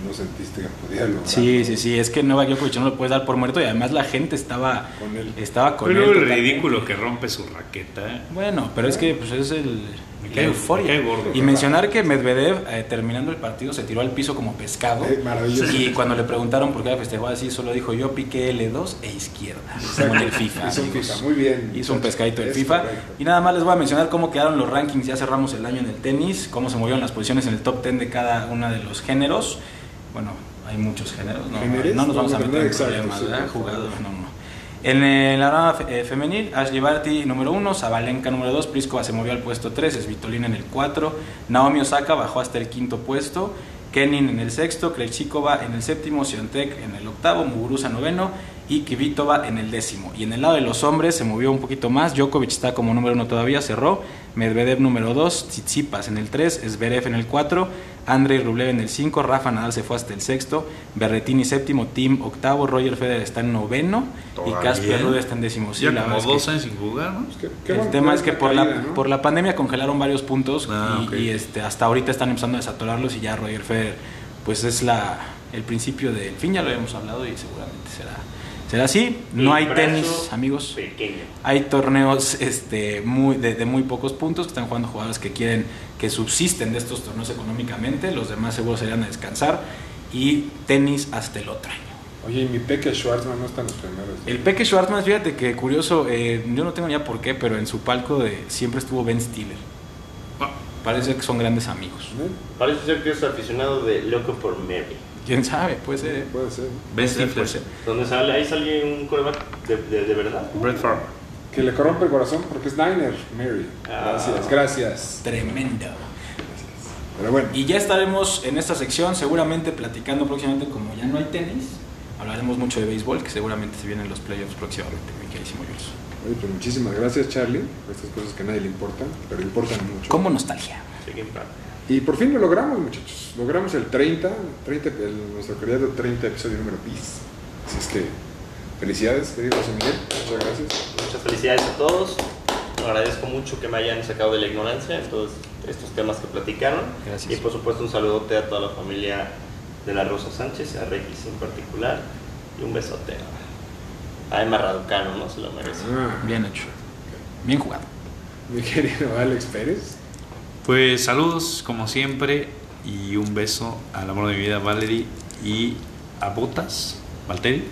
[SPEAKER 1] no, no sentiste que podía lograr.
[SPEAKER 4] Sí, sí, sí, es que Novak Djokovic no lo puedes dar por muerto y además la gente estaba
[SPEAKER 1] Con él.
[SPEAKER 4] Estaba con
[SPEAKER 3] Pero
[SPEAKER 4] él
[SPEAKER 3] luego el
[SPEAKER 4] totalmente.
[SPEAKER 3] ridículo que rompe su raqueta. ¿eh?
[SPEAKER 4] Bueno, pero es que pues, es el,
[SPEAKER 3] Me
[SPEAKER 4] la
[SPEAKER 3] cae-
[SPEAKER 4] euforia.
[SPEAKER 3] me cae gordo.
[SPEAKER 4] y mencionar que Medvedev, eh, terminando el partido, se tiró al piso como pescado.
[SPEAKER 1] Eh, maravilloso.
[SPEAKER 4] Y cuando le preguntaron por qué la festejó así, solo dijo yo piqué L2 e izquierda. Como en el FIFA.
[SPEAKER 1] Hizo un
[SPEAKER 4] amigos.
[SPEAKER 1] FIFA, muy bien.
[SPEAKER 4] Hizo
[SPEAKER 1] muchachos.
[SPEAKER 4] un pescadito del
[SPEAKER 1] Es
[SPEAKER 4] FIFA.
[SPEAKER 1] correcto.
[SPEAKER 4] Y nada más les voy a mencionar cómo quedaron los rankings. Ya cerramos el año en el tenis, cómo se movieron las posiciones en el top 10 de cada uno de los géneros. Bueno, hay muchos géneros, no,
[SPEAKER 1] ¿Géneros?
[SPEAKER 4] no nos vamos a
[SPEAKER 1] Vamos a
[SPEAKER 4] meter en
[SPEAKER 1] tener
[SPEAKER 4] problemas,
[SPEAKER 1] exactos,
[SPEAKER 4] ¿verdad?
[SPEAKER 1] sí, por favor.
[SPEAKER 4] Jugadores, no, no. En eh, la rama fe- eh, femenil, Ashley Barty número 1, Zabalenka número 2, Pliskova se movió al puesto 3, Svitolina en el 4, Naomi Osaka bajó hasta el quinto puesto, Kenin en el sexto, Krejcikova en el séptimo, Siontek en el octavo, Muguruza noveno y Kvitova en el décimo. Y en el lado de los hombres se movió un poquito más, Djokovic está como número 1 todavía, cerró, Medvedev número 2, Tsitsipas en el 3, Zverev en el 4, Andrei Rublev en el 5, Rafa Nadal se fue hasta el sexto, Berretini séptimo, Tim octavo, Roger Federer está en noveno y
[SPEAKER 7] Todavía.
[SPEAKER 4] Casper Ruud está en décimo. Sí,
[SPEAKER 3] ya
[SPEAKER 4] la
[SPEAKER 3] como
[SPEAKER 4] verdad es que
[SPEAKER 3] dos años sin jugar, ¿no?
[SPEAKER 1] Pues qué- qué
[SPEAKER 4] el
[SPEAKER 1] buen-
[SPEAKER 4] tema
[SPEAKER 1] qué
[SPEAKER 4] es que
[SPEAKER 1] buena
[SPEAKER 4] por,
[SPEAKER 1] caída,
[SPEAKER 4] la,
[SPEAKER 1] ¿no?
[SPEAKER 4] por la pandemia congelaron varios puntos
[SPEAKER 3] Ah,
[SPEAKER 4] y,
[SPEAKER 3] ok.
[SPEAKER 4] y, este, hasta ahorita están empezando a desatorarlos y ya Roger Federer pues es la, el principio del fin, ya lo habíamos hablado y seguramente será, será así. No hay
[SPEAKER 2] El brazo
[SPEAKER 4] tenis, amigos.
[SPEAKER 2] Pequeño.
[SPEAKER 4] Hay torneos este, muy, de, de muy pocos puntos que están jugando jugadores que quieren que subsisten de estos torneos económicamente. Los demás seguro serían a descansar. Y tenis hasta el otro año.
[SPEAKER 1] Oye, y mi Peque Schwarzman no están los primeros. ¿Eh?
[SPEAKER 4] El Peque Schwartzman, fíjate que curioso, eh, yo no tengo ni idea por qué, pero en su palco de siempre estuvo Ben Stiller.
[SPEAKER 3] Ah,
[SPEAKER 4] Parece que son grandes amigos.
[SPEAKER 1] ¿Eh?
[SPEAKER 2] Parece ser que es aficionado de Loco por Mary.
[SPEAKER 4] ¿Quién sabe? Puede ser. eh.
[SPEAKER 1] Puede ser.
[SPEAKER 3] ¿Ves?
[SPEAKER 4] Sí, puede ser.
[SPEAKER 2] Donde sale, ahí sale un coreback de, de, de verdad.
[SPEAKER 7] Brett Favre.
[SPEAKER 1] Que le corrompe el corazón porque es Diner, Mary.
[SPEAKER 2] Ah.
[SPEAKER 1] Gracias, gracias.
[SPEAKER 4] Tremendo.
[SPEAKER 1] Pero bueno,
[SPEAKER 4] Y ya estaremos en esta sección seguramente platicando próximamente, como ya no hay tenis, hablaremos mucho de béisbol, que seguramente se vienen los playoffs próximamente, mi queridísimo Jules.
[SPEAKER 1] oye, pues muchísimas gracias, Charlie, por estas cosas que a nadie le importan, pero importan mucho.
[SPEAKER 4] Como nostalgia.
[SPEAKER 2] Chequen para-
[SPEAKER 1] Y por fin lo logramos, muchachos. Logramos el 30, 30 el- nuestro querido 30 episodio número PIS. Así es que, felicidades, querido José Miguel. Muchas gracias.
[SPEAKER 2] Muchas felicidades a todos. Agradezco mucho que me hayan sacado de la ignorancia en todos estos temas que platicaron.
[SPEAKER 4] Gracias.
[SPEAKER 2] Y por supuesto un saludote a toda la familia de la Rosa Sánchez, a Regis en particular. Y un besote a a Emma Raducano, no se lo merece.
[SPEAKER 1] Ah,
[SPEAKER 4] Bien hecho. Bien jugado.
[SPEAKER 1] mi querido Alex Pérez.
[SPEAKER 3] Pues saludos, como siempre, y un beso al amor de mi vida, Valerie, y a Botas, Valtteri,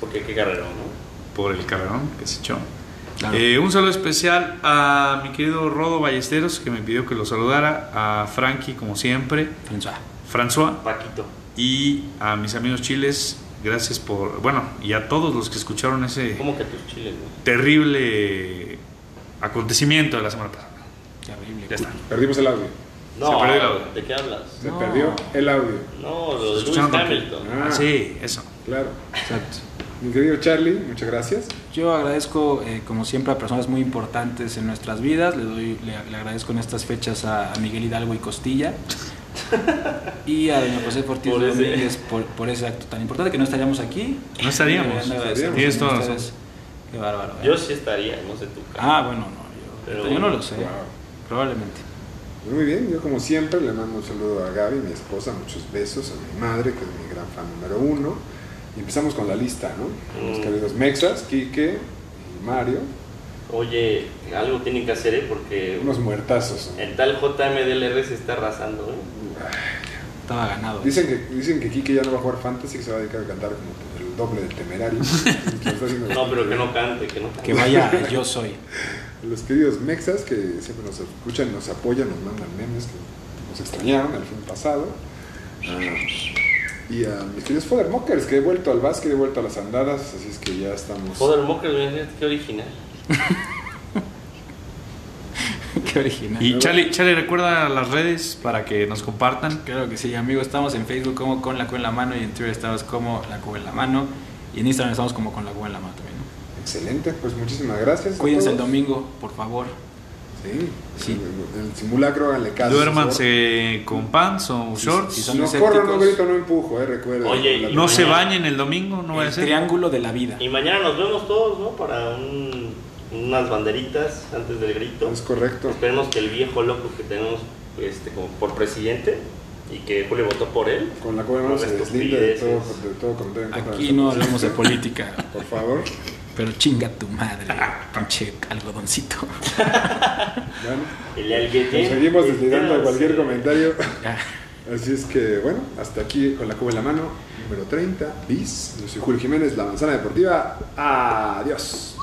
[SPEAKER 2] Porque qué carrerón, ¿no?
[SPEAKER 3] por el carrerón que se echó. Eh, un saludo especial a mi querido Rodo Ballesteros, que me pidió que lo saludara, a Frankie, como siempre,
[SPEAKER 4] François.
[SPEAKER 3] François,
[SPEAKER 2] Paquito.
[SPEAKER 3] y a mis amigos chiles, gracias por, bueno, y a todos los que escucharon ese
[SPEAKER 2] ¿Cómo que tus chiles, güey?
[SPEAKER 3] terrible acontecimiento de la semana pasada.
[SPEAKER 4] Terrible.
[SPEAKER 3] Ya está.
[SPEAKER 1] Perdimos el audio.
[SPEAKER 2] No,
[SPEAKER 3] perdió el audio.
[SPEAKER 2] ¿de qué hablas?
[SPEAKER 1] Se
[SPEAKER 4] No.
[SPEAKER 1] perdió el audio.
[SPEAKER 2] No, lo de Lewis
[SPEAKER 3] Escuchando que-
[SPEAKER 2] Hamilton.
[SPEAKER 1] Ah.
[SPEAKER 3] Ah, sí, eso.
[SPEAKER 1] Claro.
[SPEAKER 4] Exacto.
[SPEAKER 1] Mi querido Charlie, muchas gracias.
[SPEAKER 4] Yo agradezco, eh, como siempre, a personas muy importantes en nuestras vidas. Le, doy, le, le agradezco en estas fechas a, a Miguel Hidalgo y Costilla. y a doña José Ortiz
[SPEAKER 2] Por ese-
[SPEAKER 4] Domínguez por, por ese acto tan importante que no estaríamos aquí.
[SPEAKER 3] No estaríamos.
[SPEAKER 4] Deberían de agradecerles
[SPEAKER 3] Tienes
[SPEAKER 1] Estaríamos.
[SPEAKER 4] a
[SPEAKER 3] toda la
[SPEAKER 4] ustedes. Qué bárbaro. ¿eh?
[SPEAKER 2] Yo sí estaría, no sé tú. cara.
[SPEAKER 4] Ah, bueno, no. Yo,
[SPEAKER 2] Pero-
[SPEAKER 4] yo no lo sé.
[SPEAKER 1] Wow.
[SPEAKER 4] Probablemente.
[SPEAKER 1] Pues Muy bien, yo como siempre le mando un saludo a Gaby, mi esposa, muchos besos, a mi madre, que es mi gran fan número uno. Y empezamos con la lista, ¿no? Los
[SPEAKER 2] Mm.
[SPEAKER 1] queridos Mexas, Quique y Mario.
[SPEAKER 2] Oye, algo tienen que hacer, ¿eh? Porque
[SPEAKER 1] Unos muertazos. ¿no?
[SPEAKER 2] el tal JMDLR se está arrasando, ¿eh?
[SPEAKER 4] Estaba ganado.
[SPEAKER 1] Dicen que, dicen que Quique ya no va a jugar fantasy, que se va a dedicar a cantar como el doble del temerario. Lo está haciendo
[SPEAKER 2] No, pero que no cante, que no cante.
[SPEAKER 4] Que vaya, a yo soy.
[SPEAKER 1] Los queridos mexas que siempre nos escuchan, nos apoyan, nos mandan memes que nos extrañaron el fin pasado. Ah, y a mis queridos Fodder Mockers, que he vuelto al básquet, he vuelto a las andadas, así es que ya estamos.
[SPEAKER 2] Joder, Mocker, mira, qué original.
[SPEAKER 4] Qué original.
[SPEAKER 3] Y Charlie, Charlie, recuerda las redes para que nos compartan.
[SPEAKER 4] Claro que sí, amigos. Estamos en Facebook como con la cuba en la mano y en Twitter estamos como la cuba en la mano. Y en Instagram estamos como con la cuba en la mano también. ¿no?
[SPEAKER 1] Excelente, pues muchísimas gracias. a
[SPEAKER 4] Cuídense el
[SPEAKER 1] todos.
[SPEAKER 4] domingo, por favor.
[SPEAKER 1] Sí,
[SPEAKER 4] Sí.
[SPEAKER 1] En el simulacro, háganle caso.
[SPEAKER 3] Duérmanse con pants o
[SPEAKER 4] Sí,
[SPEAKER 3] shorts.
[SPEAKER 4] sí,
[SPEAKER 1] por favor.
[SPEAKER 4] son
[SPEAKER 1] No
[SPEAKER 4] escépticos.
[SPEAKER 1] corro, no grito, no empujo, eh, recuerden.
[SPEAKER 2] Oye,
[SPEAKER 1] La-
[SPEAKER 3] No se bañen el domingo, no vaya a
[SPEAKER 4] el
[SPEAKER 3] ser.
[SPEAKER 4] triángulo de la vida.
[SPEAKER 2] Y mañana nos vemos todos, ¿no? Para un- unas banderitas antes del grito.
[SPEAKER 1] Es correcto.
[SPEAKER 2] Esperemos que el viejo loco que tenemos este, como por presidente y que Julio votó por él.
[SPEAKER 1] Con la cual vamos
[SPEAKER 2] Con
[SPEAKER 1] se deslinda de todo,
[SPEAKER 2] estupideces.
[SPEAKER 1] de todo comentario en contra de
[SPEAKER 4] Aquí no
[SPEAKER 1] nosotros.
[SPEAKER 4] hablamos de política,
[SPEAKER 1] Por favor.
[SPEAKER 4] pero chinga tu madre,
[SPEAKER 3] Ah.
[SPEAKER 4] pinche algodoncito.
[SPEAKER 1] Bueno,
[SPEAKER 2] El alguien.
[SPEAKER 1] nos seguimos deslizando de cualquier
[SPEAKER 2] Pues Sí.
[SPEAKER 1] comentario.
[SPEAKER 4] Ya.
[SPEAKER 1] Así es que, bueno, hasta aquí con la cuba en la mano, número 30, bis. Yo soy Julio Jiménez, La Manzana Deportiva. Adiós.